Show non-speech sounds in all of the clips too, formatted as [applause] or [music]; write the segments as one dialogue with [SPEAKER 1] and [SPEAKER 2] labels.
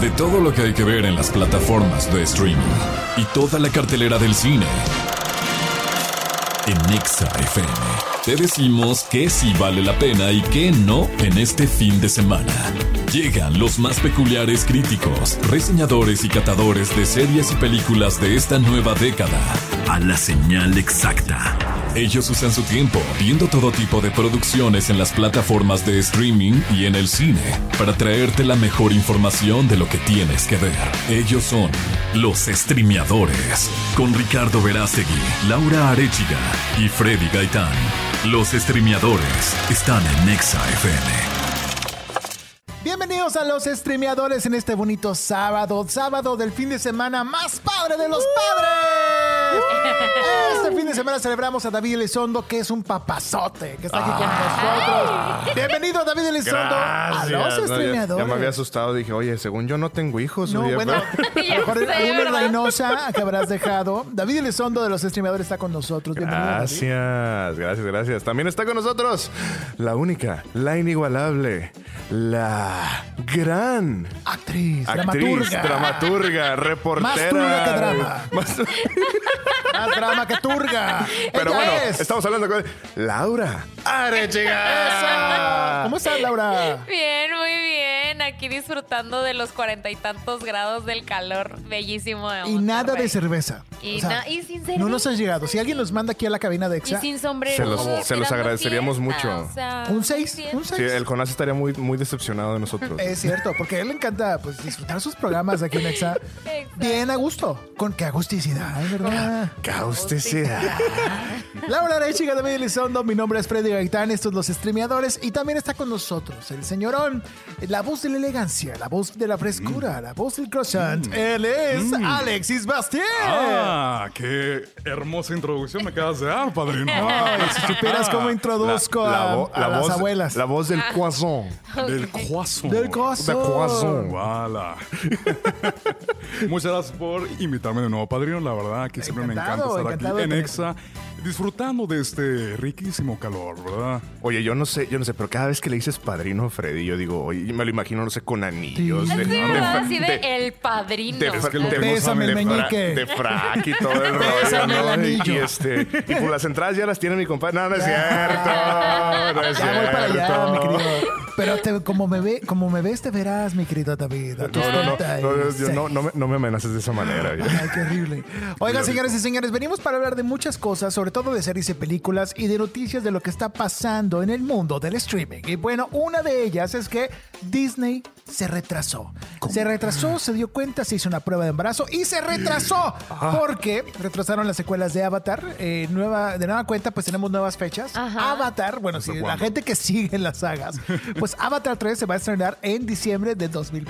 [SPEAKER 1] De todo lo que hay que ver en las plataformas de streaming y toda la cartelera del cine. En Nexa FM te decimos que sí vale la pena y que no en este fin de semana. Llegan los más peculiares críticos, reseñadores y catadores de series y películas de esta nueva década a la señal exacta. Ellos usan su tiempo viendo todo tipo de producciones en las plataformas de streaming y en el cine para traerte la mejor información de lo que tienes que ver. Ellos son los streameadores con Ricardo Verástegui, Laura Arechiga y Freddy Gaitán. Los streameadores están en Nexa FM.
[SPEAKER 2] Bienvenidos a los streameadores en este bonito sábado, sábado del fin de semana más padre de los padres. Este fin de semana celebramos a David Elizondo, que es un papazote, que está aquí con nosotros. Bienvenido David Elizondo a los
[SPEAKER 3] Gracias, no, ya-
[SPEAKER 2] streameadores.
[SPEAKER 3] Ya, me había asustado. Dije, oye, según yo no tengo hijos.
[SPEAKER 2] No,
[SPEAKER 3] oye,
[SPEAKER 2] bueno, [laughs]
[SPEAKER 3] pero-
[SPEAKER 2] a lo mejor
[SPEAKER 4] Ya sé,
[SPEAKER 2] alguna
[SPEAKER 4] ¿verdad?
[SPEAKER 2] Reynosa que habrás dejado. David Elizondo de los streameadores está con nosotros. Bienvenido.
[SPEAKER 3] Ah,
[SPEAKER 2] David.
[SPEAKER 3] Gracias, gracias, gracias. También está con nosotros la única, la inigualable, la gran
[SPEAKER 2] Actriz,
[SPEAKER 3] actriz,
[SPEAKER 2] dramaturga. [laughs]
[SPEAKER 3] dramaturga,
[SPEAKER 2] turga que
[SPEAKER 3] reportera.
[SPEAKER 2] drama.
[SPEAKER 3] [laughs] Más turga
[SPEAKER 2] Más drama que turga.
[SPEAKER 3] Pero
[SPEAKER 2] Ella
[SPEAKER 3] bueno,
[SPEAKER 2] es-
[SPEAKER 3] estamos hablando con Laura Arechiga.
[SPEAKER 2] ¿Cómo estás, Laura?
[SPEAKER 4] Bien, muy bien. Aquí disfrutando de los cuarenta y tantos grados del calor bellísimo. de
[SPEAKER 2] Y nada
[SPEAKER 4] Monterrey.
[SPEAKER 2] de cerveza.
[SPEAKER 4] Y
[SPEAKER 2] O sea,
[SPEAKER 4] na- y sin
[SPEAKER 2] No nos
[SPEAKER 4] cerveza.
[SPEAKER 2] has llegado. Si alguien nos manda aquí a la cabina de
[SPEAKER 4] Y
[SPEAKER 2] Exa,
[SPEAKER 4] sin sombrero.
[SPEAKER 3] Se los- se los
[SPEAKER 4] tirando
[SPEAKER 3] agradeceríamos mucho.
[SPEAKER 4] o sea,
[SPEAKER 2] un 6. Un
[SPEAKER 3] Sí,
[SPEAKER 2] 6.
[SPEAKER 3] el Jonás estaría muy, muy decepcionado de nosotros.
[SPEAKER 2] Es cierto, porque a él le encanta pues, disfrutar sus programas aquí en Exa.
[SPEAKER 4] Exacto.
[SPEAKER 2] Bien a gusto. Con qué agusticidad, es ¿verdad?
[SPEAKER 3] Causticidad.
[SPEAKER 2] Laura Arechiga, David Elizondo, mi nombre es Freddy Gaitán, estos los streameadores y también está con nosotros el señorón, la voz de la elegancia, la voz de la
[SPEAKER 3] Mm.
[SPEAKER 2] frescura, la voz del croissant, él es Alexis Bastien.
[SPEAKER 5] Ah, qué hermosa introducción me acabas de dar,
[SPEAKER 2] [laughs]
[SPEAKER 5] padrino.
[SPEAKER 3] Ah,
[SPEAKER 2] Ay, si supieras cómo Ah, introduzco
[SPEAKER 3] La- la
[SPEAKER 2] a-
[SPEAKER 3] vo-
[SPEAKER 2] a,
[SPEAKER 3] la
[SPEAKER 2] las
[SPEAKER 3] voz-
[SPEAKER 2] abuelas. Ah.
[SPEAKER 3] La voz del croissant.
[SPEAKER 5] Del cuazo.
[SPEAKER 2] Del corazón.
[SPEAKER 3] Del corazón.
[SPEAKER 5] Wala. [laughs] Muchas gracias por invitarme de nuevo, padrino. La verdad que siempre
[SPEAKER 2] Encantado,
[SPEAKER 5] me encanta estar
[SPEAKER 2] encantado de
[SPEAKER 5] aquí en
[SPEAKER 2] tenerte.
[SPEAKER 5] Exa, disfrutando de este riquísimo calor, ¿verdad?
[SPEAKER 3] Oye, yo no sé, yo no sé, pero cada vez que le dices padrino a Freddy, yo digo, oye, me lo imagino, no sé, con anillos.
[SPEAKER 2] Sí.
[SPEAKER 3] de-
[SPEAKER 4] Sí,
[SPEAKER 3] de-
[SPEAKER 4] ¿verdad? Así de,
[SPEAKER 3] de-
[SPEAKER 4] el padrino.
[SPEAKER 3] de-
[SPEAKER 5] que
[SPEAKER 3] de-
[SPEAKER 5] lo-
[SPEAKER 2] Bésame el
[SPEAKER 3] de fra-
[SPEAKER 2] meñique.
[SPEAKER 3] De frac y
[SPEAKER 2] [laughs]
[SPEAKER 3] todo el rollo,
[SPEAKER 2] Bésame
[SPEAKER 3] ¿no?
[SPEAKER 2] el
[SPEAKER 3] Y,
[SPEAKER 2] anillo.
[SPEAKER 3] este, y por las entradas ya las tiene mi compadre. No, no es cierto. No es
[SPEAKER 2] Ya voy para allá, mi
[SPEAKER 3] cierto.
[SPEAKER 2] querido. Pero te- como, me ve, como me ves, te verás, mi querido David. a tus
[SPEAKER 3] No, no, no, no, no, yo
[SPEAKER 2] 36.
[SPEAKER 3] no, no me, no me amenaces de esa manera. oye.
[SPEAKER 2] Ay, qué horrible. Oigan, señores y señores, venimos para hablar de muchas cosas, sobre todo de series y películas y de noticias de lo que está pasando en el mundo del streaming. Y bueno, una de ellas es que Disney se retrasó. Se retrasó, se dio cuenta, se hizo una prueba de embarazo y se retrasó porque retrasaron las secuelas de Avatar. Eh, nueva, de nueva cuenta, pues tenemos nuevas fechas.
[SPEAKER 4] Ajá.
[SPEAKER 2] Avatar, bueno, si la
[SPEAKER 5] cuándo?
[SPEAKER 2] gente que sigue las sagas, pues Avatar 3 se va a estrenar en diciembre de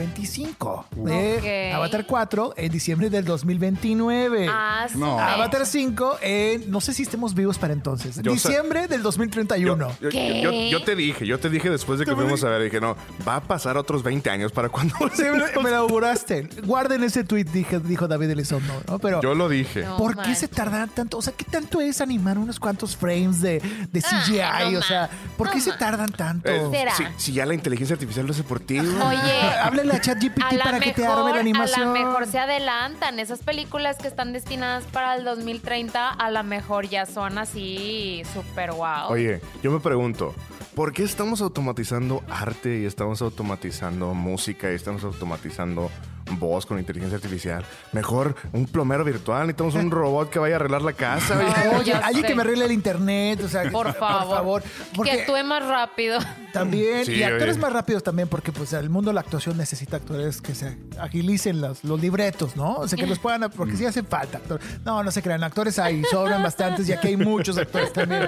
[SPEAKER 2] 2025. Eh,
[SPEAKER 4] Ok.
[SPEAKER 2] Avatar 4 en diciembre del 2029.
[SPEAKER 4] Ah, sí.
[SPEAKER 5] No.
[SPEAKER 2] Avatar 5 en. No sé si estemos vivos para entonces.
[SPEAKER 3] Yo sé-
[SPEAKER 2] diciembre del 2031.
[SPEAKER 3] Yo, yo-
[SPEAKER 4] ¿Qué?
[SPEAKER 3] yo- yo te dije, yo te dije después de que fuimos a ver, dije, no, va a pasar otros 20 años para cuando
[SPEAKER 2] Sí, me, me la auguraste. Guarden ese tweet, dije, dijo David Elizondo. ¿no? Pero,
[SPEAKER 3] Yo lo dije.
[SPEAKER 4] No.
[SPEAKER 2] ¿por qué
[SPEAKER 4] manches.
[SPEAKER 2] se tardan tanto? O sea, ¿qué tanto es animar unos cuantos frames de, de
[SPEAKER 4] Ah,
[SPEAKER 2] CGI?
[SPEAKER 4] no
[SPEAKER 2] o sea,
[SPEAKER 4] más,
[SPEAKER 2] ¿por qué
[SPEAKER 4] no
[SPEAKER 2] se
[SPEAKER 4] más.
[SPEAKER 2] tardan tanto?
[SPEAKER 3] Eh,
[SPEAKER 4] ¿Será?
[SPEAKER 3] Si, si ya la inteligencia artificial lo hace por ti. güey.
[SPEAKER 4] Oye.
[SPEAKER 2] Háblale [laughs] a ChatGPT
[SPEAKER 4] A la
[SPEAKER 2] para que te arme la
[SPEAKER 4] A
[SPEAKER 2] animación.
[SPEAKER 4] lo mejor se adelantan. Esas películas que están destinadas para el 2030, a lo mejor ya son así súper guau.
[SPEAKER 3] Oye, yo me pregunto, ¿por qué estamos automatizando arte y estamos automatizando música y estamos automatizando voz con inteligencia artificial? Mejor un plomero virtual, necesitamos un robot que vaya a arreglar la casa. oye.
[SPEAKER 4] Ay,
[SPEAKER 2] Oye,
[SPEAKER 4] ya
[SPEAKER 2] alguien
[SPEAKER 4] sé.
[SPEAKER 2] que me arregle el internet, o sea, [laughs]
[SPEAKER 4] Por favor.
[SPEAKER 2] porque
[SPEAKER 4] Que actúe más rápido.
[SPEAKER 2] también
[SPEAKER 3] Sí,
[SPEAKER 2] y actores
[SPEAKER 3] oye.
[SPEAKER 2] más rápidos también, porque pues el mundo de la actuación necesita actores que se agilicen los, los libretos, ¿no? O sea, que los puedan, porque sí hacen falta actores. No, no se crean, actores hay, sobran bastantes y aquí hay muchos actores también.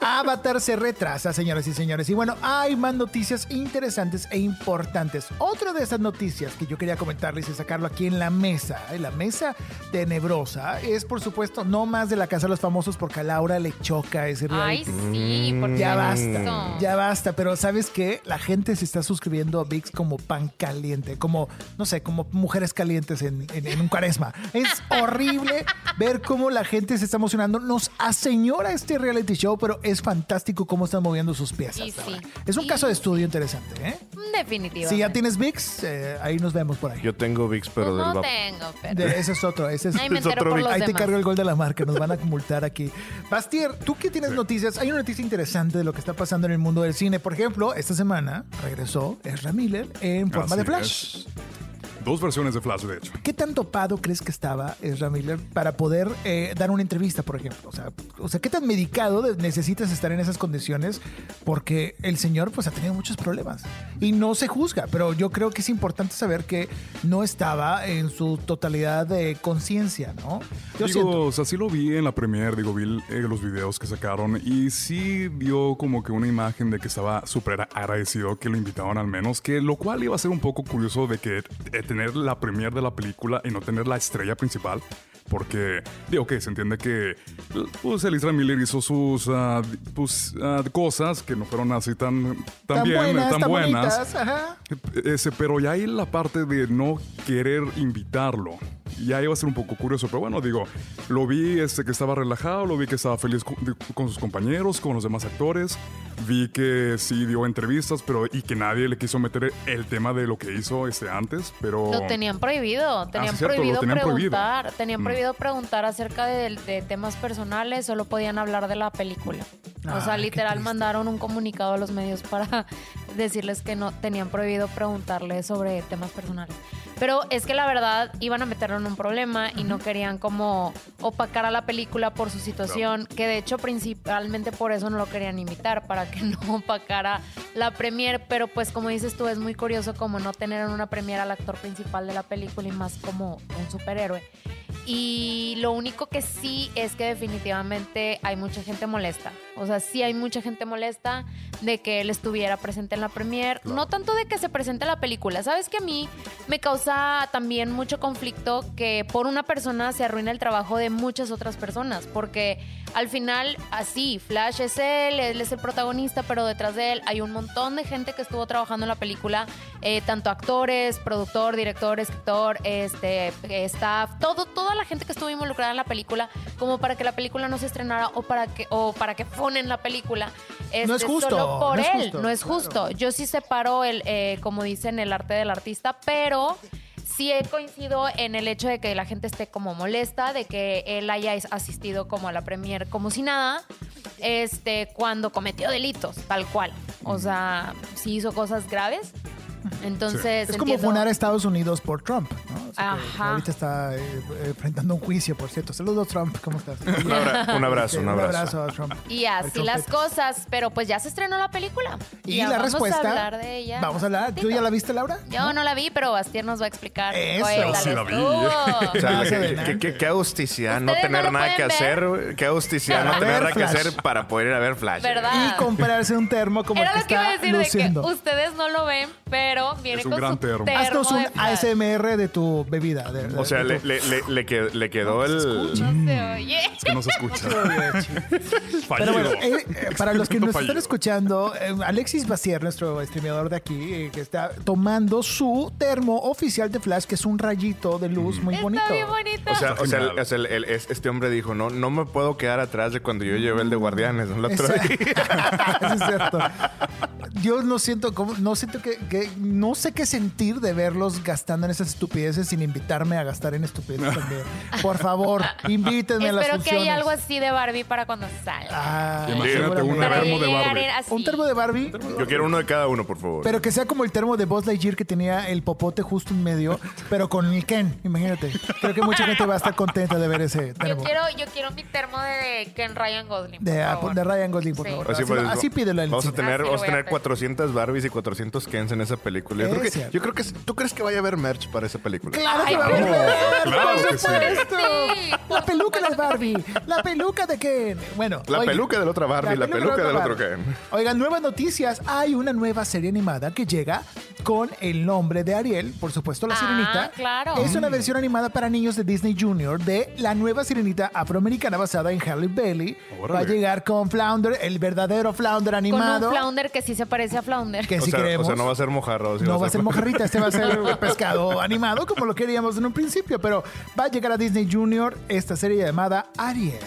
[SPEAKER 2] Avatar se retrasa, señoras y señores. Y bueno, hay más noticias interesantes e importantes. Otra de esas noticias que yo quería comentarles y sacarlo aquí en la mesa, en la mesa tenebrosa, es por supuesto no más de la Casa de los Famosos porque a Laura le choca ese reality
[SPEAKER 4] Ay, sí, porque
[SPEAKER 2] ya
[SPEAKER 4] eso.
[SPEAKER 2] basta, ya basta, pero ¿sabes qué? La gente se está suscribiendo a VIX como pan caliente, como, no sé, como mujeres calientes en, en- en un cuaresma.
[SPEAKER 4] [laughs]
[SPEAKER 2] Es horrible ver cómo la gente se está emocionando. Nos aseñora este reality show, pero es fantástico cómo están moviendo sus piezas.
[SPEAKER 4] Y sí.
[SPEAKER 2] ahora. Es un
[SPEAKER 4] Y-
[SPEAKER 2] caso de estudio interesante, ¿eh?
[SPEAKER 4] De definitiva.
[SPEAKER 2] Si ya tienes VIX, eh, ahí nos vemos por ahí.
[SPEAKER 3] Yo tengo VIX, pero del
[SPEAKER 4] Pues no
[SPEAKER 3] vapor.
[SPEAKER 4] tengo,
[SPEAKER 2] [laughs]
[SPEAKER 4] pero.
[SPEAKER 2] De- ese es otro. Ese es,
[SPEAKER 4] Ahí me
[SPEAKER 3] es
[SPEAKER 4] entero
[SPEAKER 3] otro
[SPEAKER 4] por
[SPEAKER 3] Vic.
[SPEAKER 4] los
[SPEAKER 2] Ahí te
[SPEAKER 4] demás.
[SPEAKER 2] cargo el gol de la marca, nos van a multar aquí. Bastier, tú que tienes noticias, hay una noticia interesante de lo que está pasando en el mundo del cine. Por ejemplo, esta semana regresó Ezra Miller en forma
[SPEAKER 5] Así
[SPEAKER 2] de Flash.
[SPEAKER 5] es. Dos versiones de Flash, de hecho.
[SPEAKER 2] ¿Qué tan topado crees que estaba Ezra Miller para poder eh, dar una entrevista, por ejemplo? O sea, o sea, ¿qué tan medicado de- necesitas estar en esas condiciones? Porque el señor pues ha tenido muchos problemas y no se juzga, pero yo creo que es importante saber que no estaba en su totalidad de conciencia, ¿no? Yo
[SPEAKER 5] digo,
[SPEAKER 2] siento-
[SPEAKER 5] o sea, sí lo vi en la premiere, digo, vi eh, los videos que sacaron y sí dio como que una imagen de que estaba súper agradecido que lo invitaban al menos, que lo cual iba a ser un poco curioso de que eh, tener la premiere de la película y no tener la estrella principal. Porque, digo, que se entiende que pues, el Israel Miller hizo sus ah, pues, ah, cosas que no fueron así tan, tan, bien, eh, tan buenas.
[SPEAKER 2] bonitas, ajá.
[SPEAKER 5] Ese, pero ya ahí la parte de no querer invitarlo. Ya iba a ser un poco curioso, pero bueno, digo, lo vi este, que estaba relajado, lo vi que estaba feliz con, de- con sus compañeros, con los demás actores, vi que sí dio entrevistas, pero y que nadie le quiso meter el tema de lo que hizo este antes, pero...
[SPEAKER 4] Lo tenían prohibido, tenían
[SPEAKER 5] sí, cierto, lo
[SPEAKER 4] prohibido
[SPEAKER 5] tenían prohibido.
[SPEAKER 4] preguntar, tenían
[SPEAKER 5] Mm.
[SPEAKER 4] prohibido preguntar acerca de, de temas personales, solo podían hablar de la película. o sea,
[SPEAKER 2] Ay, qué
[SPEAKER 4] literal
[SPEAKER 2] triste.
[SPEAKER 4] mandaron un comunicado a los medios para [laughs] decirles que no tenían prohibido preguntarle sobre temas personales. Pero es que la verdad iban a meterlo en un problema y no querían como opacar a la película por su situación, que de hecho principalmente por eso no lo querían invitar, para que [laughs] no opacara la premier, pero pues como dices tú es muy curioso como no tener en una premier al actor principal de la película y más como un superhéroe. Y lo único que sí es que definitivamente hay mucha gente molesta. O sea, sí hay mucha gente molesta de que él estuviera presente en la premier. No tanto de que se presente la película. Sabes que a mí me causa también mucho conflicto que por una persona se arruina el trabajo de muchas otras personas. Porque al final, así, Flash es él, él es el protagonista, pero detrás de él hay un montón de gente que estuvo trabajando en la película eh, tanto actores, productor, director, escritor, este, staff, todo, toda la gente que estuvo involucrada en la película, como para que la película no se estrenara o para que, o para que ponen la película.
[SPEAKER 2] No es
[SPEAKER 4] este,
[SPEAKER 2] justo,
[SPEAKER 4] Solo por
[SPEAKER 2] no es
[SPEAKER 4] él,
[SPEAKER 2] justo,
[SPEAKER 4] no es
[SPEAKER 2] claro.
[SPEAKER 4] justo. Yo sí separo el, eh, como dicen, el arte del artista, pero sí he coincido en el hecho de que la gente esté como molesta, de que él haya es- asistido como a la premier como si nada, este, cuando cometió delitos, tal cual. O sea, sí hizo cosas graves. Entonces,
[SPEAKER 2] Es como
[SPEAKER 4] entiendo-
[SPEAKER 2] funar a Estados Unidos por Trump, ¿no? O sea, que
[SPEAKER 4] Ajá.
[SPEAKER 2] Ahorita está eh, enfrentando un juicio, por cierto. Saludos, Trump. ¿Cómo estás? Este,
[SPEAKER 3] Un abra- un abrazo, un abrazo.
[SPEAKER 2] a Trump.
[SPEAKER 4] Y
[SPEAKER 2] Al
[SPEAKER 4] así
[SPEAKER 2] Trump.
[SPEAKER 4] las cosas, pero pues ya se estrenó la película.
[SPEAKER 2] Y
[SPEAKER 4] Ya
[SPEAKER 2] la
[SPEAKER 4] vamos
[SPEAKER 2] respuesta.
[SPEAKER 4] a hablar de ella.
[SPEAKER 2] Vamos a hablar. ¿Tú
[SPEAKER 4] ratito.
[SPEAKER 2] ya la viste, Laura?
[SPEAKER 4] Yo no, la vi, pero Bastier nos va a explicar.
[SPEAKER 2] Eso.
[SPEAKER 4] Cuéntales
[SPEAKER 5] Yo sí la
[SPEAKER 2] [laughs]
[SPEAKER 5] vi.
[SPEAKER 4] tú.
[SPEAKER 3] O sea,
[SPEAKER 2] No, eso de
[SPEAKER 3] qué-
[SPEAKER 2] nada.
[SPEAKER 3] qué, qué- qué austicidad no
[SPEAKER 4] Ustedes
[SPEAKER 3] tener
[SPEAKER 4] no lo
[SPEAKER 3] nada que
[SPEAKER 4] pueden ver.
[SPEAKER 3] hacer, güey. qué austicidad no
[SPEAKER 2] A
[SPEAKER 3] tener
[SPEAKER 2] ver,
[SPEAKER 3] nada que
[SPEAKER 2] Flash.
[SPEAKER 3] hacer para poder ir a ver Flash. güey.
[SPEAKER 4] ¿Verdad?
[SPEAKER 2] Y comprarse un termo como
[SPEAKER 4] Era
[SPEAKER 2] el
[SPEAKER 4] lo que
[SPEAKER 2] que
[SPEAKER 4] iba a
[SPEAKER 2] está
[SPEAKER 4] decir
[SPEAKER 2] luciendo.
[SPEAKER 4] de que ustedes no lo ven, pero viene
[SPEAKER 5] Es un
[SPEAKER 4] con
[SPEAKER 5] gran
[SPEAKER 4] su
[SPEAKER 5] termo.
[SPEAKER 4] termo.
[SPEAKER 2] Haznos un
[SPEAKER 4] de Flash.
[SPEAKER 2] ASMR de tu bebida. de- de-
[SPEAKER 3] O sea,
[SPEAKER 2] de
[SPEAKER 3] le,
[SPEAKER 2] tu-
[SPEAKER 3] le- le- le qued- le quedó el...
[SPEAKER 4] No pues, se
[SPEAKER 2] Mm.
[SPEAKER 4] oye.
[SPEAKER 5] Es que no
[SPEAKER 2] [laughs]
[SPEAKER 5] se escucha.
[SPEAKER 2] Pero
[SPEAKER 5] Fallido.
[SPEAKER 2] bueno, eh, eh, para los que nos
[SPEAKER 5] Experimento
[SPEAKER 2] están
[SPEAKER 5] fallido.
[SPEAKER 2] escuchando, eh, Alexis Bacier, nuestro streameador de aquí, eh, que está tomando su termo oficial de Flash, que es un rayito de luz muy bonito.
[SPEAKER 4] Está bien bonito.
[SPEAKER 3] O sea, o sea, el-
[SPEAKER 5] Genial.
[SPEAKER 3] o sea, el- el- es- este hombre dijo, no, no me puedo quedar atrás de cuando yo llevé el de Guardianes. ¿no? La otra
[SPEAKER 2] Esa- [laughs]
[SPEAKER 3] vez.
[SPEAKER 2] Eso es cierto. Yo no siento como, no siento que, que- no sé qué sentir de verlos gastando en esas estupideces sin invitarme a gastar en estupideces también. Por favor, invítenme a las
[SPEAKER 4] Espero que
[SPEAKER 2] funciones.
[SPEAKER 4] haya algo así de Barbie para cuando salga.
[SPEAKER 2] Ah,
[SPEAKER 5] Imagínate
[SPEAKER 2] seguramente.
[SPEAKER 5] un
[SPEAKER 4] para
[SPEAKER 5] termo de
[SPEAKER 4] llegar
[SPEAKER 5] Barbie.
[SPEAKER 4] en- así.
[SPEAKER 2] Un termo de Barbie.
[SPEAKER 3] Yo quiero uno de cada uno, por favor.
[SPEAKER 2] Pero que sea como el termo de Buzz Lightyear que tenía el popote justo en medio, pero con el Ken, imagínate. Creo que mucha gente va a estar contenta de ver ese
[SPEAKER 4] Yo
[SPEAKER 2] termo.
[SPEAKER 4] quiero, yo quiero mi termo de Ken Ryan Gosling.
[SPEAKER 2] De,
[SPEAKER 4] por
[SPEAKER 2] ah,
[SPEAKER 4] favor.
[SPEAKER 2] de Ryan Gosling, por
[SPEAKER 4] Sí.
[SPEAKER 2] favor.
[SPEAKER 3] Así
[SPEAKER 2] Así,
[SPEAKER 3] pues,
[SPEAKER 2] así pídelo Ah, en el
[SPEAKER 3] Vamos a
[SPEAKER 2] cine.
[SPEAKER 3] tener,
[SPEAKER 4] Así lo
[SPEAKER 3] vamos a
[SPEAKER 4] voy a
[SPEAKER 3] tener
[SPEAKER 4] pedir.
[SPEAKER 3] 400 Barbies y 400 Kens en esa película. Yo
[SPEAKER 2] Es
[SPEAKER 3] creo que,
[SPEAKER 2] cierto.
[SPEAKER 3] yo creo que, ¿tú crees que vaya a haber merch para esa película?
[SPEAKER 2] Claro que
[SPEAKER 4] Ay,
[SPEAKER 2] va a haber,
[SPEAKER 5] claro
[SPEAKER 2] por
[SPEAKER 5] que sí.
[SPEAKER 2] supuesto.
[SPEAKER 4] Sí.
[SPEAKER 2] La peluca de Barbie, la peluca de Ken. Bueno,
[SPEAKER 3] La
[SPEAKER 2] oigan,
[SPEAKER 3] peluca del otro Barbie, la peluca del otro
[SPEAKER 2] Barbie.
[SPEAKER 3] Ken.
[SPEAKER 2] Oigan, nuevas noticias. Hay una nueva serie animada que llega con el nombre de Ariel, por supuesto, la
[SPEAKER 4] Ah,
[SPEAKER 2] sirenita.
[SPEAKER 4] claro.
[SPEAKER 2] Es
[SPEAKER 3] Mm.
[SPEAKER 2] una versión animada para niños de Disney Junior de la nueva sirenita afroamericana basada en Halle Bailey.
[SPEAKER 5] Órale.
[SPEAKER 2] Va a llegar con Flounder, el verdadero Flounder
[SPEAKER 4] Con
[SPEAKER 2] animado.
[SPEAKER 4] un flounder que sí se parece a flounder.
[SPEAKER 2] Que
[SPEAKER 3] O,
[SPEAKER 2] si
[SPEAKER 3] sea,
[SPEAKER 2] queremos.
[SPEAKER 3] o sea, no va a ser mojarra. o sea,
[SPEAKER 2] No va a ser mojarrita, este va a ser pescado animado como lo queríamos en un principio, pero va a llegar a Disney Junior esta serie llamada Ariel,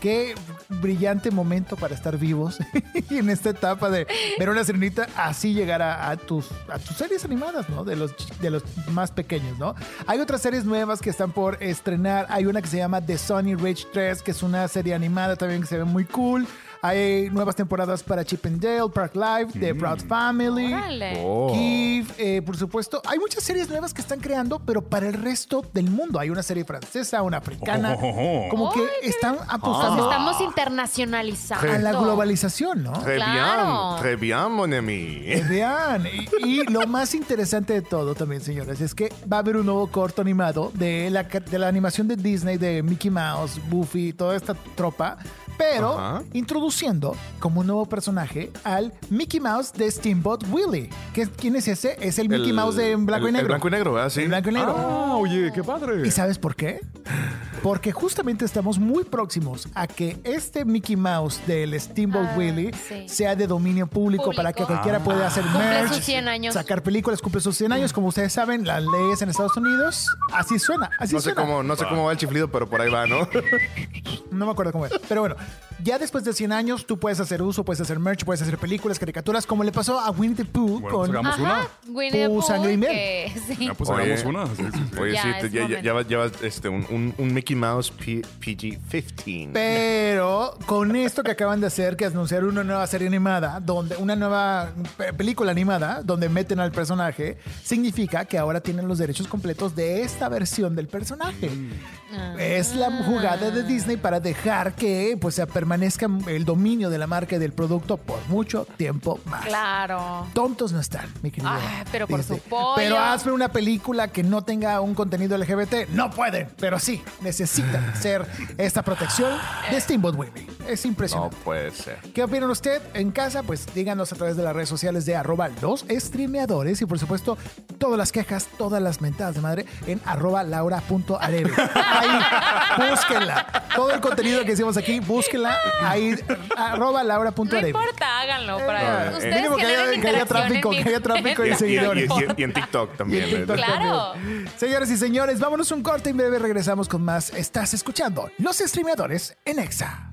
[SPEAKER 2] que brillante momento para estar vivos [laughs] y en esta etapa de ver una sirenita así llegar a, a tus, a tus series animadas, ¿no? De los, ch- de los más pequeños, ¿no? Hay otras series nuevas que están por estrenar. Hay una que se llama The Sunny Rage 3, que es una serie animada también que se ve muy cool. Hay nuevas temporadas para Chip and Dale, Park Life, The Proud Family.
[SPEAKER 4] Órale.
[SPEAKER 3] Oh.
[SPEAKER 2] Kif, eh, por supuesto. Hay muchas series nuevas que están creando, pero para el resto del mundo. Hay una serie francesa, una africana.
[SPEAKER 5] Oh, oh, Ah. oh.
[SPEAKER 2] Como que
[SPEAKER 4] Ay, qué
[SPEAKER 2] están
[SPEAKER 4] Nos
[SPEAKER 2] apostando
[SPEAKER 4] estamos internacionalizando.
[SPEAKER 2] Ah. a la globalización, ¿no?
[SPEAKER 3] Très bien,
[SPEAKER 4] Claro.
[SPEAKER 3] très bien, mon ami.
[SPEAKER 2] Eh, Vean, y, y lo más interesante de todo también, señores, es que va a haber un nuevo corto animado de la, ca- de la animación de Disney, de Mickey Mouse, Buffy, toda esta tropa, pero
[SPEAKER 3] Ajá.
[SPEAKER 2] introduciendo como un nuevo personaje al Mickey Mouse de Steamboat Willie. ¿Qué- ¿Quién es ese? Es el Mickey
[SPEAKER 3] El-
[SPEAKER 2] Mouse de en blanco
[SPEAKER 3] el-
[SPEAKER 2] y negro.
[SPEAKER 3] El blanco y negro, ¿verdad? Sí.
[SPEAKER 2] El blanco y negro.
[SPEAKER 5] Ah, oye, qué padre.
[SPEAKER 2] ¿Y sabes por qué? Porque justamente estamos muy próximos a que este Mickey Mouse del Steamboat
[SPEAKER 4] Ah,
[SPEAKER 2] Willie
[SPEAKER 4] sí.
[SPEAKER 2] sea de dominio público,
[SPEAKER 4] Público. Ah.
[SPEAKER 2] para que cualquiera pueda hacer
[SPEAKER 4] Cumple
[SPEAKER 2] merch,
[SPEAKER 4] sus 100 años.
[SPEAKER 2] sacar películas, cumple sus 100 años. Como ustedes saben, las leyes en Estados Unidos, así suena, así
[SPEAKER 3] No sé,
[SPEAKER 2] suena.
[SPEAKER 3] cómo, no sé cómo va el chiflido, pero por ahí va,
[SPEAKER 2] [laughs]
[SPEAKER 3] ¿no?
[SPEAKER 2] No me acuerdo cómo es. Pero bueno, ya después de 100 años tú puedes hacer uso, puedes hacer merch, puedes hacer películas, caricaturas, como le pasó a Winnie the Pooh
[SPEAKER 5] Bueno,
[SPEAKER 3] pues
[SPEAKER 2] con...
[SPEAKER 5] sacamos una.
[SPEAKER 4] Winnie the
[SPEAKER 2] Pooh,
[SPEAKER 4] Pooh,
[SPEAKER 2] sangre y miel.
[SPEAKER 4] que- [laughs] sí.
[SPEAKER 5] Ya, pues
[SPEAKER 3] Oye.
[SPEAKER 5] hagamos una. Sí, sí, sí.
[SPEAKER 3] Oye,
[SPEAKER 4] Ya
[SPEAKER 3] sí,
[SPEAKER 4] es
[SPEAKER 3] te- ya, ya,
[SPEAKER 4] momento.
[SPEAKER 3] ya vas- ya vas, este, un, un- un Mickey Mouse P- PG-15.
[SPEAKER 2] Pero con esto que acaban de hacer, que anunciaron una nueva serie animada, donde una nueva pe- película animada, donde meten al personaje, significa que ahora tienen los derechos completos de esta versión del personaje. Es la jugada de Disney para dejar que pues se permanezca el dominio de la marca y del producto por mucho tiempo más.
[SPEAKER 4] Claro.
[SPEAKER 2] Tontos no están, mi querido.
[SPEAKER 4] Ay, Ah, pero por
[SPEAKER 2] Disney.
[SPEAKER 4] su pollo.
[SPEAKER 2] Pero hazme una película que no tenga un contenido LGBT. No pueden, pero sí, necesitan ser esta protección
[SPEAKER 4] Eh.
[SPEAKER 2] de Steamboat Willie. Es
[SPEAKER 3] No
[SPEAKER 2] impresionante.
[SPEAKER 3] puede ser.
[SPEAKER 2] ¿Qué opinan usted en casa? Pues díganos a través de las redes sociales de arroba los streameadores y por supuesto todas las quejas, todas las mentadas de madre en arroba laura.areve. Ahí, búsquenla. Todo el contenido que hicimos aquí, búsquenla. Ahí, arroba
[SPEAKER 4] No
[SPEAKER 2] laura.areve.
[SPEAKER 4] importa, háganlo. Para
[SPEAKER 2] Eh,
[SPEAKER 4] ustedes
[SPEAKER 2] mínimo que
[SPEAKER 4] generan
[SPEAKER 2] haya- que haya
[SPEAKER 4] interacción en
[SPEAKER 2] tráfico,
[SPEAKER 4] mi-
[SPEAKER 2] que haya tráfico
[SPEAKER 3] [laughs] Y,
[SPEAKER 2] en
[SPEAKER 4] en
[SPEAKER 2] ese
[SPEAKER 3] y-
[SPEAKER 2] seguidores.
[SPEAKER 3] y- y- y en TikTok también. [laughs] ¿verdad?
[SPEAKER 4] Claro.
[SPEAKER 2] Señores y señores, vámonos un corte y en breve regresamos con más. Estás escuchando Los Streameadores en EXA.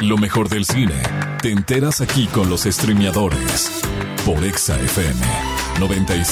[SPEAKER 1] Lo mejor del cine te enteras aquí con los streameadores por Exa FM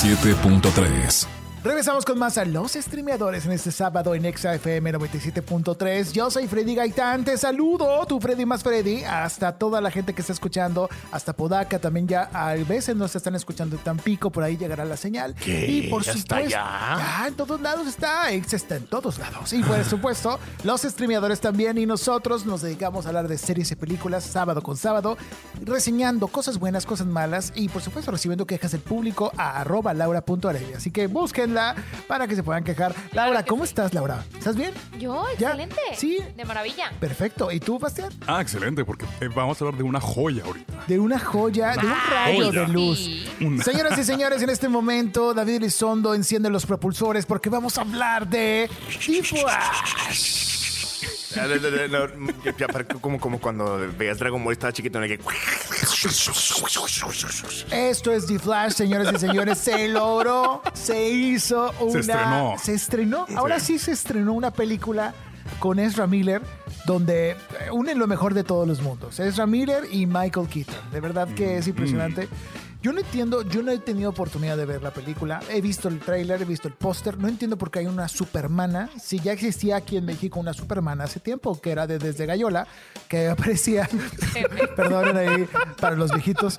[SPEAKER 1] 97.3.
[SPEAKER 2] Regresamos con más a Los Streameadores en este sábado en EXA FM 97.3. Yo soy Freddy Gaitán, te saludo, tu Freddy más Freddy, hasta toda la gente que está escuchando, hasta Podaca también ya, a veces nos están escuchando en Tampico, por ahí llegará la señal.
[SPEAKER 3] ¿Qué?
[SPEAKER 2] Y por
[SPEAKER 3] ¿Ya
[SPEAKER 2] supuesto,
[SPEAKER 3] está allá?
[SPEAKER 2] ya en todos lados está, EXA está en todos lados. Y por supuesto, los streameadores también y nosotros nos dedicamos a hablar de series y películas sábado con sábado, reseñando cosas buenas, cosas malas y por supuesto recibiendo quejas del público a arroba laura.arevia. Así que búsquenla para que se puedan quejar. Laura, ¿cómo estás, Laura? ¿Estás bien?
[SPEAKER 4] Yo,
[SPEAKER 2] Ya,
[SPEAKER 4] excelente.
[SPEAKER 2] sí.
[SPEAKER 4] De maravilla.
[SPEAKER 2] Perfecto. ¿Y tú, Bastián?
[SPEAKER 5] Ah, excelente, porque eh, vamos a hablar de una
[SPEAKER 3] [laughs]
[SPEAKER 5] joya ahorita.
[SPEAKER 2] De una joya, de un rayo
[SPEAKER 5] joya.
[SPEAKER 2] de luz.
[SPEAKER 4] Sí.
[SPEAKER 5] Una-
[SPEAKER 2] Señoras y señores, en este momento David Elizondo enciende los propulsores porque vamos a hablar de Tifuas.
[SPEAKER 3] Ah, no, no, no, no, ya- ya parece como, como cuando veías Dragon Ball estaba chiquito en el que.
[SPEAKER 2] Esto es The Flash, señoras y señores. Se logró, se hizo una.
[SPEAKER 5] estrenó.
[SPEAKER 2] se estrenó. Ahora sí se estrenó una película con Ezra Miller donde eh, unen lo mejor de todos los mundos. Ezra Miller y Michael Keaton. De verdad que es impresionante. Yo no entiendo, yo no he tenido oportunidad de ver la película. He visto el tráiler, he visto el póster. No entiendo por qué hay una supermana. Si ya existía aquí en México una supermana hace tiempo, que era de desde Gallola, que aparecía. [laughs] Perdonen ahí para los viejitos.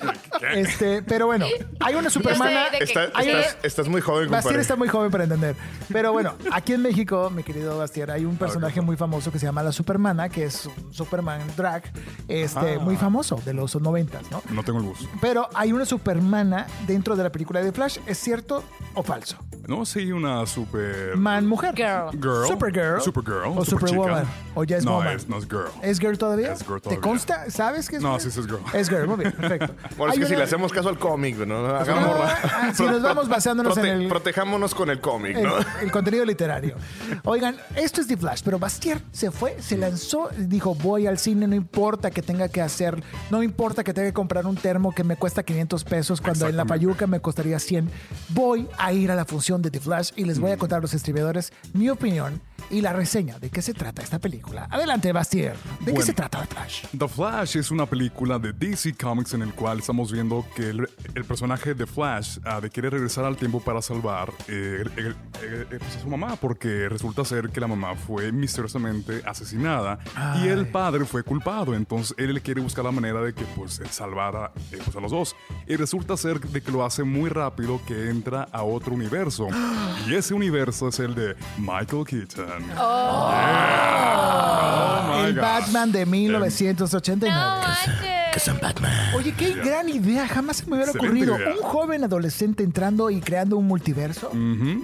[SPEAKER 2] Este, pero bueno, hay una supermana.
[SPEAKER 4] de que-
[SPEAKER 3] Está-
[SPEAKER 4] Ay,
[SPEAKER 3] estás, estás muy joven,
[SPEAKER 2] Bastián
[SPEAKER 3] compadre.
[SPEAKER 2] está muy joven para entender. Pero bueno, aquí en México, mi querido Bastián, hay un
[SPEAKER 5] Ah,
[SPEAKER 2] personaje muy famoso que se llama la Supermana, que es un Superman drag, este,
[SPEAKER 5] Ah.
[SPEAKER 2] muy famoso de los noventas, ¿no?
[SPEAKER 5] No tengo el gusto.
[SPEAKER 2] Pero hay una Supermana dentro de la película de Flash, ¿es cierto o falso?
[SPEAKER 5] No, sí, una super.
[SPEAKER 2] Man, mujer.
[SPEAKER 4] Girl.
[SPEAKER 5] Girl.
[SPEAKER 2] Supergirl.
[SPEAKER 5] Supergirl.
[SPEAKER 2] O
[SPEAKER 5] superchica.
[SPEAKER 2] Superwoman. O ya es
[SPEAKER 5] no,
[SPEAKER 2] woman.
[SPEAKER 5] Es, no es girl.
[SPEAKER 2] ¿Es girl todavía?
[SPEAKER 5] Es girl
[SPEAKER 2] ¿Te
[SPEAKER 5] todavía.
[SPEAKER 2] consta? ¿Sabes que es
[SPEAKER 5] No,
[SPEAKER 2] girl?
[SPEAKER 5] sí, sí es girl.
[SPEAKER 2] Es girl, muy bien,
[SPEAKER 5] [laughs]
[SPEAKER 2] perfecto.
[SPEAKER 3] Bueno, es
[SPEAKER 2] Hay
[SPEAKER 3] que si
[SPEAKER 2] una-
[SPEAKER 3] le hacemos caso al cómic, ¿no? Hagamos-
[SPEAKER 2] Ah, si nos vamos basándonos en el-
[SPEAKER 3] Protejámonos con el cómic,
[SPEAKER 2] el,
[SPEAKER 3] ¿no?
[SPEAKER 2] Eh, el contenido literario. Oigan, esto es The Flash, pero Bastier se fue, se lanzó, dijo, voy al cine, no importa que tenga que hacer, no importa que tenga que comprar un termo que me cuesta 500 pesos cuando en la payuca me costaría 100. Voy a ir a la
[SPEAKER 5] Mm.
[SPEAKER 2] función de The Flash y les voy a contar a los distribuidores mi opinión y la reseña de qué se trata esta película. película. Adelante, Bastier. ¿De qué
[SPEAKER 5] Bueno.
[SPEAKER 2] se trata The Flash?
[SPEAKER 5] The Flash es una película de DC Comics en el cual estamos viendo que el, el personaje de Flash ah, de quiere regresar al tiempo para salvar eh, el- el- el- pues, a su mamá porque resulta ser que la mamá fue misteriosamente asesinada y el padre fue culpado entonces él le quiere buscar la manera de que pues él salvara eh, pues, a los dos y resulta ser de que lo hace muy rápido que entra a
[SPEAKER 2] [gasps]
[SPEAKER 5] otro universo y ese universo es el de Michael Keaton Yeah. Oh my
[SPEAKER 2] el
[SPEAKER 5] God.
[SPEAKER 2] Batman de 1989.
[SPEAKER 4] manches.
[SPEAKER 2] Oye, qué gran idea. Jamás se me hubiera
[SPEAKER 5] Excelente
[SPEAKER 2] ocurrido.
[SPEAKER 5] idea.
[SPEAKER 2] Un joven adolescente entrando y creando un multiverso.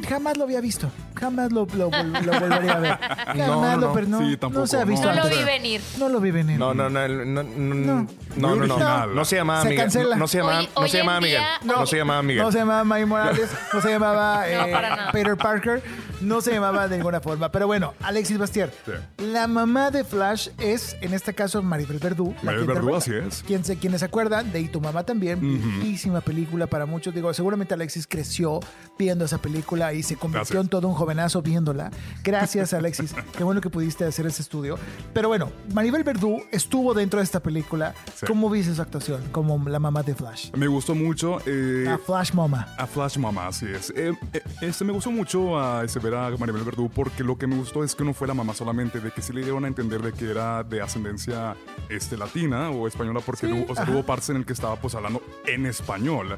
[SPEAKER 2] Jamás lo había visto. Jamás lo, lo, lo volvería a ver. Jamás
[SPEAKER 3] no,
[SPEAKER 2] lo,
[SPEAKER 3] no.
[SPEAKER 2] pero no,
[SPEAKER 5] Sí, tampoco,
[SPEAKER 2] no se ha
[SPEAKER 5] no.
[SPEAKER 2] visto
[SPEAKER 4] No lo
[SPEAKER 2] antes.
[SPEAKER 4] vi venir.
[SPEAKER 2] No lo vi venir.
[SPEAKER 3] No, no, no, el- no, no, no,
[SPEAKER 5] Muy
[SPEAKER 3] no, no,
[SPEAKER 5] original.
[SPEAKER 3] no se llamaba
[SPEAKER 2] Se
[SPEAKER 3] Miguel,
[SPEAKER 2] cancela.
[SPEAKER 3] no, no se llamaba,
[SPEAKER 4] Hoy-
[SPEAKER 3] no
[SPEAKER 4] hoy
[SPEAKER 3] se
[SPEAKER 4] en
[SPEAKER 3] llamaba
[SPEAKER 4] día-
[SPEAKER 3] Miguel, no, se llamaba Miguel,
[SPEAKER 2] No se llamaba May
[SPEAKER 5] [laughs]
[SPEAKER 2] Morales, no se llamaba eh,
[SPEAKER 4] para nada.
[SPEAKER 2] Peter Parker, no se llamaba de ninguna forma. Pero bueno, Alexis Bastier,
[SPEAKER 5] Sí.
[SPEAKER 2] la mamá de Flash es, en este caso, Maribel Verdú. la
[SPEAKER 5] Maribel
[SPEAKER 2] que
[SPEAKER 5] Verdú,
[SPEAKER 2] interpreta-
[SPEAKER 5] así es.
[SPEAKER 2] Quien se, quienes se acuerdan de Y tu mamá también, viejísima película para muchos. Digo, seguramente Alexis creció viendo esa película y se convirtió
[SPEAKER 5] Gracias.
[SPEAKER 2] en todo un jovenazo viéndola. Gracias,
[SPEAKER 5] [laughs]
[SPEAKER 2] Alexis. Qué bueno que pudiste hacer ese estudio. Pero bueno, Maribel Verdú estuvo dentro de esta película.
[SPEAKER 5] Sí.
[SPEAKER 2] ¿Cómo viste su actuación como la mamá de Flash?
[SPEAKER 5] me gustó mucho eh,
[SPEAKER 2] La Flash Mama.
[SPEAKER 5] A Flash Mama, así es. Eh, eh, este me gustó mucho a ese ver a Maribel Verdú porque lo que me gustó es que no fue la mamá solamente, de que sí le dieron a entender de que era de ascendencia este, latina o española porque hubo- o sea, hubo partes en el que estaba pues hablando en español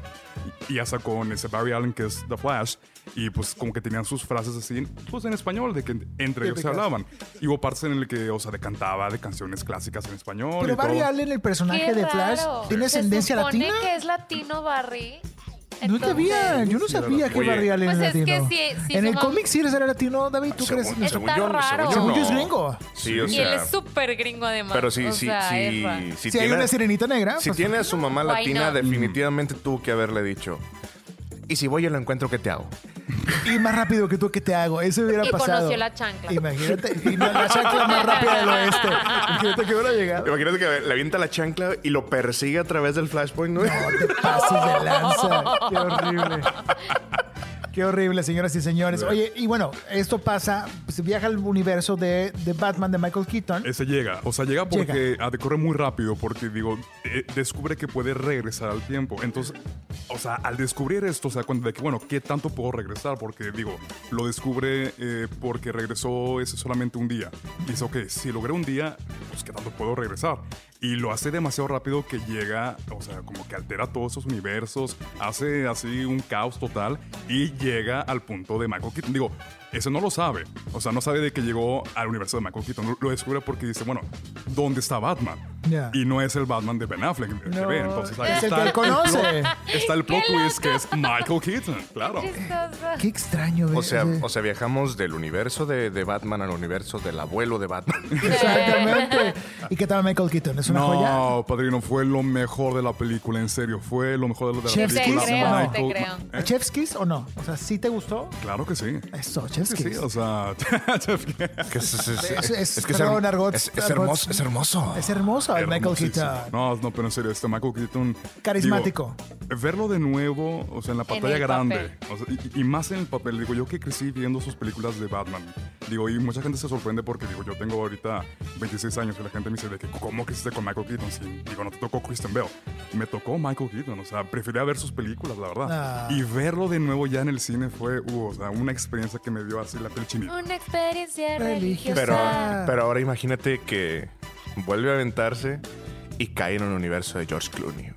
[SPEAKER 5] y, y hasta con ese Barry Allen que es The Flash y pues como que tenían sus frases así pues en español de que entre ellos se
[SPEAKER 2] Típicas.
[SPEAKER 5] hablaban y hubo partes en el que o sea de cantaba de canciones clásicas en español
[SPEAKER 2] Pero
[SPEAKER 5] y todo.
[SPEAKER 2] Barry Allen, el personaje
[SPEAKER 4] Qué
[SPEAKER 2] de Flash,
[SPEAKER 4] raro.
[SPEAKER 2] tiene
[SPEAKER 4] Se
[SPEAKER 2] ascendencia
[SPEAKER 4] supone
[SPEAKER 2] latina.
[SPEAKER 4] que es latino, Barry.
[SPEAKER 2] No
[SPEAKER 4] Entonces-
[SPEAKER 2] sabía, yo no
[SPEAKER 5] Sí,
[SPEAKER 2] sabía
[SPEAKER 5] era latino.
[SPEAKER 2] que
[SPEAKER 5] Oye.
[SPEAKER 2] Barry Allen
[SPEAKER 4] Pues
[SPEAKER 2] era
[SPEAKER 4] es que
[SPEAKER 2] latino.
[SPEAKER 4] sí, sí,
[SPEAKER 2] en el
[SPEAKER 4] somos-
[SPEAKER 2] cómic sí era latino, David, ¿tú crees?
[SPEAKER 3] según,
[SPEAKER 4] Está
[SPEAKER 3] según yo,
[SPEAKER 4] raro.
[SPEAKER 3] según yo,
[SPEAKER 2] Según yo
[SPEAKER 3] no.
[SPEAKER 2] es gringo.
[SPEAKER 3] Sí, o
[SPEAKER 4] Y
[SPEAKER 3] sea,
[SPEAKER 4] él es súper gringo además.
[SPEAKER 3] pero sí,
[SPEAKER 4] o
[SPEAKER 3] sí,
[SPEAKER 4] sea, es
[SPEAKER 3] sí,
[SPEAKER 4] raro.
[SPEAKER 3] sí
[SPEAKER 2] si hay
[SPEAKER 3] tiene-
[SPEAKER 2] una sirenita negra,
[SPEAKER 3] Si
[SPEAKER 2] pues,
[SPEAKER 3] tiene a su mamá
[SPEAKER 4] Why
[SPEAKER 3] latina,
[SPEAKER 4] not?
[SPEAKER 3] definitivamente tuvo que haberle dicho. Y si voy y lo encuentro, ¿qué te hago?
[SPEAKER 2] y más rápido que tú, ¿qué te hago? Eso hubiera
[SPEAKER 4] Y
[SPEAKER 2] pasado.
[SPEAKER 4] conoció la chancla.
[SPEAKER 2] Imagínate, y no, la chancla más rápida del oeste. Imagínate que hubiera llegado.
[SPEAKER 3] Imagínate que le avienta la chancla y lo persigue a través del flashpoint, ¿no?
[SPEAKER 2] No te pases de lanza. Qué horrible. Qué horrible, señoras y señores. Oye, y bueno, esto pasa, se viaja al universo de, de Batman de Michael Keaton.
[SPEAKER 5] Ese llega, o sea, llega porque ah, te corre muy rápido, porque digo, eh, descubre que puede regresar al tiempo. Entonces, o sea, al descubrir esto, se da cuenta de que, bueno, ¿qué tanto puedo regresar? Porque digo, lo descubre eh, porque regresó ese solamente un día. Y dice, ok, si logré un día, pues ¿qué tanto puedo regresar? Y lo hace demasiado rápido que llega, o sea, como que altera todos esos universos, hace así un caos total y llega al punto de Michael Keaton. Digo, ese no lo sabe. O sea, no sabe de que llegó al universo de Michael Keaton. Lo- Lo descubre porque dice, bueno, ¿dónde está Batman?
[SPEAKER 2] Ya.
[SPEAKER 5] Y no es el Batman de Ben Affleck que
[SPEAKER 2] No,
[SPEAKER 5] ve. Entonces, ahí
[SPEAKER 2] es el
[SPEAKER 5] está
[SPEAKER 2] que él
[SPEAKER 5] el plot-
[SPEAKER 2] conoce.
[SPEAKER 4] [laughs]
[SPEAKER 5] está el plot
[SPEAKER 4] ¡Qué
[SPEAKER 5] twist que es Michael Keaton, claro.
[SPEAKER 4] Chistoso.
[SPEAKER 2] Qué extraño,
[SPEAKER 3] O
[SPEAKER 2] ¿ves?
[SPEAKER 3] sea,
[SPEAKER 2] Sí.
[SPEAKER 3] o sea, viajamos del universo de, de Batman al universo del abuelo de [laughs] Batman.
[SPEAKER 2] Exactamente. ¿Y qué tal Michael Keaton? ¿Es una joya?
[SPEAKER 5] No, padrino, fue lo mejor de la película, en serio. Fue lo mejor de la, de la
[SPEAKER 2] Chef's
[SPEAKER 5] película.
[SPEAKER 2] kiss, no.
[SPEAKER 5] Michael-
[SPEAKER 4] Te creo.
[SPEAKER 5] ¿Eh?
[SPEAKER 2] ¿Chef's Kiss o no? O sea, ¿sí te gustó?
[SPEAKER 5] Claro que sí.
[SPEAKER 2] Eso, Chef's
[SPEAKER 5] Sí,
[SPEAKER 2] Kiss.
[SPEAKER 5] o sea, [laughs] Chef's kiss.
[SPEAKER 3] Que es, es- es-
[SPEAKER 2] Es- es-
[SPEAKER 3] es que es, her-
[SPEAKER 2] perdón, argot-
[SPEAKER 3] es- es
[SPEAKER 2] argot-
[SPEAKER 3] hermoso, es hermoso.
[SPEAKER 2] Es hermoso el Michael
[SPEAKER 5] Hermosísimo.
[SPEAKER 2] Keaton.
[SPEAKER 5] No, no, pero en serio, este Michael Keaton. digo,
[SPEAKER 2] Carismático.
[SPEAKER 5] verlo de nuevo, o sea, en la pantalla
[SPEAKER 4] el
[SPEAKER 5] grande. o sea, y, y más en el papel. Digo, yo que crecí viendo sus películas de Batman. Digo, y mucha gente se sorprende porque, digo, yo tengo ahorita 26 años y la gente me dice, de que, ¿cómo creciste con Michael Keaton? Si, digo, no te tocó Kristen Bell. Me tocó Michael Keaton. O sea, prefería ver sus películas, la verdad.
[SPEAKER 2] Ah.
[SPEAKER 5] Y verlo de nuevo ya en el cine fue, uh, o sea, una experiencia que me dio así la piel chinita.
[SPEAKER 4] Una experiencia
[SPEAKER 2] Religiosa.
[SPEAKER 4] religiosa.
[SPEAKER 3] Pero,
[SPEAKER 2] sea-
[SPEAKER 3] pero ahora imagínate que vuelve a aventarse y cae en el universo de George Clooney.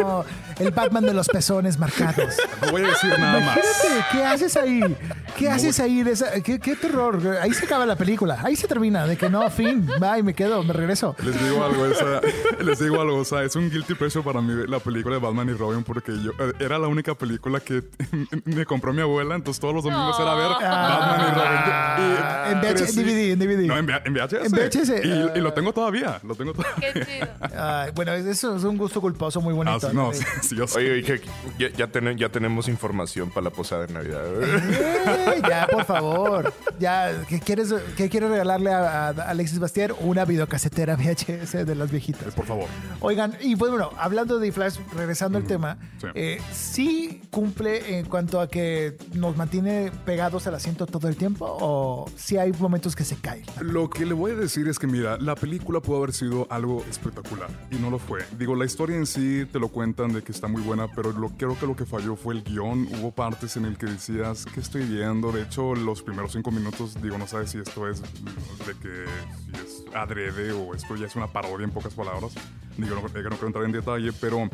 [SPEAKER 2] No, el Batman de los pezones marcados.
[SPEAKER 5] No voy a decir nada más.
[SPEAKER 2] Imagínate, ¿qué haces ahí? ¿Qué haces ahí? de esa- ¿Qué, qué terror? Ahí se acaba la película. Ahí se termina. De que no, fin. Bye, me quedo, me regreso.
[SPEAKER 5] Les digo algo, o sea, [laughs] les digo algo, o sea, es un guilty pleasure para mí la película de Batman y Robin porque yo eh, era la única película que [laughs] me compró mi abuela, entonces todos los domingos era ver
[SPEAKER 2] Ah.
[SPEAKER 5] Batman y Robin. Y
[SPEAKER 2] En VH,
[SPEAKER 5] crecí-
[SPEAKER 2] DVD, en DVD.
[SPEAKER 5] No, en, V- en VHS.
[SPEAKER 2] En VHS,
[SPEAKER 5] Y,
[SPEAKER 2] ah.
[SPEAKER 5] y lo tengo todavía, lo tengo todavía.
[SPEAKER 4] Qué chido.
[SPEAKER 2] Ay, bueno, eso es un gusto culposo muy bonito.
[SPEAKER 5] Ah, [laughs] sí, no, sí, sí, yo sé.
[SPEAKER 3] Oye, oye, que- ya, ya, ten- ya tenemos información para la posada de Navidad.
[SPEAKER 2] Eh, ya, por favor. Ya, ¿qué quieres, qué quieres regalarle a, a Alexis Bastier? Una videocasetera VHS de las viejitas.
[SPEAKER 5] Por favor.
[SPEAKER 2] Oigan, y pues bueno, hablando de Flash, regresando al tema,
[SPEAKER 5] sí.
[SPEAKER 2] eh, sí cumple en cuanto a que nos mantiene pegados al asiento todo el tiempo o sí hay momentos que se caen.
[SPEAKER 5] Lo que le voy a decir es que, mira, la película pudo haber sido algo espectacular y no lo fue. Digo, la historia en sí te lo cuentan de que está muy buena, pero lo, creo que lo que falló fue el guión. Hubo partes en el que decías, ¿qué estoy viendo? De hecho, los primeros cinco minutos, digo, no sabes si esto es de que si es adrede o esto ya es una parodia en pocas palabras. Digo, no, eh, no quiero entrar en detalle, pero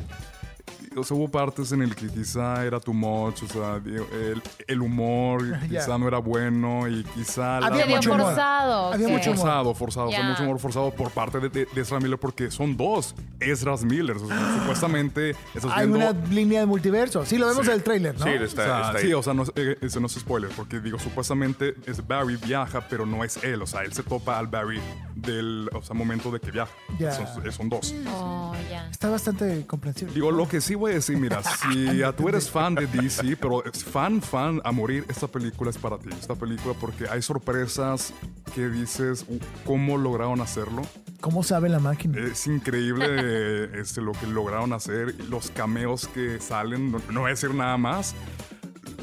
[SPEAKER 5] o sea, hubo partes en el que quizá era too much, o sea, digo, el, el humor
[SPEAKER 2] Ya.
[SPEAKER 5] quizá no era bueno y quizá... la-
[SPEAKER 2] Había
[SPEAKER 4] Medio
[SPEAKER 2] mucho humor.
[SPEAKER 4] forzado.
[SPEAKER 2] Había
[SPEAKER 4] sí.
[SPEAKER 2] mucho humor.
[SPEAKER 5] Forzado, forzado, o sea,
[SPEAKER 4] Ya.
[SPEAKER 5] mucho humor forzado por parte de, de, de Ezra Miller porque son dos Ezra Miller.
[SPEAKER 4] [gasps]
[SPEAKER 5] o sea, supuestamente estás
[SPEAKER 2] Hay
[SPEAKER 5] viendo-
[SPEAKER 2] una línea de multiverso. Sí, lo vemos
[SPEAKER 5] Sí.
[SPEAKER 2] en el tráiler, ¿no?
[SPEAKER 3] Sí,
[SPEAKER 5] o sea,
[SPEAKER 3] está, está ahí.
[SPEAKER 5] sí, o sea, no, es- eh, eso no es spoiler, porque digo, supuestamente es Barry viaja, pero no es él, o sea, él se topa al Barry del o sea, momento de que viaja.
[SPEAKER 2] Ya.
[SPEAKER 5] Son, son dos.
[SPEAKER 4] Oh, ya.
[SPEAKER 2] Está bastante comprensible.
[SPEAKER 5] Digo, lo que sí voy a decir,
[SPEAKER 4] [laughs]
[SPEAKER 5] mira, si a- tú eres fan de DC, pero es fan, fan a morir, esta película es para ti. Esta película porque hay sorpresas que dices "Uh, cómo lograron hacerlo.
[SPEAKER 2] ¿Cómo sabe la máquina?
[SPEAKER 5] Es increíble [laughs] eh, este, lo que lograron hacer, los cameos que salen, no, no voy a decir nada más.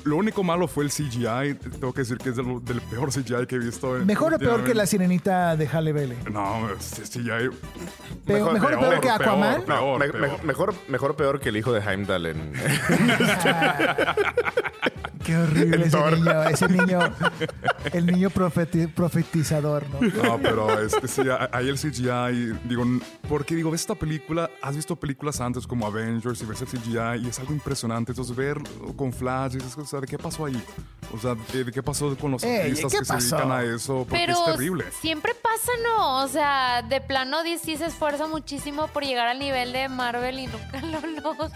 [SPEAKER 5] Lo único malo fue el CGI, tengo que decir que es de lo- del, peor CGI que he visto. en-
[SPEAKER 2] ¿Mejor o peor que la sirenita de Halle Bailey?
[SPEAKER 5] No, este CGI...
[SPEAKER 2] Pe- Mejor, o peor, que Aquaman.
[SPEAKER 5] peor, peor,
[SPEAKER 3] ¿Ah? Me-
[SPEAKER 5] peor.
[SPEAKER 3] me- mejor, mejor o peor que el hijo de Heimdall en.
[SPEAKER 2] Qué horrible
[SPEAKER 3] El
[SPEAKER 2] ese
[SPEAKER 3] Thor.
[SPEAKER 2] niño, ese niño, el niño profeti- profetizador, ¿no?
[SPEAKER 5] No, pero este, sí, a- ahí el CGI, digo, n- porque digo, ves esta película, has visto películas antes como Avengers y ves el CGI y es algo impresionante, entonces ver con Flash, dices, o sea, ¿de qué pasó ahí? O sea, ¿de de qué pasó con los
[SPEAKER 2] Ey,
[SPEAKER 5] artistas
[SPEAKER 2] ¿qué
[SPEAKER 5] que se
[SPEAKER 2] pasó?
[SPEAKER 5] dedican a eso? Porque
[SPEAKER 4] Pero
[SPEAKER 5] es terrible.
[SPEAKER 4] siempre pasa, ¿no? O sea, de plano DC se esfuerza muchísimo por llegar al nivel de Marvel y nunca [laughs] lo logra.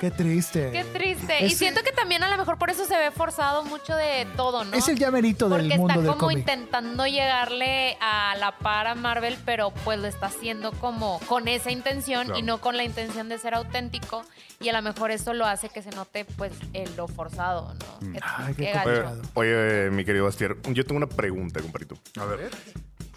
[SPEAKER 2] Qué triste.
[SPEAKER 4] Qué triste. y
[SPEAKER 2] Eh, Es-
[SPEAKER 4] siento que también a lo mejor por eso se ve forzado mucho de todo, ¿no?
[SPEAKER 2] Es el llamerito del
[SPEAKER 4] Porque
[SPEAKER 2] mundo
[SPEAKER 4] está
[SPEAKER 2] del
[SPEAKER 4] como
[SPEAKER 2] cómic.
[SPEAKER 4] intentando llegarle a la par a Marvel, pero pues lo está haciendo como con esa intención
[SPEAKER 5] Claro.
[SPEAKER 4] y no con la intención de ser auténtico. Y a lo mejor eso lo hace que se note pues el lo forzado, ¿no? Que-
[SPEAKER 2] Mm. Ay, qué
[SPEAKER 4] gacho.
[SPEAKER 3] [laughs] Oye,
[SPEAKER 2] complicado.
[SPEAKER 3] oye, eh, mi querido Bastier, yo tengo una pregunta, comparito.
[SPEAKER 5] A ver,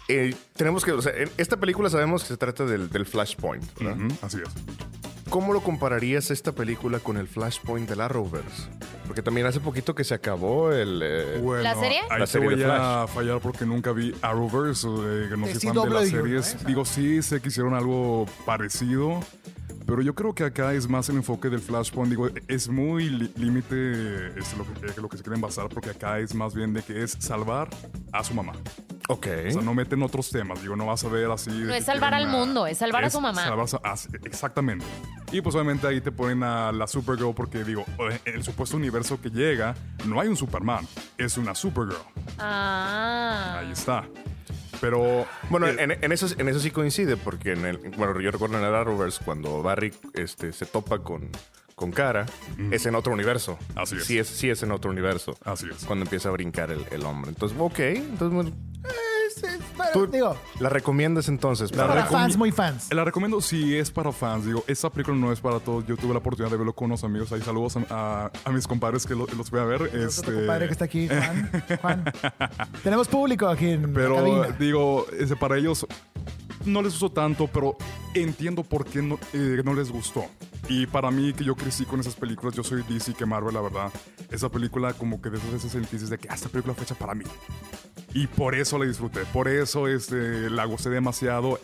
[SPEAKER 3] Eh, tenemos que, o sea, en esta película sabemos que se trata del, del Flashpoint, ¿verdad?
[SPEAKER 5] ujú, así es.
[SPEAKER 3] ¿Cómo lo compararías esta película con el Flashpoint de la Rovers? Porque también hace poquito que se acabó el... eh,
[SPEAKER 5] Bueno,
[SPEAKER 4] ¿La serie?
[SPEAKER 5] Ahí
[SPEAKER 3] La
[SPEAKER 5] te
[SPEAKER 3] serie de
[SPEAKER 5] voy a fallar porque nunca vi Arrowverse, eh, que no
[SPEAKER 2] De
[SPEAKER 5] soy fan de
[SPEAKER 2] CW,
[SPEAKER 5] las
[SPEAKER 2] ¿no?
[SPEAKER 5] series.
[SPEAKER 2] Esa.
[SPEAKER 5] Digo, sí, sé que hicieron algo parecido, pero yo creo que acá es más el enfoque del Flashpoint. Digo, es muy li- límite es lo, que, eh, lo que se quieren basar, porque acá es más bien de que es salvar a su mamá.
[SPEAKER 3] ok.
[SPEAKER 5] O sea, no meten otros temas. Digo, no vas a ver así.
[SPEAKER 4] No es salvar al mundo, es salvar a su mamá.
[SPEAKER 5] salvar a su- ah, sí, exactamente. Y pues obviamente ahí te ponen a la Supergirl porque digo, en el supuesto universo que llega, no hay un Superman, es una Supergirl.
[SPEAKER 4] Ah.
[SPEAKER 5] Ahí está. Pero
[SPEAKER 3] Bueno,
[SPEAKER 5] eh,
[SPEAKER 3] en, en eso, en eso sí coincide, porque en el, bueno, yo recuerdo en el Arrowverse cuando Barry este, se topa con, con Cara, es en otro universo.
[SPEAKER 5] Así es.
[SPEAKER 3] Sí es, sí es en otro universo.
[SPEAKER 5] Así es.
[SPEAKER 3] Cuando empieza a brincar el, el hombre. Entonces, ok. Entonces, bueno,
[SPEAKER 2] Es- es- pero,
[SPEAKER 3] tú
[SPEAKER 2] digo,
[SPEAKER 3] la recomiendas entonces.
[SPEAKER 5] La
[SPEAKER 2] para
[SPEAKER 5] recom-
[SPEAKER 2] fans muy fans.
[SPEAKER 5] la recomiendo si es para fans. Digo, esta película no es para todos. Yo tuve la oportunidad de verlo con unos amigos. Ahí saludos a, a- a mis compadres que lo- los voy a ver.
[SPEAKER 2] Este...
[SPEAKER 5] Este,
[SPEAKER 2] compadre que está aquí, Juan. Juan. Tenemos público aquí en la
[SPEAKER 5] Pero
[SPEAKER 2] cabina.
[SPEAKER 5] digo, ese, para ellos no les gustó tanto, pero entiendo por qué no, eh, no les gustó. Y para mí, que yo crecí con esas películas, yo soy DC que Marvel, la verdad. Esa película, como que de esas veces sentí de que "Ah, esta película fue hecha para mí. Y por eso la disfruté, por eso este, la gocé demasiado.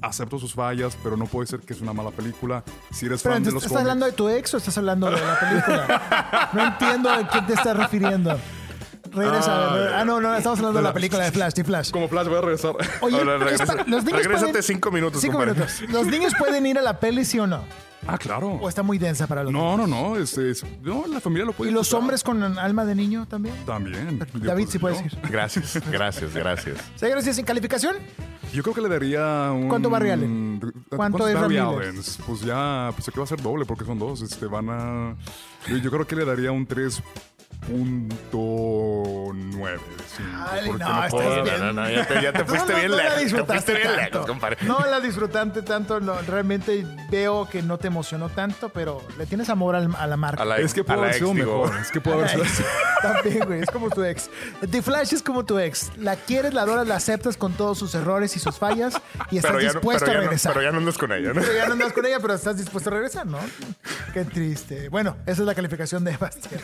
[SPEAKER 5] Acepto sus fallas, pero no puede ser que es una mala película. Si eres
[SPEAKER 2] Pero
[SPEAKER 5] fan de
[SPEAKER 2] entonces,
[SPEAKER 5] los
[SPEAKER 2] ¿estás
[SPEAKER 5] cómics-
[SPEAKER 2] hablando de tu ex o estás hablando de la película? No entiendo a qué te estás refiriendo. Regresa.
[SPEAKER 5] Ah,
[SPEAKER 2] re- Ah, no, no, estamos hablando de la película de Flash, de Flash.
[SPEAKER 5] Como Flash, voy a regresar.
[SPEAKER 2] Oye,
[SPEAKER 3] Ahora,
[SPEAKER 2] es
[SPEAKER 3] regresa-
[SPEAKER 2] para- los niños
[SPEAKER 3] regrésate
[SPEAKER 2] pueden-
[SPEAKER 3] cinco minutos,
[SPEAKER 2] Cinco
[SPEAKER 3] compadre.
[SPEAKER 2] minutos. ¿Los niños pueden ir a la peli, sí o no?
[SPEAKER 5] [laughs] ah, claro.
[SPEAKER 2] ¿O está muy densa para los niños?
[SPEAKER 5] no, no, no, este, es- no. La familia lo
[SPEAKER 3] pues,
[SPEAKER 5] puede
[SPEAKER 2] ¿Y los
[SPEAKER 5] disfrutar.
[SPEAKER 2] hombres con alma de niño también?
[SPEAKER 5] También. pues,
[SPEAKER 2] David,
[SPEAKER 3] pues,
[SPEAKER 2] si puedes ir.
[SPEAKER 3] Gracias, gracias, gracias.
[SPEAKER 2] Señores, ¿y sin calificación?
[SPEAKER 5] Yo creo que le daría un...
[SPEAKER 2] ¿Cuánto Barry Allen?
[SPEAKER 5] ¿Cuánto,
[SPEAKER 2] ¿Cuánto
[SPEAKER 5] es
[SPEAKER 2] es
[SPEAKER 5] Barry
[SPEAKER 2] Ramírez?
[SPEAKER 5] Allen? Pues ya, pues aquí va a ser doble porque son dos. Este, van a... Yo, yo creo que le daría un 3.5 9.9. de cinco,
[SPEAKER 2] Ay,
[SPEAKER 5] porque
[SPEAKER 2] no, estás
[SPEAKER 5] puedo-
[SPEAKER 2] bien.
[SPEAKER 3] No, no, ya te, [laughs]
[SPEAKER 5] [laughs]
[SPEAKER 3] ya te
[SPEAKER 2] No,
[SPEAKER 3] fuiste
[SPEAKER 2] no,
[SPEAKER 3] bien
[SPEAKER 2] no la
[SPEAKER 3] lejos. Te fuiste
[SPEAKER 2] disfrutaste
[SPEAKER 3] bien lejos,
[SPEAKER 2] tanto.
[SPEAKER 3] compadre.
[SPEAKER 2] No la disfrutaste tanto, no, realmente veo que no te emocionó tanto, pero le tienes amor al- a la marca.
[SPEAKER 3] A la
[SPEAKER 5] Es que
[SPEAKER 3] ex-
[SPEAKER 5] puede
[SPEAKER 3] a la
[SPEAKER 5] haber sido
[SPEAKER 3] ex, digo.
[SPEAKER 5] mejor. Es
[SPEAKER 3] [laughs]
[SPEAKER 5] que puede haber
[SPEAKER 2] [laughs]
[SPEAKER 5] sido
[SPEAKER 2] Ex. También, güey, es como tu ex. The Flash es como tu ex. La quieres, la adoras, la aceptas con todos sus errores y sus fallas y estás
[SPEAKER 3] Pero ya, no-
[SPEAKER 2] dispuesto
[SPEAKER 3] pero ya
[SPEAKER 2] a
[SPEAKER 3] no-
[SPEAKER 2] regresar.
[SPEAKER 3] pero ya no andas con ella, [laughs] ¿no?
[SPEAKER 2] Pero ya no andas con ella, pero estás dispuesto a regresar, ¿no? Qué triste. Bueno, esa es la calificación de Bastier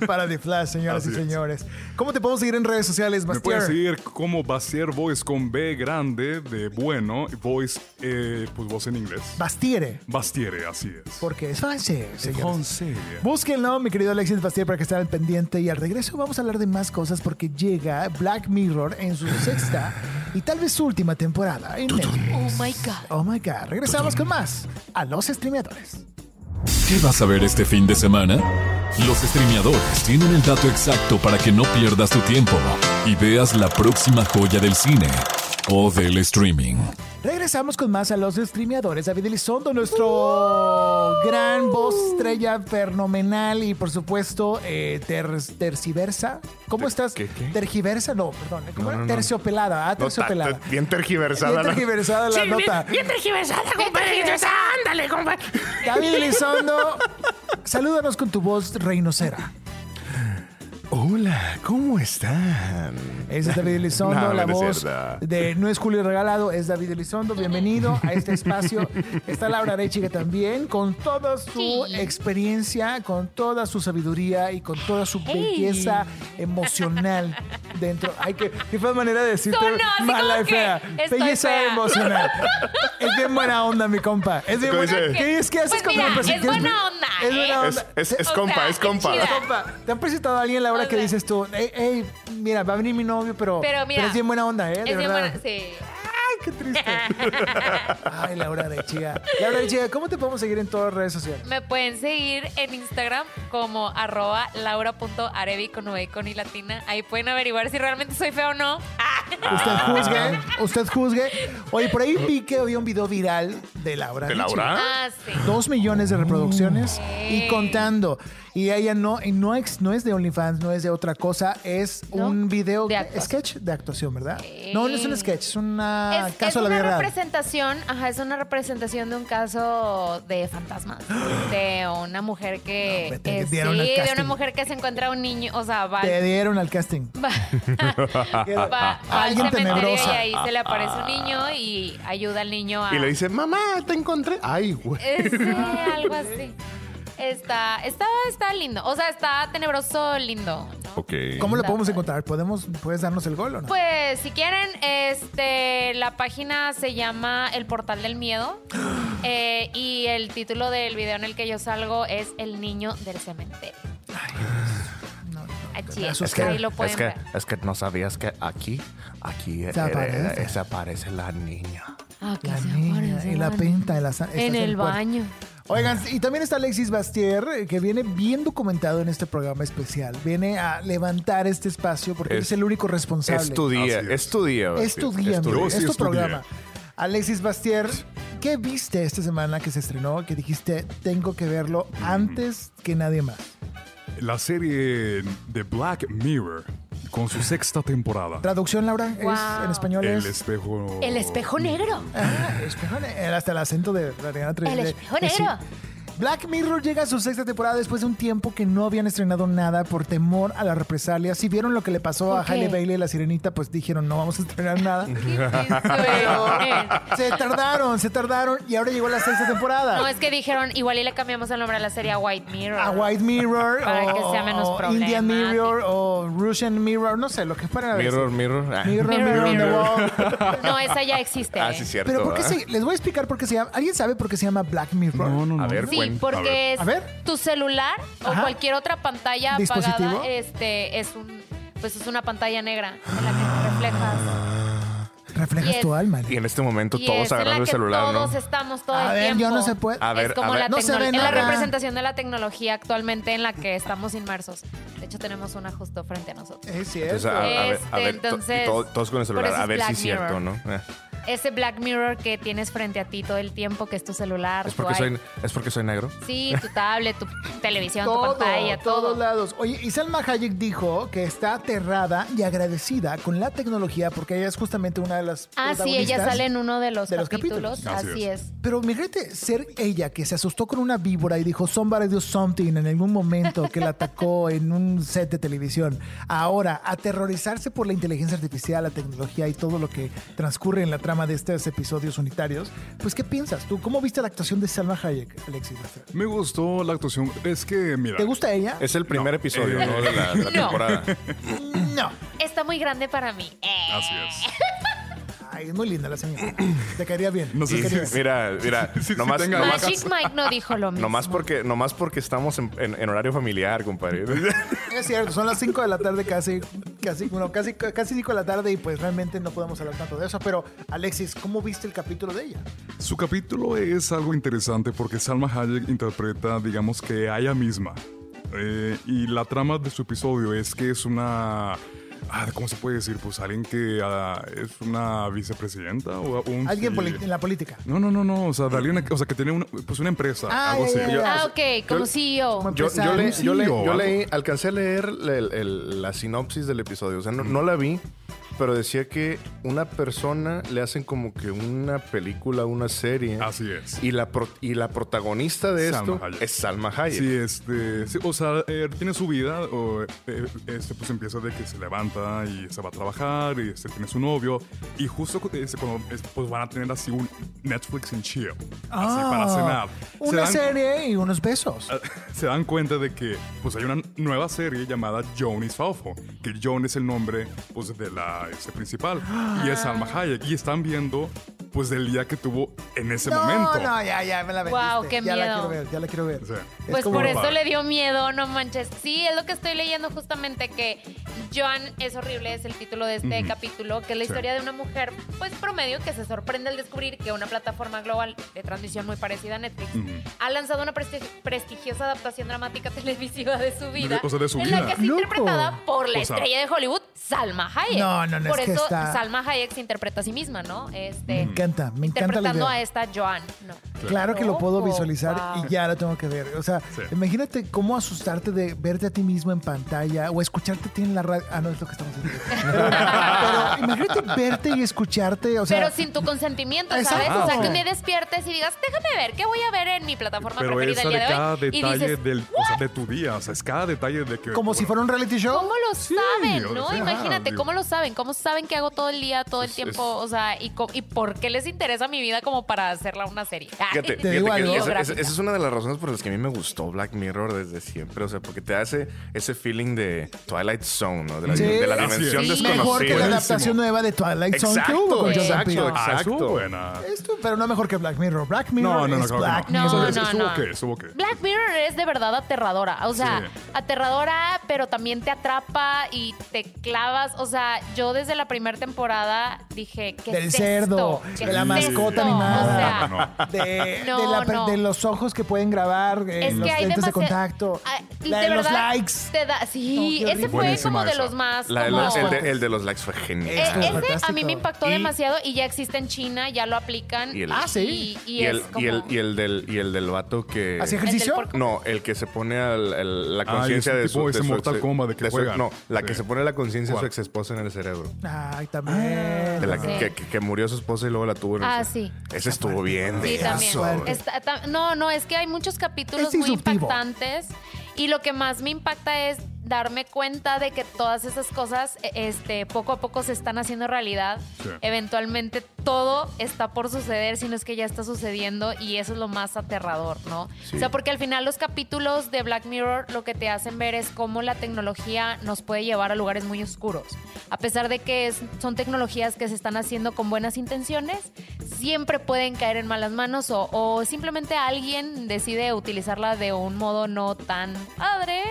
[SPEAKER 2] para, para The Flash, señoras
[SPEAKER 5] Así
[SPEAKER 2] y
[SPEAKER 5] es.
[SPEAKER 2] señores. ¿Cómo te podemos seguir en redes sociales,
[SPEAKER 5] Me puedes
[SPEAKER 2] Bastier?
[SPEAKER 5] seguir como Bastier Voice con B grande de bueno. y Voice, eh, pues voz en inglés.
[SPEAKER 2] Bastiere,
[SPEAKER 5] Bastiere, así es.
[SPEAKER 2] porque es francés, señores.
[SPEAKER 5] Francés.
[SPEAKER 2] Búsquenlo, mi querido Alexis Bastier, para que estén al pendiente. Y al regreso vamos a hablar de más cosas porque llega Black Mirror en su sexta y tal vez su última temporada. en Netflix.
[SPEAKER 4] Oh my God.
[SPEAKER 2] Oh my God. Regresamos con más a los streameadores.
[SPEAKER 1] ¿Qué vas a ver este fin de semana? Los streameadores tienen el dato exacto para que no pierdas tu tiempo y veas la próxima joya del cine o del streaming.
[SPEAKER 2] Regresamos con más a los streameadores. David Elizondo, nuestro gran voz estrella fenomenal y por supuesto eh, ter- terciversa. ¿Cómo estás?
[SPEAKER 5] qué, qué?
[SPEAKER 2] Tergiversa, no, perdón. ¿eh? ¿Cómo
[SPEAKER 3] No,
[SPEAKER 2] era?
[SPEAKER 3] no, no.
[SPEAKER 2] Terciopelada, ah,
[SPEAKER 3] No, ta-
[SPEAKER 2] terciopelada.
[SPEAKER 3] ta- bien tergiversada.
[SPEAKER 2] Bien
[SPEAKER 3] la-
[SPEAKER 2] tergiversada la nota.
[SPEAKER 4] tergiversada, compadre. Ándale, compadre.
[SPEAKER 2] David Elizondo, salúdanos con tu voz reinocera.
[SPEAKER 3] Hola, ¿cómo están?
[SPEAKER 2] Es David Elizondo,
[SPEAKER 3] No,
[SPEAKER 2] la
[SPEAKER 3] no es
[SPEAKER 2] voz
[SPEAKER 3] cierto.
[SPEAKER 2] de No es Julio Regalado, es David Elizondo. Bienvenido a este espacio. Está Laura Arechiga también, con toda su
[SPEAKER 4] Sí.
[SPEAKER 2] experiencia, con toda su sabiduría y con toda su belleza emocional dentro. Hay que, qué fea manera de decirte
[SPEAKER 4] Sonó así
[SPEAKER 2] mala
[SPEAKER 4] como
[SPEAKER 2] y
[SPEAKER 4] que
[SPEAKER 2] fea.
[SPEAKER 4] estoy
[SPEAKER 2] Belleza
[SPEAKER 4] fea.
[SPEAKER 2] emocional. Es bien buena onda, mi compa. Es bien
[SPEAKER 3] ¿Cómo
[SPEAKER 2] buena.
[SPEAKER 3] dice?
[SPEAKER 2] ¿Qué es que haces
[SPEAKER 4] Pues
[SPEAKER 2] cuando
[SPEAKER 4] mira,
[SPEAKER 2] me presentas?
[SPEAKER 4] es buena onda,
[SPEAKER 2] Es buena
[SPEAKER 4] ¿eh?
[SPEAKER 2] onda.
[SPEAKER 3] Es, es, es
[SPEAKER 4] O
[SPEAKER 3] compa,
[SPEAKER 4] sea,
[SPEAKER 3] es
[SPEAKER 4] qué
[SPEAKER 3] compa.
[SPEAKER 4] chida.
[SPEAKER 2] Compa, ¿te han presentado a alguien la hora
[SPEAKER 4] O
[SPEAKER 2] que
[SPEAKER 4] sea.
[SPEAKER 2] dices tú, hey, hey, mira, va a venir mi novio, pero,
[SPEAKER 4] Pero mira.
[SPEAKER 2] es bien buena onda, ¿eh? De
[SPEAKER 4] Es bien
[SPEAKER 2] verdad.
[SPEAKER 4] buena. Sí.
[SPEAKER 2] Ay, [laughs] qué
[SPEAKER 4] [laughs]
[SPEAKER 2] triste. Ay, Laura Arechiga. Laura Arechiga, ¿cómo te podemos seguir en todas las redes sociales?
[SPEAKER 4] Me pueden seguir en Instagram como arroba laura.arevi con V y con I latina. Ahí pueden averiguar si realmente soy fea o no. Ah,
[SPEAKER 2] Usted juzgue, usted juzgue. Oye, por ahí vi que había un video viral de Laura.
[SPEAKER 3] ¿De
[SPEAKER 2] Arechiga.
[SPEAKER 3] Laura?
[SPEAKER 4] ah, sí.
[SPEAKER 2] Dos millones de reproducciones y
[SPEAKER 4] Ey.
[SPEAKER 2] contando. Y ella no, y no, es, no es de OnlyFans, no es de otra cosa, es
[SPEAKER 4] No,
[SPEAKER 2] un video
[SPEAKER 4] de
[SPEAKER 2] que-
[SPEAKER 4] actuación.
[SPEAKER 2] sketch de actuación, ¿verdad? No, no es un sketch, es una
[SPEAKER 4] Es, es
[SPEAKER 2] ah, caso de la
[SPEAKER 4] una
[SPEAKER 2] vida real.
[SPEAKER 4] representación, ajá, es una representación de un caso de fantasmas, de una mujer que,
[SPEAKER 2] No, vete,
[SPEAKER 4] que sí,
[SPEAKER 2] dieron el
[SPEAKER 4] de
[SPEAKER 2] casting.
[SPEAKER 4] una mujer que se encuentra a un niño, o sea, va,
[SPEAKER 2] Te dieron al casting.
[SPEAKER 4] va,
[SPEAKER 2] [laughs]
[SPEAKER 4] va- va al
[SPEAKER 2] Alguien
[SPEAKER 4] cementerio y
[SPEAKER 2] tenebrosa.
[SPEAKER 4] ahí se le aparece un niño y ayuda al niño a
[SPEAKER 3] Y le dice, mamá, te encontré. Ay, güey. [laughs]
[SPEAKER 4] Este, algo así. Está, está, está lindo. O sea, está tenebroso lindo. ¿no?
[SPEAKER 3] Ok.
[SPEAKER 2] ¿Cómo lo podemos encontrar? ¿Podemos, ¿Puedes darnos el gol o no?
[SPEAKER 4] Pues si quieren, este, la página se llama El Portal del Miedo.
[SPEAKER 3] [gasps]
[SPEAKER 4] Eh, y el título del video en el que yo salgo es El Niño del Cementerio. Así es,
[SPEAKER 2] asusté.
[SPEAKER 4] ahí lo pueden
[SPEAKER 3] es, que,
[SPEAKER 4] ver.
[SPEAKER 3] es que no sabías que aquí, aquí eh, eh, eh,
[SPEAKER 2] aparece.
[SPEAKER 3] se aparece, la niña.
[SPEAKER 4] Acá
[SPEAKER 2] La
[SPEAKER 4] se
[SPEAKER 2] niña
[SPEAKER 4] aparece
[SPEAKER 2] y la
[SPEAKER 4] Juan.
[SPEAKER 2] pinta de la sa- estás
[SPEAKER 4] En el
[SPEAKER 2] puerto. [laughs]
[SPEAKER 4] baño.
[SPEAKER 2] Oigan, y también está Alexis Bastier, eh, que viene bien documentado en este programa especial. Viene a levantar este espacio porque es,
[SPEAKER 3] Es-
[SPEAKER 2] el único responsable.
[SPEAKER 3] Es tu día,
[SPEAKER 5] Así
[SPEAKER 3] es tu día. güey.
[SPEAKER 2] Es tu día,
[SPEAKER 3] Es tu
[SPEAKER 2] amigo,
[SPEAKER 5] Yo
[SPEAKER 2] es
[SPEAKER 5] sí
[SPEAKER 2] tu
[SPEAKER 5] estudié.
[SPEAKER 2] programa. Alexis Bastier, ¿qué viste esta semana que se estrenó? Que dijiste, tengo que verlo antes que nadie más.
[SPEAKER 5] La serie de Black Mirror con su sexta temporada.
[SPEAKER 2] Traducción, Laura, es-
[SPEAKER 4] Wow.
[SPEAKER 2] en español
[SPEAKER 5] El
[SPEAKER 2] es...
[SPEAKER 5] espejo.
[SPEAKER 4] El espejo negro.
[SPEAKER 2] Ah, espejo negro. hasta el acento de la Ariana Trevide.
[SPEAKER 4] El espejo
[SPEAKER 2] Que sí.
[SPEAKER 4] negro.
[SPEAKER 2] Black Mirror llega a su sexta temporada después de un tiempo que no habían estrenado nada por temor a las represalias. Si vieron lo que le pasó a
[SPEAKER 4] Ok.
[SPEAKER 2] Hailey Bailey y la sirenita, pues dijeron no vamos a estrenar
[SPEAKER 4] [laughs]
[SPEAKER 2] nada. Pero
[SPEAKER 4] Pero-
[SPEAKER 2] se tardaron, se tardaron y ahora llegó la sexta temporada.
[SPEAKER 4] No, es que dijeron, igual y le cambiamos el nombre a la serie a White Mirror.
[SPEAKER 2] A White Mirror,
[SPEAKER 4] Para
[SPEAKER 2] o,
[SPEAKER 4] que sea menos
[SPEAKER 2] o Indian
[SPEAKER 4] problemático.
[SPEAKER 2] Mirror, o Russian Mirror, no sé, lo que fuera.
[SPEAKER 3] Mirror, mirror. Ah.
[SPEAKER 2] Mirror, mirror, on the wall.
[SPEAKER 4] No, esa ya existe.
[SPEAKER 3] [laughs] Ah,
[SPEAKER 4] ¿eh?
[SPEAKER 3] sí, cierto.
[SPEAKER 2] Pero ¿por qué
[SPEAKER 3] ¿verdad?
[SPEAKER 2] se- les voy a explicar por qué se llama. ¿Alguien sabe por qué se llama Black Mirror?
[SPEAKER 5] No, no, no.
[SPEAKER 3] A ver,
[SPEAKER 4] Sí,
[SPEAKER 3] cuenta. A ver.
[SPEAKER 4] porque es
[SPEAKER 2] A ver.
[SPEAKER 4] tu celular
[SPEAKER 2] Ajá.
[SPEAKER 4] o cualquier otra pantalla
[SPEAKER 2] Dispositivo.
[SPEAKER 4] apagada este, es un pues es una pantalla negra en la que te
[SPEAKER 3] Ah.
[SPEAKER 4] reflejas.
[SPEAKER 2] Reflejas
[SPEAKER 4] Yes.
[SPEAKER 2] tu alma.
[SPEAKER 3] Y en este momento
[SPEAKER 4] Y
[SPEAKER 3] todos
[SPEAKER 4] es en la
[SPEAKER 3] agarrando el
[SPEAKER 4] que
[SPEAKER 3] celular,
[SPEAKER 4] todos
[SPEAKER 3] ¿no?
[SPEAKER 4] estamos todo
[SPEAKER 2] A
[SPEAKER 4] el
[SPEAKER 2] ver, yo
[SPEAKER 4] tiempo.
[SPEAKER 2] no se puede.
[SPEAKER 3] A ver,
[SPEAKER 4] es como
[SPEAKER 3] a ver.
[SPEAKER 4] la,
[SPEAKER 2] No se ve
[SPEAKER 4] tecno- es la
[SPEAKER 2] nada.
[SPEAKER 4] representación de la tecnología actualmente en la que estamos inmersos. De hecho, tenemos una justo frente a nosotros.
[SPEAKER 2] Es cierto.
[SPEAKER 3] Entonces, a, a ver, a
[SPEAKER 4] Este,
[SPEAKER 3] ver, to- y
[SPEAKER 4] entonces,
[SPEAKER 3] todo- todos con el
[SPEAKER 4] por
[SPEAKER 3] celular,
[SPEAKER 4] eso
[SPEAKER 3] a
[SPEAKER 4] es
[SPEAKER 3] ver si
[SPEAKER 4] Black
[SPEAKER 3] es cierto,
[SPEAKER 4] Mirror.
[SPEAKER 3] ¿no? Eh.
[SPEAKER 4] ese Black Mirror que tienes frente a ti todo el tiempo, que es tu celular,
[SPEAKER 3] ¿Es
[SPEAKER 4] tu
[SPEAKER 3] porque, soy,
[SPEAKER 4] iPhone.
[SPEAKER 3] ¿Es porque soy negro?
[SPEAKER 4] Sí, tu tablet, tu televisión,
[SPEAKER 2] Todo,
[SPEAKER 4] tu pantalla, todo.
[SPEAKER 2] todos lados. Oye, y Salma Hayek dijo que está aterrada y agradecida con la tecnología porque ella es justamente una de las
[SPEAKER 4] Ah, sí, ella
[SPEAKER 2] protagonistas.
[SPEAKER 4] sale en uno de los
[SPEAKER 2] de los
[SPEAKER 4] capítulos.
[SPEAKER 5] capítulos. Así
[SPEAKER 4] Así
[SPEAKER 5] es.
[SPEAKER 4] es.
[SPEAKER 2] Pero migrate, ser ella que se asustó con una víbora y dijo somebody do something en algún momento que la
[SPEAKER 4] [laughs]
[SPEAKER 2] atacó en un set de televisión. Ahora, aterrorizarse por la inteligencia artificial, la tecnología y todo lo que transcurre en la trama de estos episodios unitarios, pues ¿qué piensas tú? ¿Cómo viste la actuación de Salma Hayek, Alexis?
[SPEAKER 5] Me gustó la actuación. Es que, mira.
[SPEAKER 2] ¿Te gusta ella?
[SPEAKER 3] Es el primer episodio,
[SPEAKER 5] Eh,
[SPEAKER 3] ¿no? De la, de la
[SPEAKER 4] no.
[SPEAKER 3] temporada.
[SPEAKER 2] No.
[SPEAKER 4] Está muy grande para mí. Eh.
[SPEAKER 5] Así es.
[SPEAKER 2] Ay, es muy linda la
[SPEAKER 5] [clears throat]
[SPEAKER 2] señora. Te caería bien.
[SPEAKER 5] No
[SPEAKER 2] Te
[SPEAKER 5] sé si-
[SPEAKER 2] caería bien.
[SPEAKER 3] Mira, mira,
[SPEAKER 5] [laughs] Sí, sí,
[SPEAKER 3] nomás,
[SPEAKER 5] tenga
[SPEAKER 3] nomás,
[SPEAKER 4] Magic Mike no dijo
[SPEAKER 5] [laughs]
[SPEAKER 4] lo mismo.
[SPEAKER 3] nomás porque, nomás porque estamos en, en- en horario familiar,
[SPEAKER 5] [laughs]
[SPEAKER 3] compadre.
[SPEAKER 5] Pues
[SPEAKER 2] Es cierto, son las 5 de la tarde casi, casi, bueno, casi, casi 5 de la tarde y pues realmente no podemos hablar tanto de eso, pero Alexis, ¿cómo viste el capítulo de ella?
[SPEAKER 5] Su capítulo es algo interesante porque Salma Hayek interpreta, digamos que a ella misma. Eh, y la trama de su episodio es que es una. ah, ¿Cómo se puede decir? Pues alguien que ah, es una vicepresidenta o un.
[SPEAKER 2] Alguien
[SPEAKER 5] sí.
[SPEAKER 2] poli- en la política.
[SPEAKER 5] No, no, no, no. O sea, de alguien que- o sea, que tiene una, pues una empresa.
[SPEAKER 2] Ah,
[SPEAKER 5] algo
[SPEAKER 2] ya,
[SPEAKER 5] así.
[SPEAKER 2] ya, ya.
[SPEAKER 4] Ah, ok, como CEO.
[SPEAKER 3] Yo, yo, le- yo le- yo
[SPEAKER 5] Algo.
[SPEAKER 3] leí, alcancé a leer el- el- la sinopsis del episodio. O sea, no, no la vi, pero decía que una persona le hacen como que una película, una serie.
[SPEAKER 5] Así es.
[SPEAKER 3] Y la, pro- y la protagonista de
[SPEAKER 5] Salma
[SPEAKER 3] esto
[SPEAKER 5] Hayek.
[SPEAKER 3] es Salma Hayek.
[SPEAKER 5] Sí, este, sí, o sea, eh, tiene su vida, o, eh, este, pues empieza de que se levanta y se va a trabajar y este, tiene su novio y justo cu- este, cuando es- pues van a tener así un Netflix en chill, así Ah. para cenar. Se
[SPEAKER 2] Ah, Una
[SPEAKER 5] dan- Ah,
[SPEAKER 2] serie y unos besos.
[SPEAKER 5] [laughs] Se dan cuenta de que pues hay una nueva serie llamada Joan is Awful, que Joan es el nombre pues de la este, principal y es Salma
[SPEAKER 2] Ah.
[SPEAKER 5] Hayek y están viendo pues del día que tuvo en ese
[SPEAKER 2] no,
[SPEAKER 5] momento.
[SPEAKER 2] no, ya, ya, me la vendiste.
[SPEAKER 4] Guau, qué
[SPEAKER 2] ya la
[SPEAKER 4] miedo.
[SPEAKER 2] quiero ver, ya la quiero ver.
[SPEAKER 5] Sí.
[SPEAKER 2] Es
[SPEAKER 4] Pues
[SPEAKER 2] como-
[SPEAKER 4] por
[SPEAKER 5] Papá.
[SPEAKER 4] eso le dio miedo, no manches. Sí, es lo que estoy leyendo justamente que Joan es horrible, es el título de este
[SPEAKER 5] Ujú.
[SPEAKER 4] capítulo, que es la
[SPEAKER 5] Sí.
[SPEAKER 4] historia de una mujer, pues promedio, que se sorprende al descubrir que una plataforma global de transmisión muy parecida a Netflix
[SPEAKER 5] Ujú.
[SPEAKER 4] ha lanzado una presti- prestigiosa adaptación dramática [laughs] televisiva de su vida.
[SPEAKER 5] o sea, de su
[SPEAKER 4] en la
[SPEAKER 5] vida.
[SPEAKER 4] que es
[SPEAKER 2] Loco.
[SPEAKER 4] interpretada por la
[SPEAKER 5] O sea-
[SPEAKER 4] estrella de Hollywood, Salma Hayek.
[SPEAKER 2] No, no, no,
[SPEAKER 4] Por
[SPEAKER 2] es que
[SPEAKER 4] eso
[SPEAKER 2] está-
[SPEAKER 4] Salma Hayek se interpreta a sí misma, ¿no? Este,
[SPEAKER 2] Me encanta, me encanta la
[SPEAKER 4] interpretando
[SPEAKER 2] idea.
[SPEAKER 4] a esta Joan, ¿no?
[SPEAKER 2] Claro que lo puedo
[SPEAKER 4] Loco,
[SPEAKER 2] visualizar
[SPEAKER 4] guau.
[SPEAKER 2] y ya lo tengo que ver. O sea,
[SPEAKER 5] Sí.
[SPEAKER 2] imagínate cómo asustarte de verte a ti mismo en pantalla o escucharte a ti en la radio. Ah, no, es lo que estamos haciendo. Pero,
[SPEAKER 5] [laughs]
[SPEAKER 2] pero imagínate verte y escucharte. O sea,
[SPEAKER 4] pero sin tu consentimiento, ¿sabes?
[SPEAKER 2] Exacto.
[SPEAKER 4] O sea, que me despiertes y digas, déjame ver, ¿qué voy a ver en mi plataforma
[SPEAKER 5] Pero
[SPEAKER 4] preferida
[SPEAKER 5] es
[SPEAKER 4] el
[SPEAKER 5] de
[SPEAKER 4] día de
[SPEAKER 5] cada
[SPEAKER 4] hoy?
[SPEAKER 5] detalle
[SPEAKER 4] y dices,
[SPEAKER 5] del, o sea, de tu día. O sea, es cada detalle de que.
[SPEAKER 2] como si fuera un reality show.
[SPEAKER 4] ¿cómo lo
[SPEAKER 5] Sí, o
[SPEAKER 4] saben, no?
[SPEAKER 5] sea,
[SPEAKER 4] Imagínate,
[SPEAKER 5] digo-
[SPEAKER 4] ¿cómo lo saben? ¿Cómo saben que hago todo el día, todo el
[SPEAKER 3] Es-
[SPEAKER 4] tiempo? O sea, y, co- ¿y por qué les interesa mi vida como para hacerla una serie? [laughs]
[SPEAKER 3] Fíjate,
[SPEAKER 2] Te
[SPEAKER 3] fíjate
[SPEAKER 2] digo
[SPEAKER 3] que
[SPEAKER 2] algo.
[SPEAKER 3] esa, esa-
[SPEAKER 4] Biográfica.
[SPEAKER 3] esa es una de las razones por las que a mí me gustó Black Mirror desde siempre. O sea, porque te hace ese feeling de Twilight Zone, ¿no? De la,
[SPEAKER 2] Sí.
[SPEAKER 3] de la
[SPEAKER 5] Así es.
[SPEAKER 3] dimensión
[SPEAKER 4] Sí.
[SPEAKER 3] desconocida.
[SPEAKER 2] Mejor que la
[SPEAKER 5] Buenísimo.
[SPEAKER 2] adaptación nueva de Twilight Zone que
[SPEAKER 3] Exacto,
[SPEAKER 2] hubo con Jordan
[SPEAKER 3] exacto,
[SPEAKER 2] Peele.
[SPEAKER 5] Ah, estuvo
[SPEAKER 3] Exacto.
[SPEAKER 5] buena.
[SPEAKER 2] Esto, pero no mejor que Black Mirror. Black Mirror
[SPEAKER 5] No, no, no,
[SPEAKER 2] es
[SPEAKER 5] claro que
[SPEAKER 2] Black
[SPEAKER 4] No,
[SPEAKER 5] no.
[SPEAKER 2] Mirror.
[SPEAKER 5] O sea,
[SPEAKER 4] no,
[SPEAKER 5] estuvo
[SPEAKER 4] no.
[SPEAKER 5] qué, estuvo qué.
[SPEAKER 4] Black Mirror es de verdad aterradora. O sea,
[SPEAKER 5] Sí.
[SPEAKER 4] aterradora, pero también te atrapa y te clavas. O sea, yo desde la primera temporada dije que.
[SPEAKER 2] Del cerdo, de la mascota
[SPEAKER 5] No,
[SPEAKER 2] animada.
[SPEAKER 4] O sea,
[SPEAKER 3] Ah,
[SPEAKER 5] no.
[SPEAKER 2] De,
[SPEAKER 4] No,
[SPEAKER 2] de la per-
[SPEAKER 4] no.
[SPEAKER 2] de los ojos que pueden grabar, eh,
[SPEAKER 4] Es
[SPEAKER 2] los
[SPEAKER 4] que hay
[SPEAKER 2] lentes de
[SPEAKER 4] demasiado-
[SPEAKER 2] contacto,
[SPEAKER 4] Ah,
[SPEAKER 2] la
[SPEAKER 4] de
[SPEAKER 2] de los
[SPEAKER 4] verdad,
[SPEAKER 2] likes.
[SPEAKER 4] te da- sí,
[SPEAKER 2] No, qué horrible.
[SPEAKER 4] ese fue
[SPEAKER 5] Buenísima
[SPEAKER 4] como de
[SPEAKER 5] esa.
[SPEAKER 4] los más.
[SPEAKER 3] La de
[SPEAKER 4] como-
[SPEAKER 3] los- el, de, el de los likes fue
[SPEAKER 4] Eh,
[SPEAKER 3] genial.
[SPEAKER 2] Estuvo
[SPEAKER 4] ese a mí
[SPEAKER 2] fantástico.
[SPEAKER 4] me impactó
[SPEAKER 3] Y-
[SPEAKER 4] demasiado y ya existe en China, ya lo aplican.
[SPEAKER 3] Y el-
[SPEAKER 2] Ah, sí.
[SPEAKER 4] Y, y
[SPEAKER 3] Y el,
[SPEAKER 4] es como-
[SPEAKER 3] y, el, y, el del, y el del vato que...
[SPEAKER 2] ¿Hacía ejercicio?
[SPEAKER 4] porco.
[SPEAKER 3] No, el que se pone al- el- la
[SPEAKER 5] Ah,
[SPEAKER 3] conciencia
[SPEAKER 5] ese
[SPEAKER 3] de
[SPEAKER 5] tipo
[SPEAKER 3] su...
[SPEAKER 5] ese
[SPEAKER 3] de su
[SPEAKER 5] Mortal
[SPEAKER 3] ex-
[SPEAKER 5] Kombat de que
[SPEAKER 3] su-
[SPEAKER 5] juegan.
[SPEAKER 3] No, la que
[SPEAKER 5] Sí.
[SPEAKER 3] se pone la conciencia de su
[SPEAKER 5] ¿Cuál?
[SPEAKER 3] ex esposa en el cerebro.
[SPEAKER 2] Ay, también.
[SPEAKER 3] De la que,
[SPEAKER 4] Sí.
[SPEAKER 3] que- que murió su esposa y luego la tuvo en el
[SPEAKER 4] Ah,
[SPEAKER 3] cerebro.
[SPEAKER 4] sí.
[SPEAKER 3] Ese estuvo bien.
[SPEAKER 4] Sí,
[SPEAKER 3] de
[SPEAKER 4] también.
[SPEAKER 3] aso, güey.
[SPEAKER 4] Está- ta- no, no, es que hay muchos capítulos
[SPEAKER 2] Es
[SPEAKER 4] muy
[SPEAKER 2] disruptivo.
[SPEAKER 4] impactantes y lo que más me impacta es darme cuenta de que todas esas cosas e- este, poco a poco se están haciendo realidad.
[SPEAKER 5] Sí.
[SPEAKER 4] Eventualmente todo está por suceder, si no es que ya está sucediendo y eso es lo más aterrador, ¿no?
[SPEAKER 3] Sí.
[SPEAKER 4] O sea, porque al final los capítulos de Black Mirror lo que te hacen ver es cómo la tecnología nos puede llevar a lugares muy oscuros. A pesar de que es- son tecnologías que se están haciendo con buenas intenciones, siempre pueden caer en malas manos o, o simplemente alguien decide utilizarla de un modo no tan padre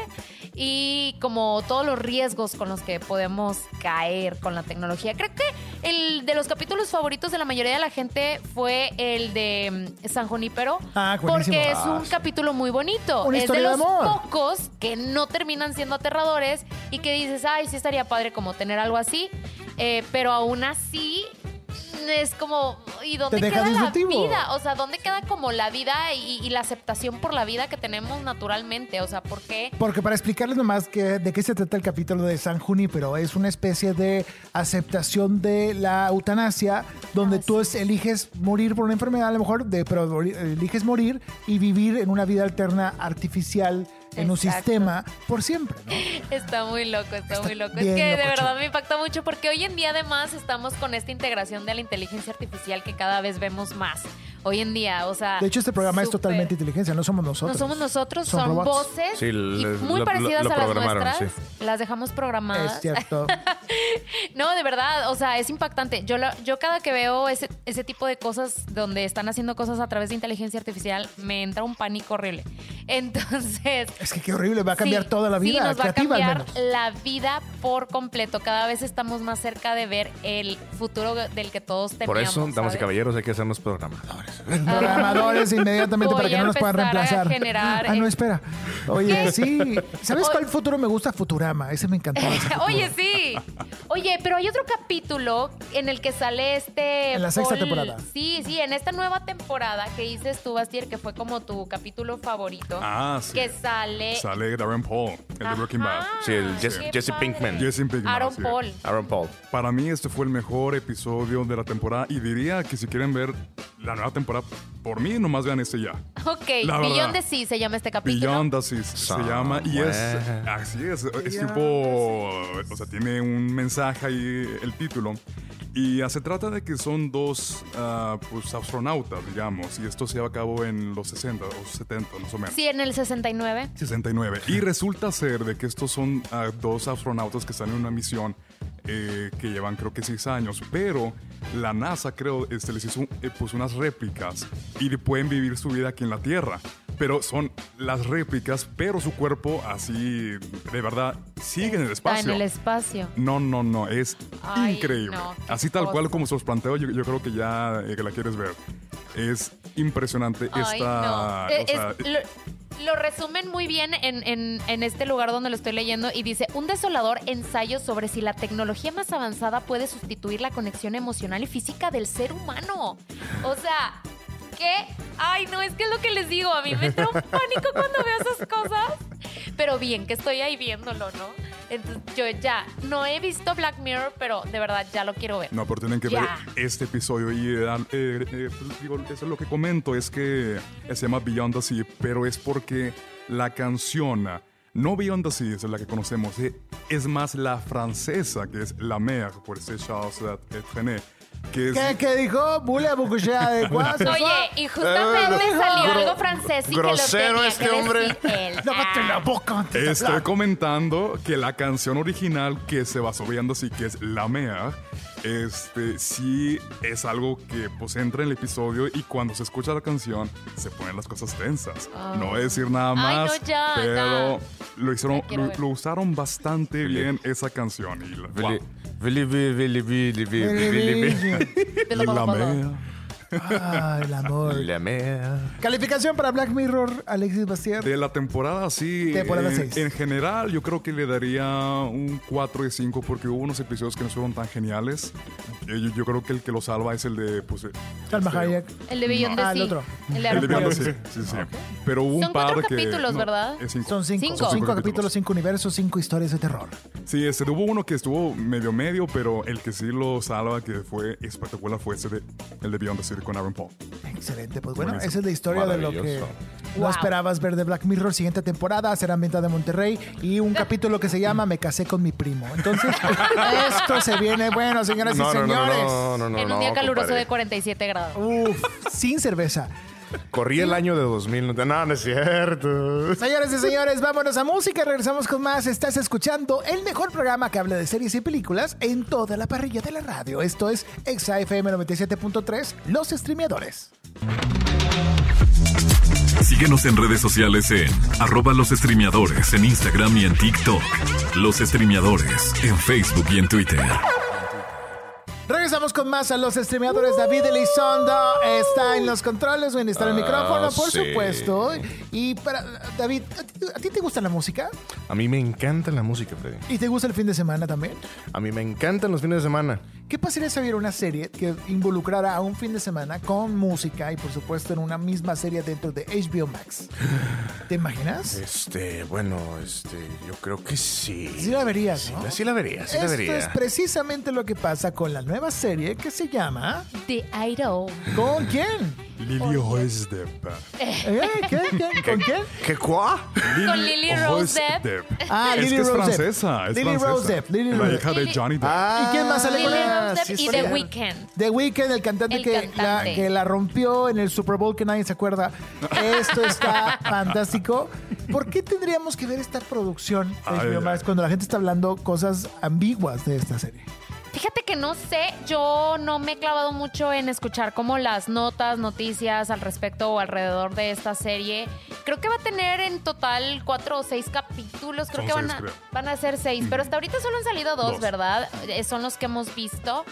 [SPEAKER 4] y como todos los riesgos con los que podemos caer con la tecnología. Creo que el de los capítulos favoritos de la mayoría de la gente fue el de mm, San Junípero,
[SPEAKER 2] Ah, buenísimo.
[SPEAKER 4] porque es
[SPEAKER 2] Ah,
[SPEAKER 4] un capítulo muy bonito.
[SPEAKER 2] Una
[SPEAKER 4] es de
[SPEAKER 2] historia de
[SPEAKER 4] los
[SPEAKER 2] amor.
[SPEAKER 4] pocos que no terminan siendo aterradores y que dices, ay, sí estaría padre como tener algo así, eh, pero aún así es como, ¿y dónde
[SPEAKER 2] Te deja
[SPEAKER 4] queda
[SPEAKER 2] disruptivo.
[SPEAKER 4] la vida? O sea, ¿dónde queda como la vida y, y la aceptación por la vida que tenemos naturalmente? O sea, ¿por qué?
[SPEAKER 2] Porque para explicarles nomás que, de qué se trata el capítulo de San Junípero, es una especie de aceptación de la eutanasia, donde
[SPEAKER 4] Ah,
[SPEAKER 2] tú es- eliges morir por una enfermedad, a lo mejor, de, pero mori- eliges morir y vivir en una vida alterna artificial en un
[SPEAKER 4] Exacto.
[SPEAKER 2] sistema por siempre. ¿no?
[SPEAKER 4] Está muy loco, está, muy loco. Es
[SPEAKER 2] bien
[SPEAKER 4] que de
[SPEAKER 2] locochón.
[SPEAKER 4] verdad me impacta mucho porque hoy en día además estamos con esta integración de la inteligencia artificial que cada vez vemos más. Hoy en día, o sea...
[SPEAKER 2] De hecho, este programa es
[SPEAKER 4] Ah, súper-
[SPEAKER 2] totalmente inteligencia, no somos nosotros.
[SPEAKER 4] No somos nosotros,
[SPEAKER 2] Son
[SPEAKER 4] son,
[SPEAKER 2] robots.
[SPEAKER 4] voces
[SPEAKER 3] Sí,
[SPEAKER 4] y
[SPEAKER 3] les-
[SPEAKER 4] muy
[SPEAKER 3] lo-
[SPEAKER 4] parecidas
[SPEAKER 3] lo
[SPEAKER 4] a las
[SPEAKER 3] programaron,
[SPEAKER 4] nuestras. Las dejamos
[SPEAKER 2] Es
[SPEAKER 4] programadas. [laughs]
[SPEAKER 2] cierto.
[SPEAKER 4] No, de verdad, o sea, es impactante. Yo, lo- yo cada que veo ese, ese tipo de cosas donde están haciendo cosas a través de inteligencia artificial, me entra un pánico horrible. [laughs] Entonces...
[SPEAKER 2] es que qué horrible, va a cambiar
[SPEAKER 4] sí,
[SPEAKER 2] toda la vida,
[SPEAKER 4] Sí, nos va a
[SPEAKER 2] creativa al
[SPEAKER 4] cambiar
[SPEAKER 2] menos.
[SPEAKER 4] la vida por completo. Cada vez estamos más cerca de ver el futuro del que todos teníamos.
[SPEAKER 3] Por eso, damas y
[SPEAKER 4] ¿sabes?
[SPEAKER 3] caballeros, hay que hacernos programadores.
[SPEAKER 2] programadores inmediatamente para
[SPEAKER 4] [laughs] Voy
[SPEAKER 2] que
[SPEAKER 4] a
[SPEAKER 2] no nos puedan
[SPEAKER 4] empezar a
[SPEAKER 2] reemplazar.
[SPEAKER 4] generar,
[SPEAKER 2] ah, no,
[SPEAKER 4] eh,
[SPEAKER 2] espera. Oye, sí. ¿Sabes
[SPEAKER 4] Oye.
[SPEAKER 2] cuál futuro me gusta? Futurama. Ese me
[SPEAKER 4] [laughs]
[SPEAKER 2] encantó. ese futuro.
[SPEAKER 4] Oye, sí. Oye, pero hay otro capítulo en el que sale este.
[SPEAKER 2] En la sexta temporada.
[SPEAKER 4] Sí, sí, en esta nueva temporada que dices tú, Bastier, que fue como tu capítulo favorito.
[SPEAKER 5] Ah, sí.
[SPEAKER 4] Que sale.
[SPEAKER 5] Sale Darren Paul, el de Breaking Bad.
[SPEAKER 4] Ajá,
[SPEAKER 3] Sí, el Jesse-
[SPEAKER 4] qué
[SPEAKER 3] Jesse
[SPEAKER 4] padre.
[SPEAKER 3] Pinkman.
[SPEAKER 5] Jesse Pinkman,
[SPEAKER 4] Aaron
[SPEAKER 5] así es.
[SPEAKER 4] Paul.
[SPEAKER 3] Aaron Paul.
[SPEAKER 5] Para mí este fue el mejor episodio de la temporada y diría que si quieren ver la nueva temporada, por mí nomás vean este ya.
[SPEAKER 4] Ok,
[SPEAKER 5] La verdad.
[SPEAKER 4] Beyond the Sea se llama este capítulo.
[SPEAKER 5] Beyond the Seas se llama y es
[SPEAKER 3] Somewhere.
[SPEAKER 5] así es, es
[SPEAKER 2] Beyond
[SPEAKER 5] tipo, o sea, tiene un mensaje ahí el título y ah, se trata de que son dos ah, pues astronautas, digamos, y esto se lleva a cabo en los 60 o 70 más o menos.
[SPEAKER 4] Sí, en el 69.
[SPEAKER 5] 69. Y resulta ser de que estos son ah, dos astronautas que están en una misión eh, que llevan creo que seis años, pero la NASA creo este, les hizo eh, pues unas réplicas y pueden vivir su vida aquí en la Tierra. Pero son las réplicas, pero su cuerpo así, de verdad, sigue en el
[SPEAKER 4] Está
[SPEAKER 5] espacio.
[SPEAKER 4] en el espacio.
[SPEAKER 5] No, no, no, es
[SPEAKER 4] Ay,
[SPEAKER 5] increíble.
[SPEAKER 4] no, qué
[SPEAKER 5] Así tal
[SPEAKER 4] cosa.
[SPEAKER 5] cual como se los planteo, yo, yo creo que ya eh, que la quieres ver. Es impresionante
[SPEAKER 4] Ay,
[SPEAKER 5] esta...
[SPEAKER 4] no. Eh,
[SPEAKER 5] o sea,
[SPEAKER 4] es- lo, lo resumen muy bien en, en- en este lugar donde lo estoy leyendo y dice, un desolador ensayo sobre si la tecnología más avanzada puede sustituir la conexión emocional y física del ser humano. O sea, ¿qué? Ay, no, es que es lo que les digo, a mí me entra
[SPEAKER 3] [laughs]
[SPEAKER 4] un pánico cuando veo esas cosas, pero bien que estoy ahí viéndolo, ¿no? Entonces yo ya no he visto Black Mirror, pero de verdad ya lo quiero ver.
[SPEAKER 5] No, pero tienen que
[SPEAKER 4] Ya.
[SPEAKER 5] ver este episodio y eh, dan- eh, eh, pues, digo, eso es lo que comento, es que eh, se llama Beyond the Sea, pero es porque la canción, ah, no Beyond the Sea es la que conocemos, eh, es más la francesa, que es La Mer, por ese Charles eh, Trenet, que es...
[SPEAKER 2] ¿Qué, qué dijo? Bule bucuchea de guasa.
[SPEAKER 4] Oye, y justamente
[SPEAKER 3] Eh,
[SPEAKER 4] salió
[SPEAKER 3] gro-
[SPEAKER 4] algo francés y
[SPEAKER 3] grosero
[SPEAKER 4] que lo tenía
[SPEAKER 3] este
[SPEAKER 4] que
[SPEAKER 3] hombre.
[SPEAKER 4] decir él.
[SPEAKER 2] Lávate la boca antes de
[SPEAKER 5] Estoy
[SPEAKER 2] hablar.
[SPEAKER 5] comentando que la canción original que se basó viendo así que es La Mea, este sí es algo que pues entra en el episodio y cuando se escucha la canción se ponen las cosas tensas. No voy a decir nada más,
[SPEAKER 4] Ah. no, ya, ya.
[SPEAKER 5] pero lo hicieron,
[SPEAKER 4] Ya quiero
[SPEAKER 5] lo,
[SPEAKER 4] ver.
[SPEAKER 5] lo usaron bastante bien esa canción y la, wow.
[SPEAKER 3] Billy, Billy, Billy, Billy, Billy, Billy.
[SPEAKER 5] La Mea.
[SPEAKER 2] Ay, el amor.
[SPEAKER 3] La mea.
[SPEAKER 2] Calificación para Black Mirror, Alexis Bastier.
[SPEAKER 5] De la temporada, sí.
[SPEAKER 2] Temporada
[SPEAKER 5] en,
[SPEAKER 2] seis.
[SPEAKER 5] en general, yo creo que le daría un 4 de 5 porque hubo unos episodios que no fueron tan geniales. Eh, Yo, yo creo que el que lo salva es el de. Pues, eh,
[SPEAKER 2] Salma
[SPEAKER 5] este,
[SPEAKER 2] Hayek.
[SPEAKER 4] El de
[SPEAKER 2] No.
[SPEAKER 4] Beyond the
[SPEAKER 2] Ah, el
[SPEAKER 4] Sea.
[SPEAKER 2] otro.
[SPEAKER 4] El de
[SPEAKER 5] el de
[SPEAKER 4] Aaron
[SPEAKER 2] Beyond
[SPEAKER 5] Beyond
[SPEAKER 4] Paul.
[SPEAKER 5] the Sea, Sí, sí. Pero hubo un
[SPEAKER 4] Son
[SPEAKER 5] par
[SPEAKER 4] cuatro
[SPEAKER 5] que.
[SPEAKER 4] capítulos, ¿verdad?
[SPEAKER 5] es cinco.
[SPEAKER 2] Son cinco.
[SPEAKER 4] Cinco.
[SPEAKER 2] Cinco, capítulos, cinco universos, cinco historias de terror.
[SPEAKER 5] Sí, este, hubo uno que estuvo medio medio, pero el que sí lo salva, que fue espectacular, fue ese de, el de Beyond the Sea con Aaron Paul.
[SPEAKER 2] Excelente. Pues bueno,
[SPEAKER 5] Buenísimo.
[SPEAKER 2] esa es la historia de lo que
[SPEAKER 3] Maravilloso.
[SPEAKER 2] no
[SPEAKER 4] Wow.
[SPEAKER 2] esperabas ver de Black Mirror. Siguiente temporada será ambientada de Monterrey y un capítulo que se llama Me casé con mi primo. Entonces, esto se viene bueno, señoras y
[SPEAKER 3] No, no, no,
[SPEAKER 2] señores.
[SPEAKER 3] no, no, no,
[SPEAKER 4] en
[SPEAKER 3] no,
[SPEAKER 4] un día caluroso
[SPEAKER 3] compadre.
[SPEAKER 4] de 47 grados.
[SPEAKER 2] Uf, sin cerveza.
[SPEAKER 3] Corrí el año de 2000. No, no no es cierto.
[SPEAKER 2] Señores y señores, vámonos a música. Regresamos con más. Estás escuchando el mejor programa que habla de series y películas en toda la parrilla de la radio. Esto es ExaFM 97.3, Los Streameadores.
[SPEAKER 1] Síguenos en redes sociales en arroba los streameadores en Instagram y en TikTok. Los streameadores en Facebook y en Twitter.
[SPEAKER 2] Regresamos con más a los streameadores. David Elizondo está en los controles, Winnie está en el
[SPEAKER 3] Ah,
[SPEAKER 2] micrófono, por
[SPEAKER 3] sí.
[SPEAKER 2] supuesto. Y para David, ¿a ti, a ti te gusta la música?
[SPEAKER 3] A mí me encanta la música, Freddy.
[SPEAKER 2] ¿Y te gusta el fin de semana también?
[SPEAKER 3] A mí me encantan los fines de semana.
[SPEAKER 2] ¿Qué pasaría si hubiera una serie que involucrara a un fin de semana con música y por supuesto en una misma serie dentro de HBO Max? ¿Te imaginas?
[SPEAKER 3] Este, bueno, este, yo creo que sí.
[SPEAKER 2] Sí la verías,
[SPEAKER 3] Sí,
[SPEAKER 2] ¿no?
[SPEAKER 3] la- sí la vería, sí la
[SPEAKER 2] Esto
[SPEAKER 3] vería.
[SPEAKER 2] es precisamente lo que pasa con la nueva serie que se llama
[SPEAKER 4] The Idol.
[SPEAKER 2] ¿Con quién?
[SPEAKER 5] Lili Hoesdepa.
[SPEAKER 2] ¿Eh? ¿Qué? ¿Qué? ¿Con quién?
[SPEAKER 3] ¿Qué cuá?
[SPEAKER 4] Con Lily Rose Depp.
[SPEAKER 2] Ah,
[SPEAKER 5] es
[SPEAKER 2] Lily
[SPEAKER 5] que es
[SPEAKER 2] Rose Depp.
[SPEAKER 5] francesa. Es
[SPEAKER 2] Lily
[SPEAKER 5] francesa.
[SPEAKER 2] Rose Depp, Lily
[SPEAKER 5] la
[SPEAKER 2] Rose
[SPEAKER 5] hija de
[SPEAKER 4] Lily-
[SPEAKER 5] Johnny Depp.
[SPEAKER 2] ¿Y quién más sale
[SPEAKER 4] Lily
[SPEAKER 2] con
[SPEAKER 4] Rose
[SPEAKER 2] ella?
[SPEAKER 4] Depp
[SPEAKER 3] Ah, sí,
[SPEAKER 4] y
[SPEAKER 3] sí,
[SPEAKER 4] The
[SPEAKER 3] sí.
[SPEAKER 4] Weeknd.
[SPEAKER 2] The Weeknd, el cantante,
[SPEAKER 4] El
[SPEAKER 2] que,
[SPEAKER 4] cantante.
[SPEAKER 2] La, que la rompió en el Super Bowl que nadie se acuerda. Esto
[SPEAKER 4] [laughs]
[SPEAKER 2] está fantástico. ¿Por qué tendríamos que ver esta producción de
[SPEAKER 5] Ay,
[SPEAKER 2] HBO
[SPEAKER 5] ay,
[SPEAKER 2] Max
[SPEAKER 5] ay.
[SPEAKER 2] cuando la gente está hablando cosas ambiguas de esta serie?
[SPEAKER 4] Fíjate que no sé, yo no me he clavado mucho en escuchar como las notas, noticias al respecto o alrededor de esta serie. Creo que va a tener en total cuatro o seis capítulos, creo
[SPEAKER 5] Son
[SPEAKER 4] que van,
[SPEAKER 5] seis,
[SPEAKER 4] a,
[SPEAKER 5] creo.
[SPEAKER 4] van a ser seis, pero hasta ahorita solo han salido dos,
[SPEAKER 5] Dos.
[SPEAKER 4] ¿verdad? Eh, son los que hemos visto.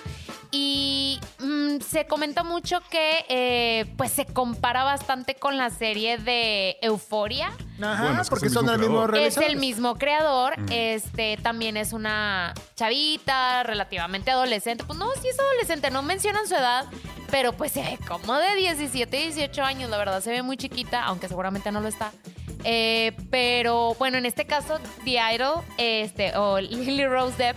[SPEAKER 4] Y mm, se comenta mucho que eh, pues se compara bastante con la serie de Euforia.
[SPEAKER 2] Ajá,
[SPEAKER 5] Bueno, es que
[SPEAKER 2] porque
[SPEAKER 5] es el
[SPEAKER 2] son del mismo
[SPEAKER 5] mismo creador.
[SPEAKER 4] Es
[SPEAKER 2] realizadores.
[SPEAKER 4] el mismo creador, este también es una chavita relativamente adolescente. Pues no, sí es adolescente, no mencionan su edad, pero pues se ve como de 17, 18 años, la verdad se ve muy chiquita, aunque seguramente no lo está. Eh, pero bueno, en este caso, The Idol, este, o Lily Rose Depp,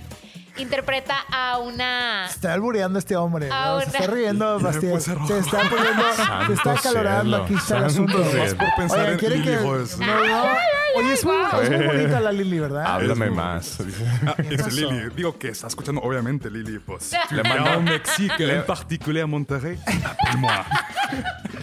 [SPEAKER 4] interpreta a una.
[SPEAKER 2] Está albureando este hombre. ¿no?
[SPEAKER 4] Ahora.
[SPEAKER 2] Se está riendo,
[SPEAKER 5] me
[SPEAKER 2] Bastián.
[SPEAKER 5] puse rojo.
[SPEAKER 2] Se está poniendo. se está
[SPEAKER 3] Santo
[SPEAKER 2] acalorando
[SPEAKER 3] cielo,
[SPEAKER 2] aquí está el
[SPEAKER 3] santo
[SPEAKER 2] asunto.
[SPEAKER 3] cielo.
[SPEAKER 5] Por pensar en
[SPEAKER 2] ¿quieren
[SPEAKER 5] Lili Rose.
[SPEAKER 2] No, no. Oye, es muy, es muy bonita la Lili, ¿verdad?
[SPEAKER 3] Háblame
[SPEAKER 5] Es muy-
[SPEAKER 3] más.
[SPEAKER 2] [laughs]
[SPEAKER 5] Ah, es
[SPEAKER 2] pasó?
[SPEAKER 5] Lili. Digo que está escuchando, obviamente, Lili. Pues,
[SPEAKER 4] Le
[SPEAKER 5] mando México, en particular a Monterrey. Appelle-moi.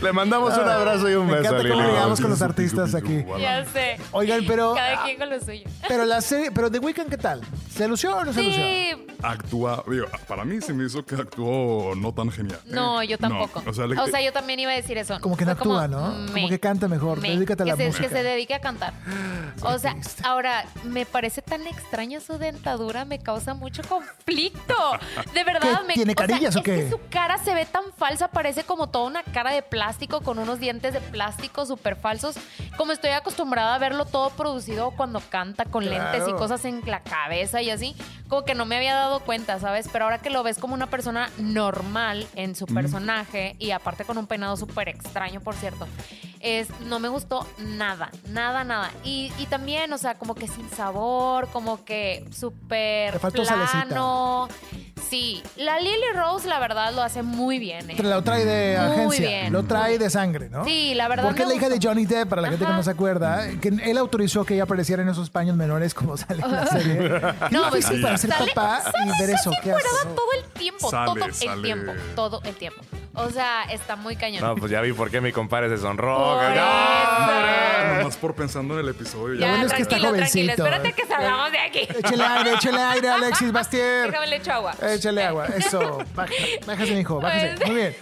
[SPEAKER 3] Le mandamos un abrazo y un
[SPEAKER 2] Ah, Me
[SPEAKER 3] beso a
[SPEAKER 2] encanta cómo
[SPEAKER 3] Lili.
[SPEAKER 2] llegamos con los artistas aquí.
[SPEAKER 4] Ya sé.
[SPEAKER 2] Oigan, pero, ah,
[SPEAKER 4] Cada quien con lo suyo.
[SPEAKER 2] pero la serie, pero The Weeknd, ¿qué tal? ¿Se lució o no se lució?
[SPEAKER 4] Sí,
[SPEAKER 5] Actúa, digo, para mí se me hizo que actuó no tan genial. ¿eh?
[SPEAKER 4] No, yo tampoco.
[SPEAKER 5] o sea, le-
[SPEAKER 4] yo también iba a decir eso.
[SPEAKER 2] Como que no
[SPEAKER 4] Fue mm,
[SPEAKER 2] actúa, ¿no? Como que canta mejor, dedícate a
[SPEAKER 4] que
[SPEAKER 2] la
[SPEAKER 4] se,
[SPEAKER 2] música.
[SPEAKER 4] Que se dedique
[SPEAKER 2] [gasps]
[SPEAKER 4] a cantar. O sea,
[SPEAKER 2] triste.
[SPEAKER 4] ahora, me parece tan extraña su dentadura, me causa mucho conflicto. De verdad.
[SPEAKER 2] [laughs] ¿Qué,
[SPEAKER 4] me,
[SPEAKER 2] tiene
[SPEAKER 4] sea,
[SPEAKER 2] carillas o
[SPEAKER 4] es que
[SPEAKER 2] qué?
[SPEAKER 4] su cara se ve tan falsa, parece como toda una cara de plástico con unos dientes de plástico súper falsos. Como estoy acostumbrada a verlo todo producido cuando canta con lentes y
[SPEAKER 2] Claro.
[SPEAKER 4] cosas en la cabeza y así. Como que no me había dado cuenta, ¿sabes? Pero ahora que lo ves como una persona normal en
[SPEAKER 2] Mm.
[SPEAKER 4] su personaje y aparte con un peinado súper extraño, por cierto, es, no me gustó nada, nada, nada. Y, y también, o sea, como que sin sabor, como que súper
[SPEAKER 2] Le faltó salecita.
[SPEAKER 4] plano. Sí, la Lily Rose la verdad lo hace muy bien. ¿eh?
[SPEAKER 2] Lo trae de
[SPEAKER 4] Muy
[SPEAKER 2] agencia,
[SPEAKER 4] bien.
[SPEAKER 2] lo trae de sangre, ¿no?
[SPEAKER 4] Sí, la verdad.
[SPEAKER 2] Porque es
[SPEAKER 4] me
[SPEAKER 2] la hija de
[SPEAKER 4] gustó.
[SPEAKER 2] Johnny Depp, para la gente que
[SPEAKER 4] Ajá.
[SPEAKER 2] no se acuerda, que él autorizó que ella apareciera en esos paños menores como sale en la serie. Qué
[SPEAKER 4] No,
[SPEAKER 2] difícil
[SPEAKER 4] sí,
[SPEAKER 2] para ser
[SPEAKER 4] pues, sale-
[SPEAKER 2] papá y ver eso. ¿Qué haces?
[SPEAKER 4] Fuera todo el tiempo,
[SPEAKER 5] Sale,
[SPEAKER 4] todo el
[SPEAKER 5] sale.
[SPEAKER 4] tiempo, todo el tiempo. O sea, está muy cañón.
[SPEAKER 3] No, pues ya vi por qué mi compadre se
[SPEAKER 4] Por
[SPEAKER 3] sonroja.
[SPEAKER 4] eso.
[SPEAKER 3] ¡No, hombre!
[SPEAKER 5] nomás por pensando en el episodio.
[SPEAKER 4] Ya,
[SPEAKER 2] Lo bueno es que está
[SPEAKER 4] tranquilo, tranquilo.
[SPEAKER 2] jovencito.
[SPEAKER 4] Espérate que salgamos de aquí.
[SPEAKER 2] Échale aire, échale aire, Alexis Bastier.
[SPEAKER 4] [laughs] Déjame le echo agua.
[SPEAKER 2] Échale agua, eso. Baja- Bájese,
[SPEAKER 4] [laughs]
[SPEAKER 2] mijo, bájese.
[SPEAKER 4] Pues-
[SPEAKER 2] Muy bien.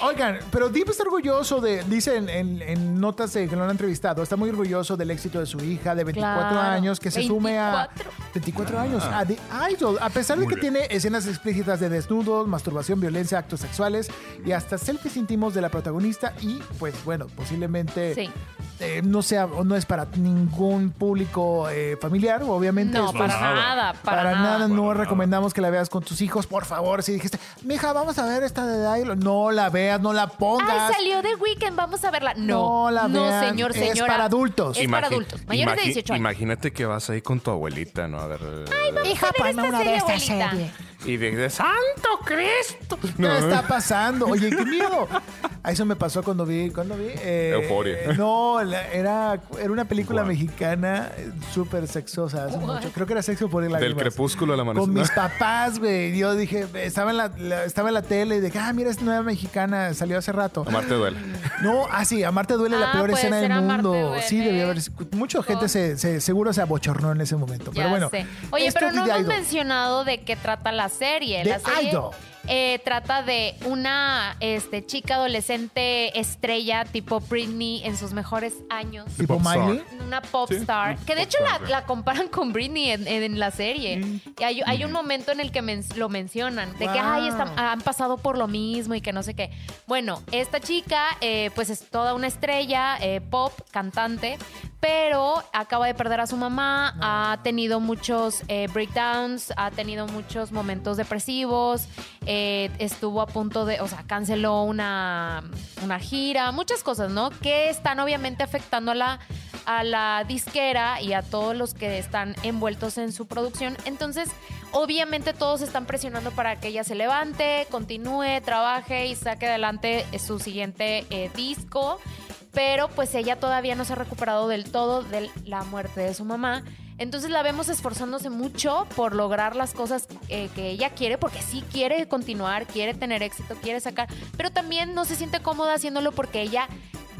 [SPEAKER 2] Oigan, pero Deep está orgulloso de, dicen en, en notas de que lo han entrevistado, está muy orgulloso del éxito de su hija de 24
[SPEAKER 4] Claro,
[SPEAKER 2] años, que se sume a
[SPEAKER 4] 24.
[SPEAKER 2] 24 años, a The Idol, a pesar de
[SPEAKER 5] Ah. Muy
[SPEAKER 2] que
[SPEAKER 5] bien.
[SPEAKER 2] tiene escenas explícitas de desnudos, masturbación, violencia, actos sexuales y hasta selfies íntimos de la protagonista y pues bueno, posiblemente
[SPEAKER 4] Sí.
[SPEAKER 2] eh, no sea o no es para ningún público eh, familiar, obviamente.
[SPEAKER 4] No,
[SPEAKER 2] es
[SPEAKER 4] para
[SPEAKER 5] nada.
[SPEAKER 4] nada, para,
[SPEAKER 2] para, nada,
[SPEAKER 4] nada.
[SPEAKER 2] no
[SPEAKER 5] Para nada.
[SPEAKER 2] recomendamos que la veas con tus hijos, por favor. Si dijiste, mija, vamos a ver esta de Dailo, no la veas, no la pongas.
[SPEAKER 4] Ay, salió de weekend, vamos a verla.
[SPEAKER 2] No
[SPEAKER 4] No,
[SPEAKER 2] la vean,
[SPEAKER 4] señor,
[SPEAKER 2] es
[SPEAKER 4] señora.
[SPEAKER 2] para adultos.
[SPEAKER 4] Es para
[SPEAKER 3] Imagi-
[SPEAKER 4] adultos, mayores de
[SPEAKER 3] imagi-
[SPEAKER 4] 18 años.
[SPEAKER 3] Imagínate que vas ahí con tu abuelita, ¿no? A ver.
[SPEAKER 4] Hija,
[SPEAKER 6] ponme una de estas series.
[SPEAKER 3] Y de, de ¡ah! ¡Santo Cristo!
[SPEAKER 2] ¿Qué Pues, está pasando? Oye, qué miedo. A Eso me pasó cuando vi, cuando vi. Eh,
[SPEAKER 3] Euforia.
[SPEAKER 2] No, la- era, era una película
[SPEAKER 3] Guau.
[SPEAKER 2] mexicana eh, súper sexosa. hace
[SPEAKER 4] Guau.
[SPEAKER 2] mucho. Creo que era sexo por el
[SPEAKER 3] Del
[SPEAKER 2] Lágrimas.
[SPEAKER 3] crepúsculo al amanecer.
[SPEAKER 2] Con
[SPEAKER 3] [laughs]
[SPEAKER 2] mis papás, güey. Yo dije, estaba en la, la- estaba en la tele y dije, ah, mira, es nueva mexicana, salió hace rato.
[SPEAKER 3] Amarte duele.
[SPEAKER 2] No, ah, sí, Amarte duele la
[SPEAKER 4] Ah,
[SPEAKER 2] peor
[SPEAKER 4] puede
[SPEAKER 2] escena
[SPEAKER 4] ser
[SPEAKER 2] del
[SPEAKER 4] Amarte
[SPEAKER 2] mundo.
[SPEAKER 4] duele.
[SPEAKER 2] Sí, debió haber. Mucha gente se, se- seguro se abochornó en ese momento.
[SPEAKER 4] Ya
[SPEAKER 2] pero bueno.
[SPEAKER 4] sé. Oye,
[SPEAKER 2] esto
[SPEAKER 4] pero
[SPEAKER 2] es
[SPEAKER 4] no
[SPEAKER 2] de
[SPEAKER 4] hemos
[SPEAKER 2] Idol.
[SPEAKER 4] mencionado de qué trata la serie.
[SPEAKER 2] The
[SPEAKER 4] la serie
[SPEAKER 2] Idol.
[SPEAKER 4] eh, trata de una este, chica adolescente estrella tipo Britney en sus mejores años.
[SPEAKER 2] Tipo
[SPEAKER 3] Popstar.
[SPEAKER 2] Miley.
[SPEAKER 4] Una pop
[SPEAKER 5] Sí,
[SPEAKER 4] star.
[SPEAKER 5] una
[SPEAKER 4] que de
[SPEAKER 5] pop
[SPEAKER 4] hecho la,
[SPEAKER 5] star, Mm. sí.
[SPEAKER 4] la comparan con Britney en, en la serie. Y hay, hay un momento en el que men- lo mencionan. De que
[SPEAKER 2] Wow.
[SPEAKER 4] Ay, están- han pasado por lo mismo y que no sé qué. Bueno, esta chica eh, pues es toda una estrella, eh, pop, cantante. Pero acaba de perder a su mamá, ha tenido muchos eh, breakdowns, ha tenido muchos momentos depresivos, eh, estuvo a punto de, o sea, canceló una, una gira, muchas cosas, ¿no? Que están obviamente afectando a la, a la disquera y a todos los que están envueltos en su producción. Entonces, obviamente todos están presionando para que ella se levante, continúe, trabaje y saque adelante eh, su siguiente eh, disco. Pero pues ella todavía no se ha recuperado del todo de la muerte de su mamá. Entonces la vemos esforzándose mucho por lograr las cosas eh, que ella quiere, porque sí quiere continuar, quiere tener éxito, quiere sacar, pero también no se siente cómoda haciéndolo porque ella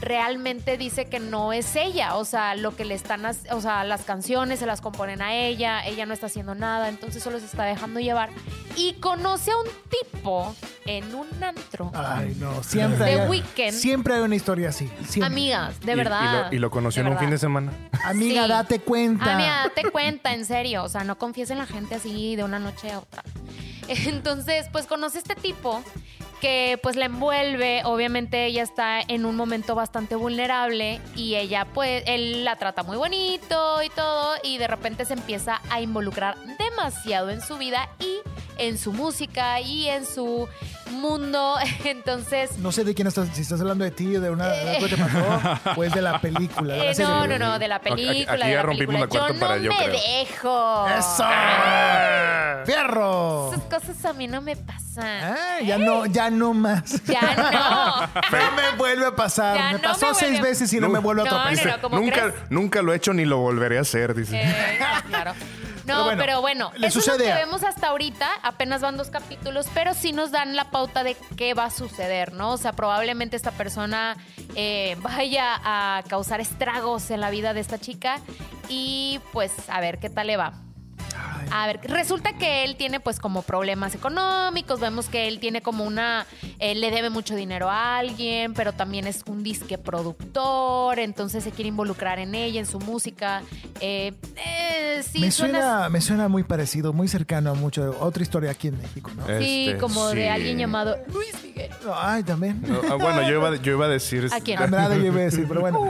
[SPEAKER 4] realmente dice que no es ella, o sea, lo que le están, hac- o sea, las canciones se las componen a ella, ella no está haciendo nada, entonces solo se está dejando llevar y conoce a un tipo en un antro.
[SPEAKER 3] Ah,
[SPEAKER 2] Ay, no. Siempre
[SPEAKER 4] The
[SPEAKER 2] hay,
[SPEAKER 4] Weeknd.
[SPEAKER 2] siempre hay una historia así. siempre.
[SPEAKER 4] Amigas, de
[SPEAKER 3] Y- y
[SPEAKER 4] verdad.
[SPEAKER 3] lo- Y, lo, conoció en un fin de
[SPEAKER 4] verdad.
[SPEAKER 3] semana.
[SPEAKER 2] Amiga,
[SPEAKER 4] Sí.
[SPEAKER 2] date cuenta.
[SPEAKER 4] Amiga, Ah, date cuenta, en serio. O sea, no confíes en la gente así de una noche a otra. [laughs] Entonces, pues conoce a este tipo que pues la envuelve. Obviamente ella está en un momento bastante vulnerable y ella pues, él la trata muy bonito y todo y de repente se empieza a involucrar demasiado en su vida y en su música y en su mundo. [laughs] Entonces,
[SPEAKER 2] No sé de quién estás, si estás hablando de ti o de una de algo que te pasó, pues de la película. de la
[SPEAKER 4] eh,
[SPEAKER 2] serie.
[SPEAKER 4] no, no, no, de la
[SPEAKER 3] Aquí- aquí
[SPEAKER 4] película. de
[SPEAKER 3] ya
[SPEAKER 4] la
[SPEAKER 3] rompimos
[SPEAKER 4] película.
[SPEAKER 3] la cuarta
[SPEAKER 4] yo
[SPEAKER 3] para
[SPEAKER 4] no
[SPEAKER 3] yo,
[SPEAKER 4] me
[SPEAKER 3] creo.
[SPEAKER 4] dejo.
[SPEAKER 2] ¡Eso! ¡Fierro!
[SPEAKER 4] Esas cosas a mí no me pasan.
[SPEAKER 2] Ah, ya no, ya no más.
[SPEAKER 4] Eh. Ya no.
[SPEAKER 2] [laughs] No me vuelve a pasar.
[SPEAKER 4] Ya
[SPEAKER 2] me
[SPEAKER 4] no
[SPEAKER 2] pasó
[SPEAKER 4] me vuelve
[SPEAKER 2] seis
[SPEAKER 4] a-
[SPEAKER 2] veces y no,
[SPEAKER 3] No.
[SPEAKER 2] me vuelve a
[SPEAKER 4] No,
[SPEAKER 2] topar.
[SPEAKER 4] no, no, ¿cómo
[SPEAKER 3] nunca,
[SPEAKER 4] crees?
[SPEAKER 3] nunca lo he hecho ni lo volveré a hacer, dice.
[SPEAKER 4] Eh, claro. No,
[SPEAKER 2] Pero
[SPEAKER 4] pero
[SPEAKER 2] bueno,
[SPEAKER 4] bueno,
[SPEAKER 2] le
[SPEAKER 4] eso es
[SPEAKER 2] sucede
[SPEAKER 4] lo que
[SPEAKER 2] a-
[SPEAKER 4] vemos hasta ahorita. Apenas van dos capítulos, pero sí nos dan la pauta de qué va a suceder, ¿no? O sea, probablemente esta persona eh, [laughs] vaya a causar estragos en la vida de esta chica y pues a ver qué tal le va. A ver, resulta que él tiene pues como problemas económicos, vemos que él tiene como una, él le debe mucho dinero a alguien, pero también es un disque productor, entonces se quiere involucrar en ella, en su música. Eh, eh, sí,
[SPEAKER 2] me,
[SPEAKER 4] suena-
[SPEAKER 2] suena, me suena muy parecido, muy cercano a mucho. Otra historia aquí en México, ¿no?
[SPEAKER 4] Eh, sí,
[SPEAKER 3] Este,
[SPEAKER 4] como
[SPEAKER 3] sí.
[SPEAKER 4] de alguien llamado Luis Miguel.
[SPEAKER 2] Ay, también.
[SPEAKER 3] No, ah,
[SPEAKER 2] [laughs]
[SPEAKER 3] bueno, yo iba, yo iba a decir. este,
[SPEAKER 4] ¿A quién?
[SPEAKER 2] A nada yo iba a decir, pero
[SPEAKER 3] [laughs]
[SPEAKER 2] bueno.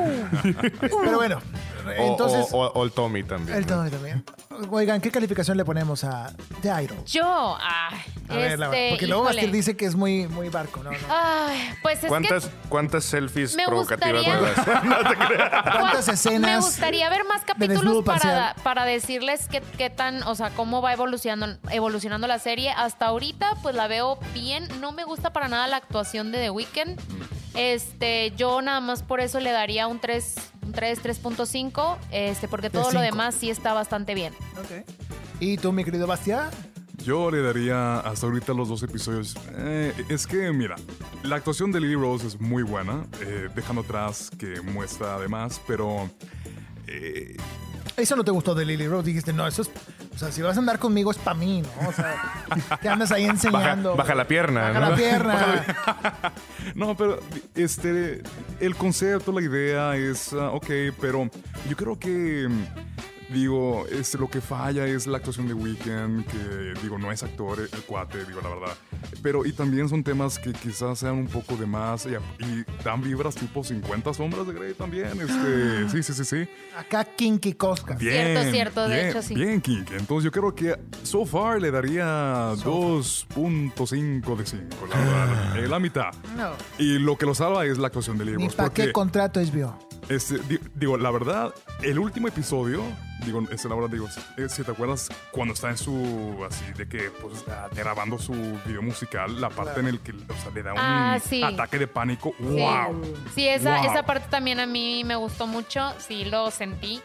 [SPEAKER 2] Pero bueno,
[SPEAKER 3] O,
[SPEAKER 2] entonces.
[SPEAKER 3] o- o- o el Tommy también.
[SPEAKER 2] el Tommy también. Oigan, ¿qué calificación le ponemos a The Idol?
[SPEAKER 4] Yo, ah,
[SPEAKER 2] A ver, la-
[SPEAKER 4] este,
[SPEAKER 2] porque luego
[SPEAKER 4] híjole.
[SPEAKER 2] Bastir dice que es muy, muy barco, ¿no? no.
[SPEAKER 4] Ay, pues es que
[SPEAKER 3] ¿Cuántas, ¿Cuántas selfies
[SPEAKER 4] Me
[SPEAKER 3] provocativas
[SPEAKER 4] gustaría-
[SPEAKER 3] me das? No te creas.
[SPEAKER 2] ¿Cuántas escenas?
[SPEAKER 4] [laughs] Me gustaría ver más
[SPEAKER 2] desnudo
[SPEAKER 4] capítulos
[SPEAKER 2] parcial?
[SPEAKER 4] para, para decirles qué, qué tan, o sea, cómo va evolucionando, evolucionando la serie. Hasta ahorita, pues la veo bien. No me gusta para nada la actuación de The Weeknd. Este, yo nada más por eso le daría un 3, un 3, 3.5, este, porque todo lo
[SPEAKER 2] cinco.
[SPEAKER 4] demás sí está bastante bien.
[SPEAKER 2] Ok. ¿Y tú, mi querido Bastia?
[SPEAKER 5] Yo le daría hasta ahorita los dos episodios. Eh, es que, mira, la actuación de Lily Rose es muy buena, eh, dejando atrás que muestra además, pero eh,
[SPEAKER 2] Eso no te gustó de Lily Rose. Dijiste, no, eso es. O sea, si vas a andar conmigo es para mí, ¿no? O sea, te andas ahí
[SPEAKER 3] Baja,
[SPEAKER 2] enseñando.
[SPEAKER 3] baja la pierna.
[SPEAKER 2] Baja
[SPEAKER 3] ¿no?
[SPEAKER 2] la pierna.
[SPEAKER 5] No, pero este, el concepto, la idea es, ah, ok, pero yo creo que, mm, digo, este, lo que falla es la actuación de Weekend, que, digo, no es actor el, el cuate, digo, la verdad. Pero, y también son temas que quizás sean un poco de más, y, y dan vibras tipo 50 sombras de Grey también, este, sí, sí, sí, sí.
[SPEAKER 2] Acá Kinky Cosca.
[SPEAKER 4] Cierto, cierto, de
[SPEAKER 5] bien,
[SPEAKER 4] hecho, sí.
[SPEAKER 5] Bien, Kink. Entonces yo creo que so far le daría 2.5 de 5, la
[SPEAKER 4] [sighs]
[SPEAKER 5] verdad. Eh, la mitad.
[SPEAKER 2] No.
[SPEAKER 5] Y lo que lo salva es la actuación de
[SPEAKER 2] Ni
[SPEAKER 5] libros.
[SPEAKER 2] para qué
[SPEAKER 5] Porque,
[SPEAKER 2] contrato HBO.
[SPEAKER 5] este, di- digo, la verdad, el último episodio, digo, este, la verdad, digo, si- eh, si te acuerdas, cuando está en su, así, de que, pues, está grabando su video musical, la parte en el que, o sea, le da un
[SPEAKER 4] Ah, sí.
[SPEAKER 5] ataque de pánico,
[SPEAKER 4] Sí.
[SPEAKER 5] wow.
[SPEAKER 4] Sí, esa,
[SPEAKER 5] Wow.
[SPEAKER 4] esa parte también a mí me gustó mucho, sí lo sentí.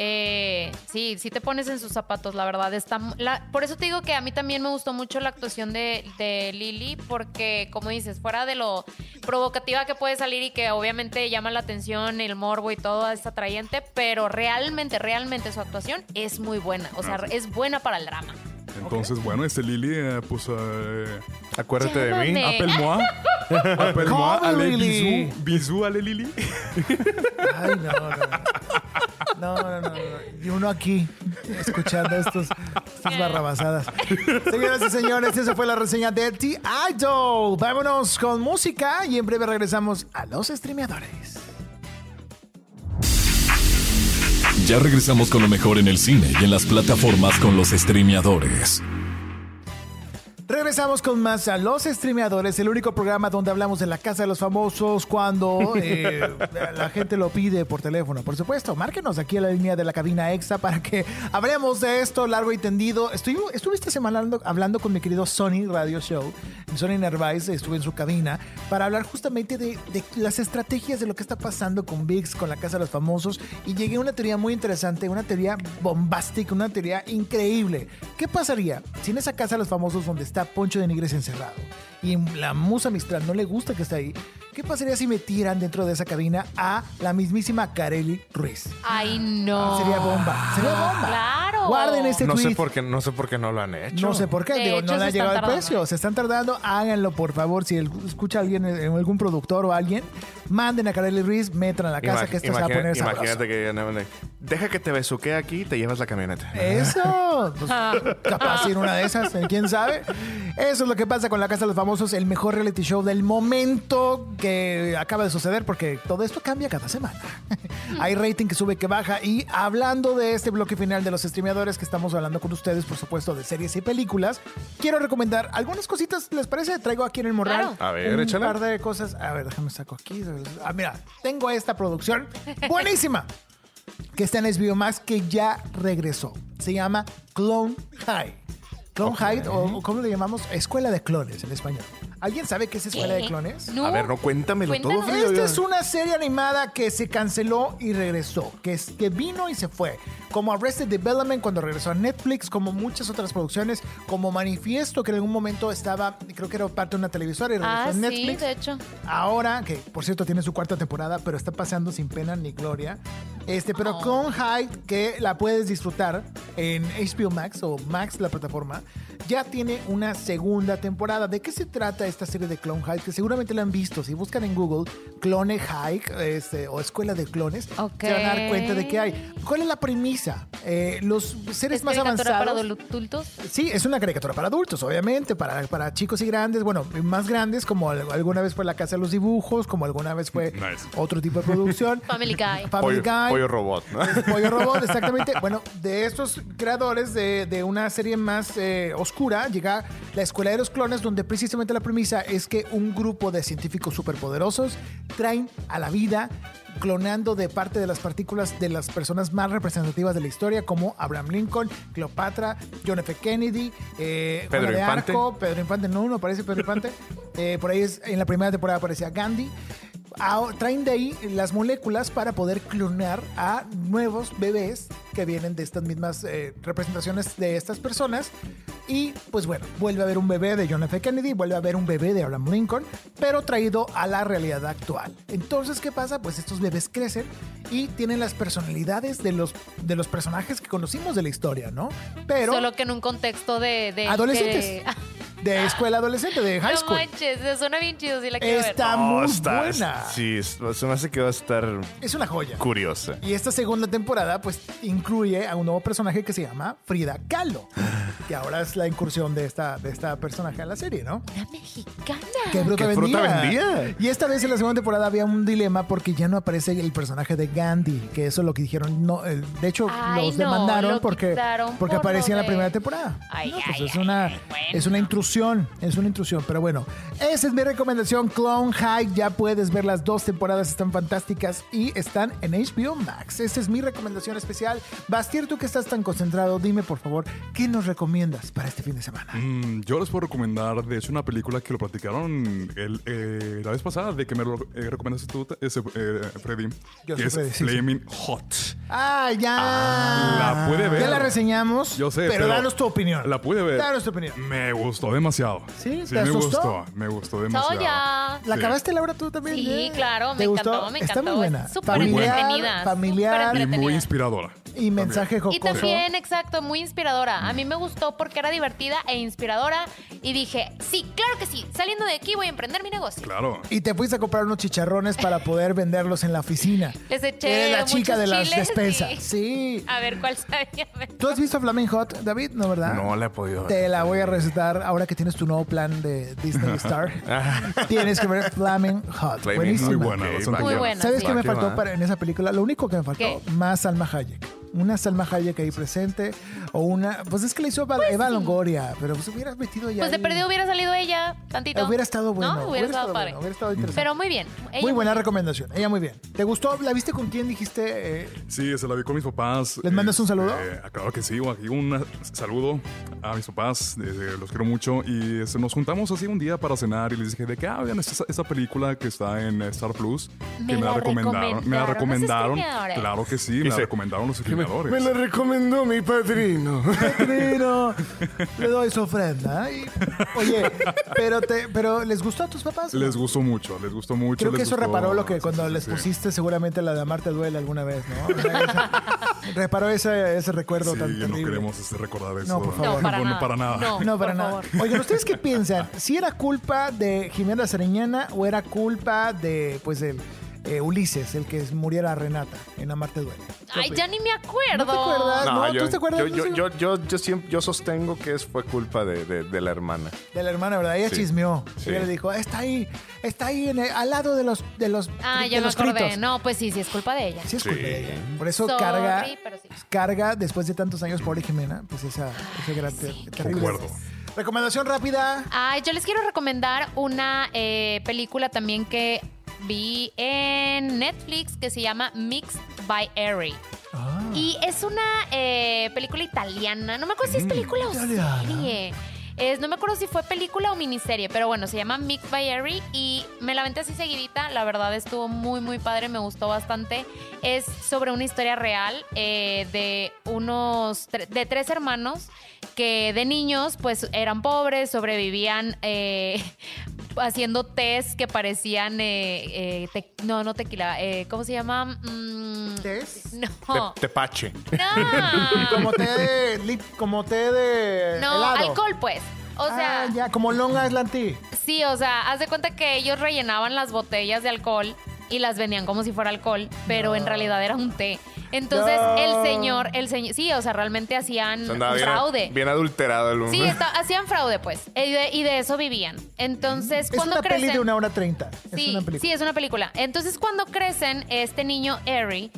[SPEAKER 4] Eh, sí, sí te pones en sus zapatos, la verdad. Está, mu- la- por eso te digo que a mí también me gustó mucho la actuación de, de Lily, porque como dices, fuera de lo provocativa que puede salir y que obviamente llama la atención, el morbo y todo es atrayente, pero realmente, realmente su actuación es muy buena, o sea,
[SPEAKER 5] Ah, sí.
[SPEAKER 4] es buena para el drama.
[SPEAKER 5] Entonces, bueno, este Lily, eh, pues. eh,
[SPEAKER 3] Acuérdate de mí.
[SPEAKER 4] Llámame.
[SPEAKER 5] [laughs] Appelle-moi. Appelle-moi.
[SPEAKER 2] Come,
[SPEAKER 5] Allez,
[SPEAKER 2] Lily.
[SPEAKER 5] bisous. Bisous, allez, Lily.
[SPEAKER 2] Ay, no, no. No, no, no, no. Y uno aquí escuchando estos, estas barrabasadas. Señoras y señores, esa fue la reseña de The Idol. Vámonos con música y en breve regresamos a los streameadores.
[SPEAKER 1] Ya regresamos con lo mejor en el cine y en las plataformas con los streameadores.
[SPEAKER 2] Regresamos con más a Los Streameadores, el único programa donde hablamos de la casa de los famosos cuando eh, la gente lo pide por teléfono. Por supuesto, márquenos aquí a la línea de la cabina extra para que hablemos de esto largo y tendido. Estuve, estuve esta semana hablando, hablando con mi querido Sony Radio Show, Sony Nervais, estuve en su cabina para hablar justamente de, de las estrategias de lo que está pasando con VIX, con la casa de los famosos y llegué a una teoría muy interesante, una teoría bombástica, una teoría increíble. ¿Qué pasaría si en esa casa de los famosos donde está Poncho de Nigres encerrado y la musa Mistral no le gusta que está ahí? ¿Qué pasaría si metieran dentro de esa cabina a la mismísima Kareli Ruiz?
[SPEAKER 4] Ay, no.
[SPEAKER 2] Ah, Sería bomba, sería bomba.
[SPEAKER 4] Claro.
[SPEAKER 2] Guarden ese
[SPEAKER 3] No sé,
[SPEAKER 2] Este tweet.
[SPEAKER 3] por qué, no sé por qué no lo han hecho.
[SPEAKER 2] No sé por qué,
[SPEAKER 4] De
[SPEAKER 2] digo,
[SPEAKER 4] hecho,
[SPEAKER 2] no le
[SPEAKER 4] se
[SPEAKER 2] ha llegado el
[SPEAKER 4] están
[SPEAKER 2] precio.
[SPEAKER 4] tardando.
[SPEAKER 2] Se están tardando, háganlo por favor. Si el- escucha alguien, eh, algún productor o alguien, manden a Kareli Ruiz, metan a la casa
[SPEAKER 3] Imag-
[SPEAKER 2] que esto se va a
[SPEAKER 3] imagina-
[SPEAKER 2] poner sabroso.
[SPEAKER 3] Imagínate que no, no, deja que te besuque aquí y te llevas la camioneta.
[SPEAKER 2] Eh, Eso, pues, capaz ir una de esas, eh, quién sabe. Eso es lo que pasa con la Casa de los Famosos, el mejor reality show del momento que acaba de suceder, porque todo esto cambia cada semana. Hay rating que sube, que baja. Y hablando de este bloque final de los streameadores que estamos hablando con ustedes, por supuesto, de series y películas, quiero recomendar algunas cositas, ¿les parece? Traigo aquí en el morral
[SPEAKER 3] Claro. A ver,
[SPEAKER 2] un
[SPEAKER 3] échala.
[SPEAKER 2] par de cosas. A ver, déjame saco aquí. Ah, mira, tengo esta producción buenísima que está en HBO Max que ya regresó. Se llama Clone High. Clone High, o o ¿cómo le llamamos? Escuela de clones en español. ¿Alguien sabe qué es Escuela de
[SPEAKER 4] ¿Qué?
[SPEAKER 2] clones?
[SPEAKER 4] No.
[SPEAKER 3] A ver, no, cuéntamelo todo,
[SPEAKER 4] Cuéntanos.
[SPEAKER 3] Freddy.
[SPEAKER 2] Esta es una serie animada que se canceló y regresó, que, es, que vino y se fue. Como Arrested Development cuando regresó a Netflix, como muchas otras producciones, como Manifiesto, que en algún momento estaba, creo que era parte de una televisora y regresó
[SPEAKER 4] Ah,
[SPEAKER 2] a
[SPEAKER 4] sí,
[SPEAKER 2] Netflix.
[SPEAKER 4] de hecho.
[SPEAKER 2] Ahora, que por cierto tiene su cuarta temporada, pero está pasando sin pena ni gloria. Este, pero
[SPEAKER 4] Oh.
[SPEAKER 2] con Hyde, que la puedes disfrutar en HBO Max o Max, la plataforma, ya tiene una segunda temporada. ¿De qué se trata esta serie de Clone Hyde? Que seguramente la han visto. Si buscan en Google Clone Hyde este, o Escuela de Clones,
[SPEAKER 4] Ok.
[SPEAKER 2] se van a dar cuenta de qué hay. ¿Cuál es la premisa? Eh, los seres
[SPEAKER 4] Es
[SPEAKER 2] más
[SPEAKER 4] caricatura
[SPEAKER 2] avanzados.
[SPEAKER 4] para adultos.
[SPEAKER 2] Sí, es una caricatura para adultos, obviamente, para, para chicos y grandes, bueno, más grandes, como al- alguna vez fue La Casa de los Dibujos, como alguna vez fue
[SPEAKER 5] Nice.
[SPEAKER 2] otro tipo de producción.
[SPEAKER 4] Family Guy.
[SPEAKER 2] Family
[SPEAKER 3] Pollo,
[SPEAKER 2] Guy.
[SPEAKER 3] pollo robot, ¿no?
[SPEAKER 2] Pollo Robot, exactamente. Bueno, de estos creadores de, de una serie más eh, oscura, llega la Escuela de los Clones, donde precisamente la premisa es que un grupo de científicos superpoderosos traen a la vida clonando de parte de las partículas de las personas más representativas de la historia, como Abraham Lincoln, Cleopatra, John F. Kennedy, eh,
[SPEAKER 3] Pedro
[SPEAKER 2] Juana de
[SPEAKER 3] Infante.
[SPEAKER 2] Arco, Pedro Infante, no, no aparece Pedro Infante. Eh, por ahí es, en la primera temporada aparecía Gandhi. Ah, traen de ahí las moléculas para poder clonar a nuevos bebés que vienen de estas mismas eh, representaciones de estas personas. Y pues bueno, vuelve a haber un bebé de John F. Kennedy, vuelve a haber un bebé de Abraham Lincoln, pero traído a la realidad actual. Entonces, ¿qué pasa? Pues estos bebés crecen y tienen las personalidades de los, de los personajes que conocimos de la historia, ¿no? Pero
[SPEAKER 4] Solo que en un contexto de. de
[SPEAKER 2] Adolescentes.
[SPEAKER 4] [laughs] de-
[SPEAKER 2] de escuela adolescente, de high
[SPEAKER 4] no
[SPEAKER 2] school.
[SPEAKER 4] manches, se suena bien chido, sí la quiero
[SPEAKER 2] Está
[SPEAKER 3] No, [laughs]
[SPEAKER 2] muy
[SPEAKER 3] Oh, está-
[SPEAKER 2] buena.
[SPEAKER 3] Sí, es- se me hace que va a estar
[SPEAKER 2] Es una joya.
[SPEAKER 3] curiosa.
[SPEAKER 2] Y esta segunda temporada, pues, incluye a un nuevo personaje que se llama Frida Kahlo, que ahora es la incursión de esta, de esta personaje a la serie, ¿no?
[SPEAKER 4] ver. Una mexicana.
[SPEAKER 2] ¿Qué fruta,
[SPEAKER 3] ¿Qué
[SPEAKER 2] vendía?
[SPEAKER 3] fruta vendía?
[SPEAKER 2] Y esta vez en la segunda temporada había un dilema porque ya no aparece el personaje de Gandhi, que eso es lo que dijeron. No, eh, de hecho,
[SPEAKER 4] Ay,
[SPEAKER 2] los
[SPEAKER 4] no,
[SPEAKER 2] demandaron
[SPEAKER 4] lo
[SPEAKER 2] porque,
[SPEAKER 4] quitaron
[SPEAKER 2] porque
[SPEAKER 4] por
[SPEAKER 2] aparecía en
[SPEAKER 4] lo
[SPEAKER 2] la
[SPEAKER 4] de-
[SPEAKER 2] primera temporada.
[SPEAKER 4] Ay,
[SPEAKER 2] No, pues
[SPEAKER 4] ay,
[SPEAKER 2] es, una,
[SPEAKER 4] ay, bueno.
[SPEAKER 2] es una intrusión, es una intrusión. Pero bueno, esa es mi recomendación. Clone High, ya puedes ver las dos temporadas, están fantásticas y están en HBO Max. Esa es mi recomendación especial. Bastir, tú que estás tan concentrado, dime por favor, ¿qué nos recomiendas para este fin de semana?
[SPEAKER 5] Mm, Yo les puedo recomendar, de hecho, una película que lo platicaron el, eh, la vez pasada, de que me lo eh, recomendaste tú, ese, eh, Freddy.
[SPEAKER 2] Yo soy
[SPEAKER 5] que es
[SPEAKER 2] Freddy, sí, sí.
[SPEAKER 5] Flaming Hot.
[SPEAKER 2] Ah, ya.
[SPEAKER 5] la puede ver.
[SPEAKER 2] Ya la reseñamos.
[SPEAKER 5] Yo sé,
[SPEAKER 2] Pero,
[SPEAKER 5] pero
[SPEAKER 2] danos tu opinión.
[SPEAKER 5] La pude ver.
[SPEAKER 2] Danos tu opinión.
[SPEAKER 5] Me gustó demasiado.
[SPEAKER 2] ¿Sí? ¿Te
[SPEAKER 5] me
[SPEAKER 2] asustó?
[SPEAKER 5] gustó. Me gustó demasiado.
[SPEAKER 4] Soya.
[SPEAKER 2] ¿La
[SPEAKER 5] Sí.
[SPEAKER 2] acabaste, Laura, tú también?
[SPEAKER 4] Sí,
[SPEAKER 2] ¿eh?
[SPEAKER 4] claro,
[SPEAKER 2] ¿Te
[SPEAKER 4] me
[SPEAKER 2] gustó?
[SPEAKER 4] encantó, me
[SPEAKER 2] Está
[SPEAKER 4] encantó.
[SPEAKER 2] muy buena.
[SPEAKER 4] Es súper
[SPEAKER 2] familiar,
[SPEAKER 4] entretenida, súper
[SPEAKER 2] familiar.
[SPEAKER 5] Y muy
[SPEAKER 4] entretenida.
[SPEAKER 5] inspiradora.
[SPEAKER 2] Y mensaje jocoso.
[SPEAKER 4] Y también, exacto, muy inspiradora. A mí me gustó porque era divertida e inspiradora. Y dije, sí, claro que sí. Saliendo de aquí voy a emprender mi negocio.
[SPEAKER 5] Claro.
[SPEAKER 2] Y te fuiste a comprar unos chicharrones para poder venderlos en la oficina.
[SPEAKER 4] Les eché
[SPEAKER 2] Eres la chica
[SPEAKER 4] muchos
[SPEAKER 2] de las
[SPEAKER 4] chiles
[SPEAKER 2] despensas.
[SPEAKER 4] y-
[SPEAKER 2] Sí.
[SPEAKER 4] A ver cuál sabía. mejor.
[SPEAKER 2] ¿Tú has visto Flaming Hot, David? No, ¿verdad?
[SPEAKER 3] No la he podido ver.
[SPEAKER 2] Ah, Te la voy a recetar ahora que tienes tu nuevo plan de Disney Star. tienes que ver Flaming Hot.
[SPEAKER 3] Flaming
[SPEAKER 2] Buenísima.
[SPEAKER 5] Muy buena,
[SPEAKER 3] Ok,
[SPEAKER 5] bastante
[SPEAKER 3] va
[SPEAKER 4] Muy
[SPEAKER 3] que va.
[SPEAKER 4] buena.
[SPEAKER 2] ¿Sabes
[SPEAKER 4] sí.
[SPEAKER 2] qué me
[SPEAKER 3] Va que
[SPEAKER 2] faltó
[SPEAKER 3] va.
[SPEAKER 2] para, en esa película? Lo único que me faltó,
[SPEAKER 4] ¿Qué?
[SPEAKER 2] más Salma Hayek. Una Salma Hayek ahí presente o una... Pues es que le hizo Eva, Eva Longoria, pero pues hubieras metido ya...
[SPEAKER 4] Pues de
[SPEAKER 2] ahí.
[SPEAKER 4] perdido hubiera salido ella, tantito.
[SPEAKER 2] Hubiera estado bueno.
[SPEAKER 4] No, hubiera, estado padre.
[SPEAKER 2] bueno, hubiera estado interesante.
[SPEAKER 4] Pero muy bien. Ella
[SPEAKER 2] muy buena recomendación. Ella muy bien. ¿Te gustó? ¿La viste con quién dijiste? eh,
[SPEAKER 5] Sí, se la vi con mis papás.
[SPEAKER 2] ¿Les mandas un saludo?
[SPEAKER 5] Eh, claro que sí, aquí un saludo a mis papás, eh, los quiero mucho. Y este, nos juntamos así un día para cenar y les dije de que, ah, vean esta, esta película que está en Star Plus,
[SPEAKER 4] Me
[SPEAKER 5] que me la
[SPEAKER 4] la
[SPEAKER 5] recomendaron. Me la
[SPEAKER 4] recomendaron
[SPEAKER 5] recomendaron.
[SPEAKER 4] los streameadores.
[SPEAKER 5] Claro que sí, me la
[SPEAKER 3] Dice,
[SPEAKER 5] recomendaron los
[SPEAKER 3] Me,
[SPEAKER 5] escribidores.
[SPEAKER 3] me la recomendó mi [laughs] padrino.
[SPEAKER 2] Petrino, le doy su ofrenda. Y- oye, pero, te, pero ¿les gustó a tus papás?
[SPEAKER 5] Les gustó mucho, les gustó mucho.
[SPEAKER 2] Creo que
[SPEAKER 5] les
[SPEAKER 2] eso
[SPEAKER 5] gustó.
[SPEAKER 2] reparó lo que cuando
[SPEAKER 5] Sí, sí,
[SPEAKER 2] les
[SPEAKER 5] sí.
[SPEAKER 2] pusiste seguramente la de Amar te duele alguna vez,
[SPEAKER 5] [laughs]
[SPEAKER 2] ¿no? O sea, esa- reparó ese, ese recuerdo
[SPEAKER 5] Sí,
[SPEAKER 2] tan
[SPEAKER 5] no
[SPEAKER 2] terrible.
[SPEAKER 5] queremos este, recordar eso.
[SPEAKER 2] por
[SPEAKER 4] No,
[SPEAKER 2] favor.
[SPEAKER 4] para,
[SPEAKER 5] Bueno,
[SPEAKER 4] nada.
[SPEAKER 5] para nada.
[SPEAKER 4] No,
[SPEAKER 2] No, para
[SPEAKER 4] por
[SPEAKER 2] nada.
[SPEAKER 4] favor.
[SPEAKER 2] Oigan, ¿ustedes qué piensan? ¿Si era culpa de Jimena Sariñana o era culpa de, pues, el, eh, Ulises, el que muriera Renata en Amar te duele? ¿Qué
[SPEAKER 4] Ay,
[SPEAKER 2] opinas?
[SPEAKER 4] ya ni me acuerdo.
[SPEAKER 2] ¿No te acuerdas? Ah, No, ¿tú te acuerdas?
[SPEAKER 3] Yo,
[SPEAKER 2] No
[SPEAKER 3] yo,
[SPEAKER 2] sé.
[SPEAKER 3] yo, yo, yo siempre, yo sostengo que es, fue culpa de, de- de la hermana.
[SPEAKER 2] De la hermana, ¿verdad? Ella
[SPEAKER 3] Sí.
[SPEAKER 2] chismeó.
[SPEAKER 3] Sí.
[SPEAKER 2] Ella le dijo, está ahí, está ahí en el- al lado de los de los
[SPEAKER 4] Ah,
[SPEAKER 2] de
[SPEAKER 4] ya me
[SPEAKER 2] los
[SPEAKER 4] acordé.
[SPEAKER 2] fritos".
[SPEAKER 4] No, pues sí, sí, es culpa de ella.
[SPEAKER 2] Sí, es
[SPEAKER 3] Sí.
[SPEAKER 2] culpa de ella. Por eso
[SPEAKER 4] Sorry,
[SPEAKER 2] carga,
[SPEAKER 4] pero sí.
[SPEAKER 2] carga después de tantos años, pobre Jimena, pues esa, ese gran ter- terrible.
[SPEAKER 5] Concuerdo.
[SPEAKER 2] Recomendación rápida.
[SPEAKER 4] Ay, yo les quiero recomendar una eh, película también que vi en Netflix que se llama Mixed by Airy.
[SPEAKER 2] Ah,
[SPEAKER 4] Y es una eh, película italiana. No me acuerdo si es película o
[SPEAKER 2] italiana.
[SPEAKER 4] serie. Es, no me acuerdo si fue película o miniserie, pero bueno, se llama Mixed by Airy y me la aventé así seguidita. La verdad estuvo muy, muy padre, me gustó bastante. Es sobre una historia real eh, de unos, tre- de tres hermanos que de niños pues eran pobres, sobrevivían eh, [laughs] haciendo test que parecían, eh, eh, te- no, no tequila, eh, ¿cómo se llama? Mm,
[SPEAKER 2] ¿Test?
[SPEAKER 4] No.
[SPEAKER 3] Te- tepache.
[SPEAKER 4] No.
[SPEAKER 2] como té de lip- como té de
[SPEAKER 4] [laughs] No,
[SPEAKER 2] helado.
[SPEAKER 4] alcohol, pues. O sea,
[SPEAKER 2] Ah, ya, como Long Island Tea.
[SPEAKER 4] sí, o sea, haz de cuenta que ellos rellenaban las botellas de alcohol y las vendían como si fuera alcohol, pero en realidad era un té. Entonces,
[SPEAKER 2] No.
[SPEAKER 4] el señor, el señor, sí, o sea, realmente hacían
[SPEAKER 3] Se andaba bien,
[SPEAKER 4] fraude.
[SPEAKER 3] bien adulterado el
[SPEAKER 4] Sí,
[SPEAKER 3] hombre.
[SPEAKER 4] está- hacían fraude, pues. Y de, y de eso vivían. Entonces,
[SPEAKER 2] Es
[SPEAKER 4] cuando
[SPEAKER 2] una
[SPEAKER 4] crecen.
[SPEAKER 2] peli de una hora treinta. Es
[SPEAKER 4] Sí,
[SPEAKER 2] una película.
[SPEAKER 4] sí, es una película. Entonces, cuando crecen, este niño, Harry,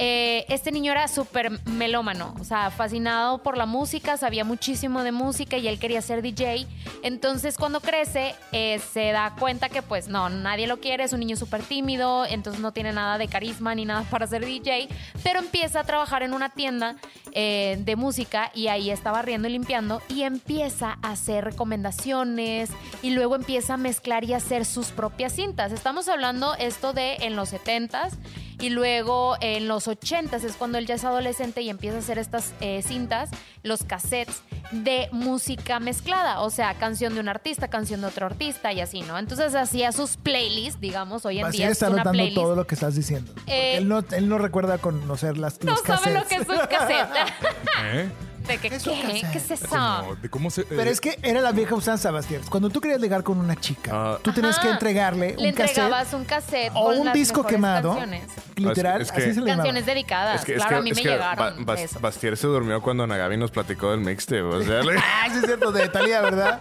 [SPEAKER 4] eh, este niño era súper melómano, o sea, fascinado por la música, sabía muchísimo de música y él quería ser DJ. Entonces, cuando crece, eh, se da cuenta que, pues, no, nadie lo quiere, es un niño súper tímido, entonces no tiene nada de carisma ni nada para ser DJ, pero empieza a trabajar en una tienda eh, de música y ahí está barriendo y limpiando y empieza a hacer recomendaciones y luego empieza a mezclar y a hacer sus propias cintas. Estamos hablando esto de en los 70s y luego en los 80s es cuando él ya es adolescente y empieza a hacer estas eh, cintas, los cassettes de música mezclada, o sea, canción de un artista, canción de otro artista y así, ¿no? Entonces hacía sus playlists, digamos, hoy en
[SPEAKER 2] Así
[SPEAKER 4] día es
[SPEAKER 2] está
[SPEAKER 4] una
[SPEAKER 2] anotando
[SPEAKER 4] playlist.
[SPEAKER 2] todo lo que estás diciendo. Porque
[SPEAKER 4] Eh,
[SPEAKER 2] él, no, él no recuerda conocer las
[SPEAKER 4] no
[SPEAKER 2] los
[SPEAKER 4] sabe lo que es
[SPEAKER 2] cassettes.
[SPEAKER 4] un
[SPEAKER 2] [laughs]
[SPEAKER 4] cassette.
[SPEAKER 5] [laughs]
[SPEAKER 4] [laughs]
[SPEAKER 5] ¿Eh?
[SPEAKER 4] ¿De
[SPEAKER 2] ¿Qué
[SPEAKER 4] que, ¿qué?
[SPEAKER 2] es un cassette?
[SPEAKER 4] ¿Qué es eso?
[SPEAKER 5] Como, ¿de ¿Cómo se.? eh,
[SPEAKER 2] Pero es que era la vieja usanza, Bastián. Cuando tú querías ligar con una chica,
[SPEAKER 3] Ah.
[SPEAKER 2] tú tenías
[SPEAKER 4] Ajá.
[SPEAKER 2] que entregarle
[SPEAKER 4] Le
[SPEAKER 2] un cassette
[SPEAKER 4] entregabas un cassette
[SPEAKER 2] o
[SPEAKER 4] con
[SPEAKER 2] un
[SPEAKER 4] las
[SPEAKER 2] disco
[SPEAKER 4] mejores
[SPEAKER 2] quemado.
[SPEAKER 4] Canciones,
[SPEAKER 2] Literal,
[SPEAKER 3] Es que-
[SPEAKER 2] así se le llamaba.
[SPEAKER 4] Canciones dedicadas.
[SPEAKER 3] Es que, es
[SPEAKER 4] claro,
[SPEAKER 3] que-
[SPEAKER 4] a mí
[SPEAKER 3] es
[SPEAKER 4] me
[SPEAKER 3] que
[SPEAKER 4] llegaron.
[SPEAKER 3] Ba- Bas-
[SPEAKER 4] de eso.
[SPEAKER 3] Bastier se durmió cuando Nagabi nos platicó del mixtape. O
[SPEAKER 4] [laughs]
[SPEAKER 3] sea,
[SPEAKER 2] [laughs]
[SPEAKER 3] le-
[SPEAKER 2] Ah, sí es cierto, de Talía, ¿verdad?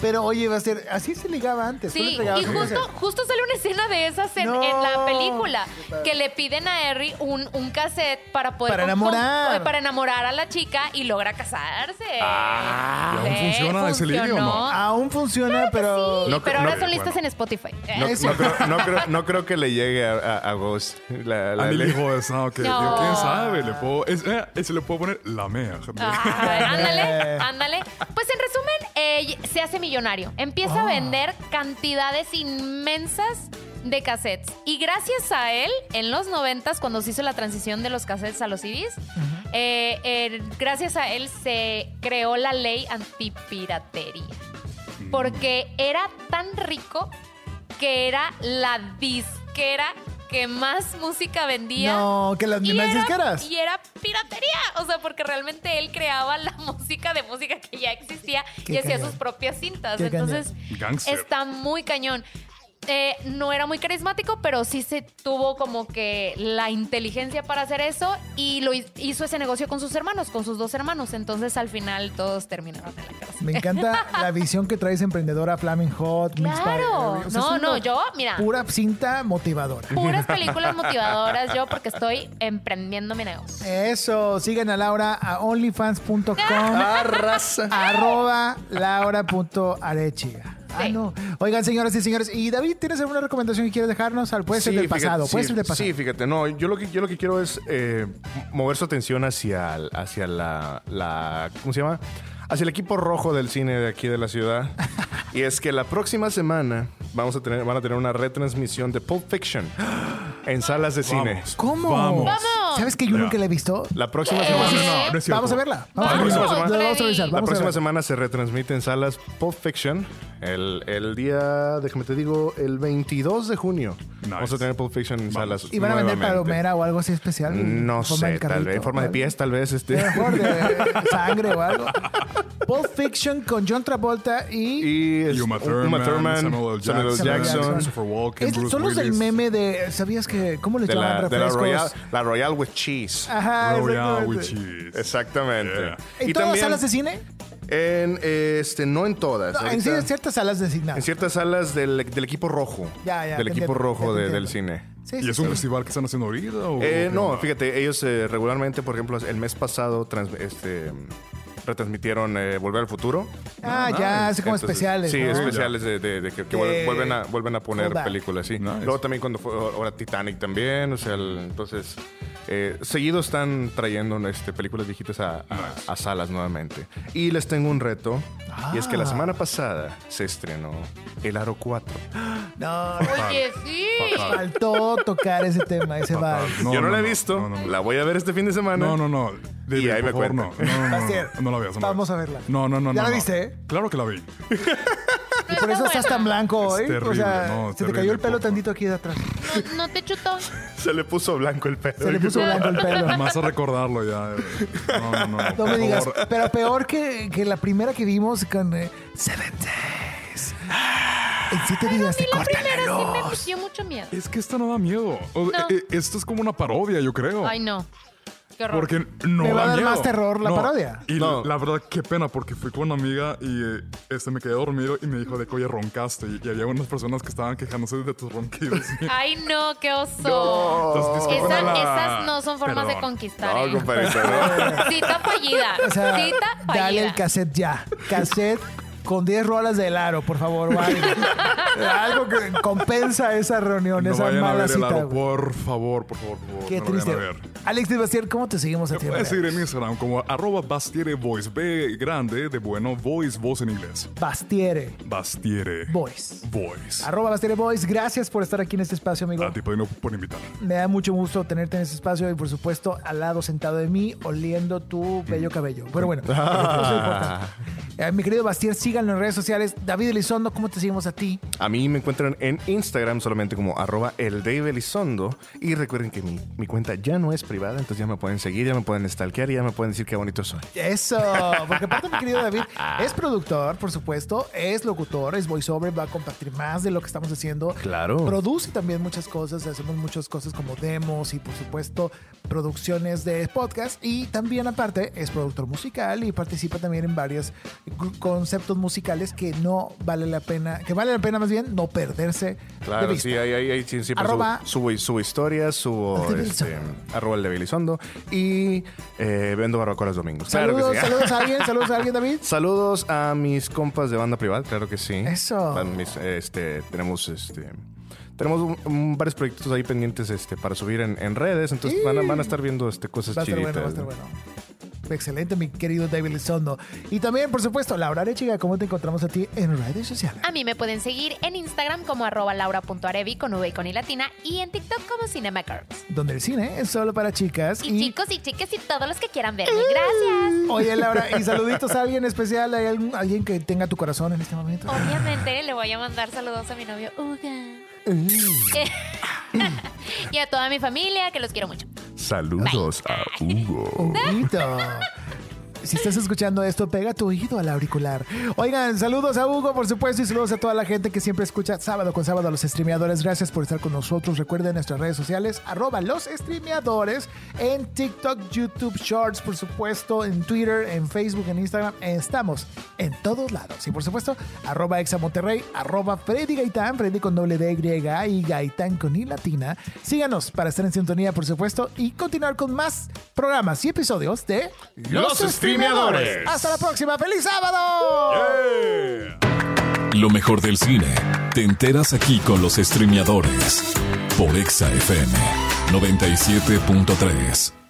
[SPEAKER 2] Pero oye, Bastián, así se ligaba antes. tú le
[SPEAKER 4] Sí,
[SPEAKER 2] entregabas
[SPEAKER 4] y
[SPEAKER 2] un
[SPEAKER 4] justo,
[SPEAKER 2] cassette.
[SPEAKER 4] justo sale una escena de esas en,
[SPEAKER 2] No.
[SPEAKER 4] en la película que le piden a Harry un, un cassette para poder
[SPEAKER 2] Para
[SPEAKER 4] con-
[SPEAKER 2] enamorar.
[SPEAKER 4] con- para enamorar a la chica y logra casarse.
[SPEAKER 3] Ah,
[SPEAKER 5] ¿y aún
[SPEAKER 4] Sí,
[SPEAKER 5] funciona ese lirio o no?
[SPEAKER 4] funcionó.
[SPEAKER 2] Aún funciona, pero.
[SPEAKER 4] Sí,
[SPEAKER 3] No,
[SPEAKER 4] pero ahora
[SPEAKER 3] no,
[SPEAKER 4] son listas
[SPEAKER 3] bueno.
[SPEAKER 4] en Spotify.
[SPEAKER 3] no,
[SPEAKER 4] Eh,
[SPEAKER 3] no creo, no creo- no creo que le llegue a, a, a Ghost. La, la-
[SPEAKER 5] A mí
[SPEAKER 3] la-
[SPEAKER 5] le
[SPEAKER 3] [laughs]
[SPEAKER 5] dijo eso, que
[SPEAKER 4] No.
[SPEAKER 5] digo, quién sabe, le puedo, es, eh, ese le puedo poner la mea.
[SPEAKER 4] Ay,
[SPEAKER 2] Eh.
[SPEAKER 4] Ah, ándale,
[SPEAKER 2] [laughs]
[SPEAKER 4] ándale. Pues en resumen, eh, se hace millonario. Empieza
[SPEAKER 2] Ah.
[SPEAKER 4] a vender cantidades inmensas de cassettes. Y gracias a él, en los noventas, cuando se hizo la transición de los cassettes a los CDs, eh, eh, gracias a él se creó la ley antipiratería.
[SPEAKER 2] Mm.
[SPEAKER 4] Porque era tan rico que era la disquera que más música vendía.
[SPEAKER 2] No, que las
[SPEAKER 4] Y
[SPEAKER 2] mismas
[SPEAKER 4] era-
[SPEAKER 2] disqueras.
[SPEAKER 4] Y era piratería. O sea, porque realmente él creaba la [laughs] música de música que ya existía
[SPEAKER 2] Qué
[SPEAKER 4] y hacía
[SPEAKER 2] cañón.
[SPEAKER 4] sus propias cintas.
[SPEAKER 2] Qué cañón.
[SPEAKER 4] Entonces,
[SPEAKER 5] Gangster.
[SPEAKER 4] está muy cañón. Eh, no era muy carismático, pero sí se tuvo como que la inteligencia para hacer eso y lo hi- hizo ese negocio con sus hermanos, con sus dos hermanos. Entonces, al final, todos terminaron en la cárcel.
[SPEAKER 2] Me encanta la visión que traes emprendedora, Flaming Hot, Mix
[SPEAKER 4] Claro.
[SPEAKER 2] Party, o sea,
[SPEAKER 4] No,
[SPEAKER 2] es
[SPEAKER 4] no,
[SPEAKER 2] una
[SPEAKER 4] yo, mira.
[SPEAKER 2] Pura cinta motivadora. [laughs]
[SPEAKER 4] Puras películas motivadoras yo porque estoy emprendiendo mi negocio.
[SPEAKER 2] Eso, sigan a Laura a onlyfans.com
[SPEAKER 3] raza.
[SPEAKER 2] arroba laura.arechiga. Ah,
[SPEAKER 4] Sí.
[SPEAKER 2] no. Oigan, señoras y señores, y David, ¿tienes alguna recomendación que quieres dejarnos? Al- Puede ser
[SPEAKER 3] Sí,
[SPEAKER 2] del
[SPEAKER 3] fíjate,
[SPEAKER 2] pasado, puede
[SPEAKER 3] sí,
[SPEAKER 2] ser del pasado.
[SPEAKER 3] Sí, fíjate, no, yo lo que, yo lo que quiero es eh, mover su atención hacia, el- hacia la, la- ¿Cómo se llama? Hacia el equipo rojo del cine de aquí de la ciudad. y es que la próxima semana vamos a tener, van a tener una retransmisión de Pulp Fiction en salas de cine.
[SPEAKER 5] Vamos.
[SPEAKER 2] ¿Cómo?
[SPEAKER 5] Vamos.
[SPEAKER 4] Vamos.
[SPEAKER 2] ¿Sabes que yo
[SPEAKER 5] Mira.
[SPEAKER 2] nunca la he visto? Eh,
[SPEAKER 3] La próxima
[SPEAKER 5] No,
[SPEAKER 3] semana.
[SPEAKER 5] no, no, no es cierto.
[SPEAKER 2] Vamos a verla.
[SPEAKER 4] Vamos,
[SPEAKER 2] a verla.
[SPEAKER 3] La próxima semana.
[SPEAKER 2] Lo vamos a revisar.
[SPEAKER 4] La
[SPEAKER 2] vamos a
[SPEAKER 3] la próxima
[SPEAKER 2] verla.
[SPEAKER 3] semana se retransmite en salas Pulp Fiction. El, el día, déjame te digo, el 22 de junio.
[SPEAKER 5] Nice.
[SPEAKER 3] Vamos a tener Pulp Fiction en
[SPEAKER 5] Vamos.
[SPEAKER 3] salas.
[SPEAKER 2] ¿Y van a vender
[SPEAKER 3] nuevamente.
[SPEAKER 2] palomera o algo así especial?
[SPEAKER 3] No
[SPEAKER 2] En forma
[SPEAKER 3] sé,
[SPEAKER 2] del
[SPEAKER 3] tal vez.
[SPEAKER 2] carrito,
[SPEAKER 3] En forma de
[SPEAKER 2] ¿vale?
[SPEAKER 3] pies, tal vez. Este.
[SPEAKER 2] A lo mejor de sangre o algo. Pulp Fiction con John Travolta y...
[SPEAKER 3] [laughs] Y es-
[SPEAKER 5] Y Uma Thurman, Samuel L. Jackson,
[SPEAKER 3] Samuel L. Jackson,
[SPEAKER 5] Christopher Walken,
[SPEAKER 2] Es-
[SPEAKER 5] Bruce
[SPEAKER 2] son los del
[SPEAKER 5] Willis.
[SPEAKER 2] meme de... ¿Sabías que... ¿Cómo le
[SPEAKER 3] de
[SPEAKER 2] llaman
[SPEAKER 3] la, de la
[SPEAKER 2] refrescos? Ah.
[SPEAKER 3] Royal, la Royal with Cheese.
[SPEAKER 2] Ajá,
[SPEAKER 5] Royal
[SPEAKER 2] exactamente.
[SPEAKER 5] with cheese.
[SPEAKER 3] Exactamente.
[SPEAKER 5] Yeah.
[SPEAKER 2] ¿En todas las salas de cine?
[SPEAKER 5] pues
[SPEAKER 3] En, este, no en todas.
[SPEAKER 2] No, en
[SPEAKER 3] ahorita-
[SPEAKER 2] cine- ciertas salas designadas.
[SPEAKER 3] en ciertas salas del, del equipo rojo.
[SPEAKER 2] Ya, ya,
[SPEAKER 3] Del
[SPEAKER 2] te
[SPEAKER 3] equipo
[SPEAKER 2] entiendo,
[SPEAKER 3] rojo
[SPEAKER 2] ya te
[SPEAKER 3] de- del
[SPEAKER 2] entiendo.
[SPEAKER 3] cine.
[SPEAKER 2] Sí,
[SPEAKER 5] ¿Y
[SPEAKER 2] sí,
[SPEAKER 5] es un
[SPEAKER 2] sí.
[SPEAKER 5] festival que están haciendo ahorita? o
[SPEAKER 3] Eh,
[SPEAKER 5] qué
[SPEAKER 3] no,
[SPEAKER 5] onda?
[SPEAKER 3] fíjate, ellos eh, regularmente, por ejemplo, el mes pasado trans- este, retransmitieron eh, Volver al Futuro.
[SPEAKER 2] Ah, ya, hace como
[SPEAKER 3] Entonces,
[SPEAKER 2] especiales.
[SPEAKER 3] Sí,
[SPEAKER 2] ¿no?
[SPEAKER 3] especiales de, de- de que, que
[SPEAKER 2] De-
[SPEAKER 3] vuelven, a, vuelven a poner
[SPEAKER 2] Callback.
[SPEAKER 3] películas, sí.
[SPEAKER 5] Nice.
[SPEAKER 3] Luego también cuando fue ahora Titanic también, o sea, el- entonces eh, seguido están trayendo este, películas viejitas a, a- a salas nuevamente. Y les tengo un reto, y es que
[SPEAKER 2] Ah.
[SPEAKER 3] la semana pasada se estrenó El Aro 4.
[SPEAKER 2] No,
[SPEAKER 4] Oye, sí.
[SPEAKER 2] faltó tocar ese tema,
[SPEAKER 5] [laughs]
[SPEAKER 2] ese va.
[SPEAKER 5] No,
[SPEAKER 3] Yo no,
[SPEAKER 5] no,
[SPEAKER 3] la he
[SPEAKER 5] no,
[SPEAKER 3] visto,
[SPEAKER 5] no, no, no.
[SPEAKER 3] la voy a ver este fin de semana.
[SPEAKER 5] No, no, no. David,
[SPEAKER 3] Y ahí
[SPEAKER 5] por
[SPEAKER 3] me
[SPEAKER 5] favor,
[SPEAKER 3] cuenta.
[SPEAKER 5] No, no, no, no,
[SPEAKER 2] Bastien,
[SPEAKER 5] no, la veas. no la
[SPEAKER 2] vamos
[SPEAKER 5] veas.
[SPEAKER 2] a verla.
[SPEAKER 5] No, no, no.
[SPEAKER 2] ¿Ya
[SPEAKER 5] no,
[SPEAKER 2] la
[SPEAKER 5] no.
[SPEAKER 2] viste, eh?
[SPEAKER 5] Claro que la vi.
[SPEAKER 2] Y por eso estás tan blanco hoy.
[SPEAKER 5] Es terrible,
[SPEAKER 2] o sea,
[SPEAKER 5] no, es
[SPEAKER 2] se te cayó el
[SPEAKER 5] terrible,
[SPEAKER 2] pelo
[SPEAKER 5] por favor.
[SPEAKER 2] tantito aquí de atrás.
[SPEAKER 4] No, no te chutó.
[SPEAKER 3] Se le puso blanco el pelo.
[SPEAKER 2] Se le puso blanco el pelo.
[SPEAKER 5] Me vas a recordarlo ya. eh. No, no,
[SPEAKER 2] [laughs]
[SPEAKER 5] no.
[SPEAKER 2] No
[SPEAKER 5] por
[SPEAKER 2] me digas.
[SPEAKER 5] favor.
[SPEAKER 2] Pero peor que, que la primera que vimos con eh, Seven Days.
[SPEAKER 5] Ah.
[SPEAKER 2] En siete días te
[SPEAKER 4] La
[SPEAKER 2] cortan la
[SPEAKER 4] primera sí me
[SPEAKER 2] luz.
[SPEAKER 4] metió mucho miedo.
[SPEAKER 5] Es que esta no da miedo. O-
[SPEAKER 4] No.
[SPEAKER 5] eh, eh, esto es como una parodia, yo creo.
[SPEAKER 4] Ay, no. Qué horror.
[SPEAKER 5] Porque no
[SPEAKER 2] Me va a
[SPEAKER 5] da
[SPEAKER 2] dar
[SPEAKER 5] miedo.
[SPEAKER 2] más terror la
[SPEAKER 5] No,
[SPEAKER 2] parodia.
[SPEAKER 5] Y
[SPEAKER 3] No.
[SPEAKER 5] la, la verdad, qué pena, porque fui con una amiga y eh, este me quedé dormido y me dijo de que oye, roncaste. Y, y había unas personas que estaban quejándose de tus
[SPEAKER 2] [laughs]
[SPEAKER 5] ronquidos.
[SPEAKER 4] Ay, no, qué oso.
[SPEAKER 5] Entonces, disculpen
[SPEAKER 4] Esa-
[SPEAKER 2] Oh.
[SPEAKER 5] a la-
[SPEAKER 4] Esas no son formas de
[SPEAKER 5] Perdón.
[SPEAKER 4] conquistar.
[SPEAKER 3] No,
[SPEAKER 4] ¿eh?
[SPEAKER 3] compadrito,
[SPEAKER 2] [laughs]
[SPEAKER 3] no.
[SPEAKER 4] Cita fallida.
[SPEAKER 2] O sea,
[SPEAKER 4] Cita fallida.
[SPEAKER 2] dale el cassette ya. Cassette con 10 rolas del aro, por favor. o Algo, Algo que compensa esa reunión,
[SPEAKER 5] No
[SPEAKER 2] esa
[SPEAKER 5] vayan a
[SPEAKER 2] mala
[SPEAKER 5] ver el
[SPEAKER 2] cita. güey.
[SPEAKER 5] aro, por favor, por favor, por favor.
[SPEAKER 2] Qué
[SPEAKER 5] no lo vayan
[SPEAKER 2] triste.
[SPEAKER 5] a ver.
[SPEAKER 2] Alex de Bastier, ¿cómo te seguimos a ti?
[SPEAKER 5] Puedes seguir en Instagram como arroba Bastiere Voice, B grande, de bueno, voice, voz en inglés.
[SPEAKER 2] Bastiere
[SPEAKER 5] Bastiere
[SPEAKER 2] Boys.
[SPEAKER 5] Voice.
[SPEAKER 2] Arroba Bastiere Boys, gracias por estar aquí en este espacio, amigo.
[SPEAKER 5] A ti, Padrino, por invitar.
[SPEAKER 2] Me da mucho gusto tenerte en este espacio y por supuesto al lado sentado de mí oliendo tu bello cabello. Pero
[SPEAKER 5] [laughs]
[SPEAKER 2] bueno, eso es lo importante. Eh, mi querido Bastier, síganlo en redes sociales. David Elizondo, ¿cómo te seguimos a ti?
[SPEAKER 3] A mí me encuentran en Instagram solamente como arroba el Dave Elizondo. Y recuerden que mi, mi cuenta ya no es privada, entonces ya me pueden seguir, ya me pueden stalkear y ya me pueden decir qué bonito soy.
[SPEAKER 2] Eso, porque aparte mi querido David es productor, por supuesto, es locutor, es voiceover, va a compartir más de lo que estamos haciendo.
[SPEAKER 3] Claro.
[SPEAKER 2] Produce también muchas cosas, hacemos muchas cosas como demos y por supuesto producciones de podcast y también aparte es productor musical y participa también en varios gru- conceptos musicales que no vale la pena, que vale la pena más bien no perderse de
[SPEAKER 3] Claro,
[SPEAKER 2] vista.
[SPEAKER 3] sí, ahí, ahí, ahí sí, siempre
[SPEAKER 2] Arroba-
[SPEAKER 3] subo, subo, subo historias, subo
[SPEAKER 2] El Dave
[SPEAKER 3] este,
[SPEAKER 2] Elizondo.
[SPEAKER 3] arroba el Dave Elizondo y eh, vendo barbacoa los domingos. Claro
[SPEAKER 2] Saludos,
[SPEAKER 3] que sí. ¿eh?
[SPEAKER 2] saludos a alguien, saludos a alguien David.
[SPEAKER 3] Saludos a mis compas de banda privada, claro que sí.
[SPEAKER 2] Eso.
[SPEAKER 3] A mis, este, tenemos este. Tenemos un- un- varios proyectos ahí pendientes este, para subir en, en redes, entonces van, a, van a estar viendo este, cosas
[SPEAKER 2] Va a estar
[SPEAKER 3] chiditas.
[SPEAKER 2] bueno, va a estar bueno. Excelente, mi querido David Elizondo. Y también, por supuesto, Laura Arechiga, ¿cómo te encontramos a ti en redes sociales?
[SPEAKER 4] A mí me pueden seguir en Instagram como arroba laura.arevi con V y con I latina y en TikTok como Cinemacars.
[SPEAKER 2] Donde el cine es solo para chicas.
[SPEAKER 4] Y chicos y chicas y todos los que quieran verme. Gracias.
[SPEAKER 2] Oye, Laura, y saluditos a alguien especial, ¿Hay algún- alguien que tenga tu corazón en este momento.
[SPEAKER 4] Obviamente le voy a mandar saludos a mi novio Uga. [laughs] y a toda mi familia, que los quiero mucho.
[SPEAKER 3] Saludos a
[SPEAKER 4] Oh.
[SPEAKER 3] Hugo.
[SPEAKER 2] Huguito.
[SPEAKER 4] [laughs]
[SPEAKER 2] Si estás escuchando esto, pega tu oído al auricular. Oigan, saludos a Hugo, por supuesto, y saludos a toda la gente que siempre escucha sábado con sábado a los streameadores. Gracias por estar con nosotros. Recuerden nuestras redes sociales, arroba los streameadores, en TikTok, YouTube Shorts, por supuesto, en Twitter, en Facebook, en Instagram. Estamos en todos lados. Y por supuesto, arroba examonterrey, arroba Freddy Gaitán, Freddy con doble D y y Gaitán con I latina. Síganos para estar en sintonía, por supuesto, y continuar con más programas y episodios de
[SPEAKER 3] Los Streameadores.
[SPEAKER 2] Hasta la próxima. ¡Feliz sábado!
[SPEAKER 1] Lo mejor del cine te enteras aquí con los streameadores por Exa FM 97.3.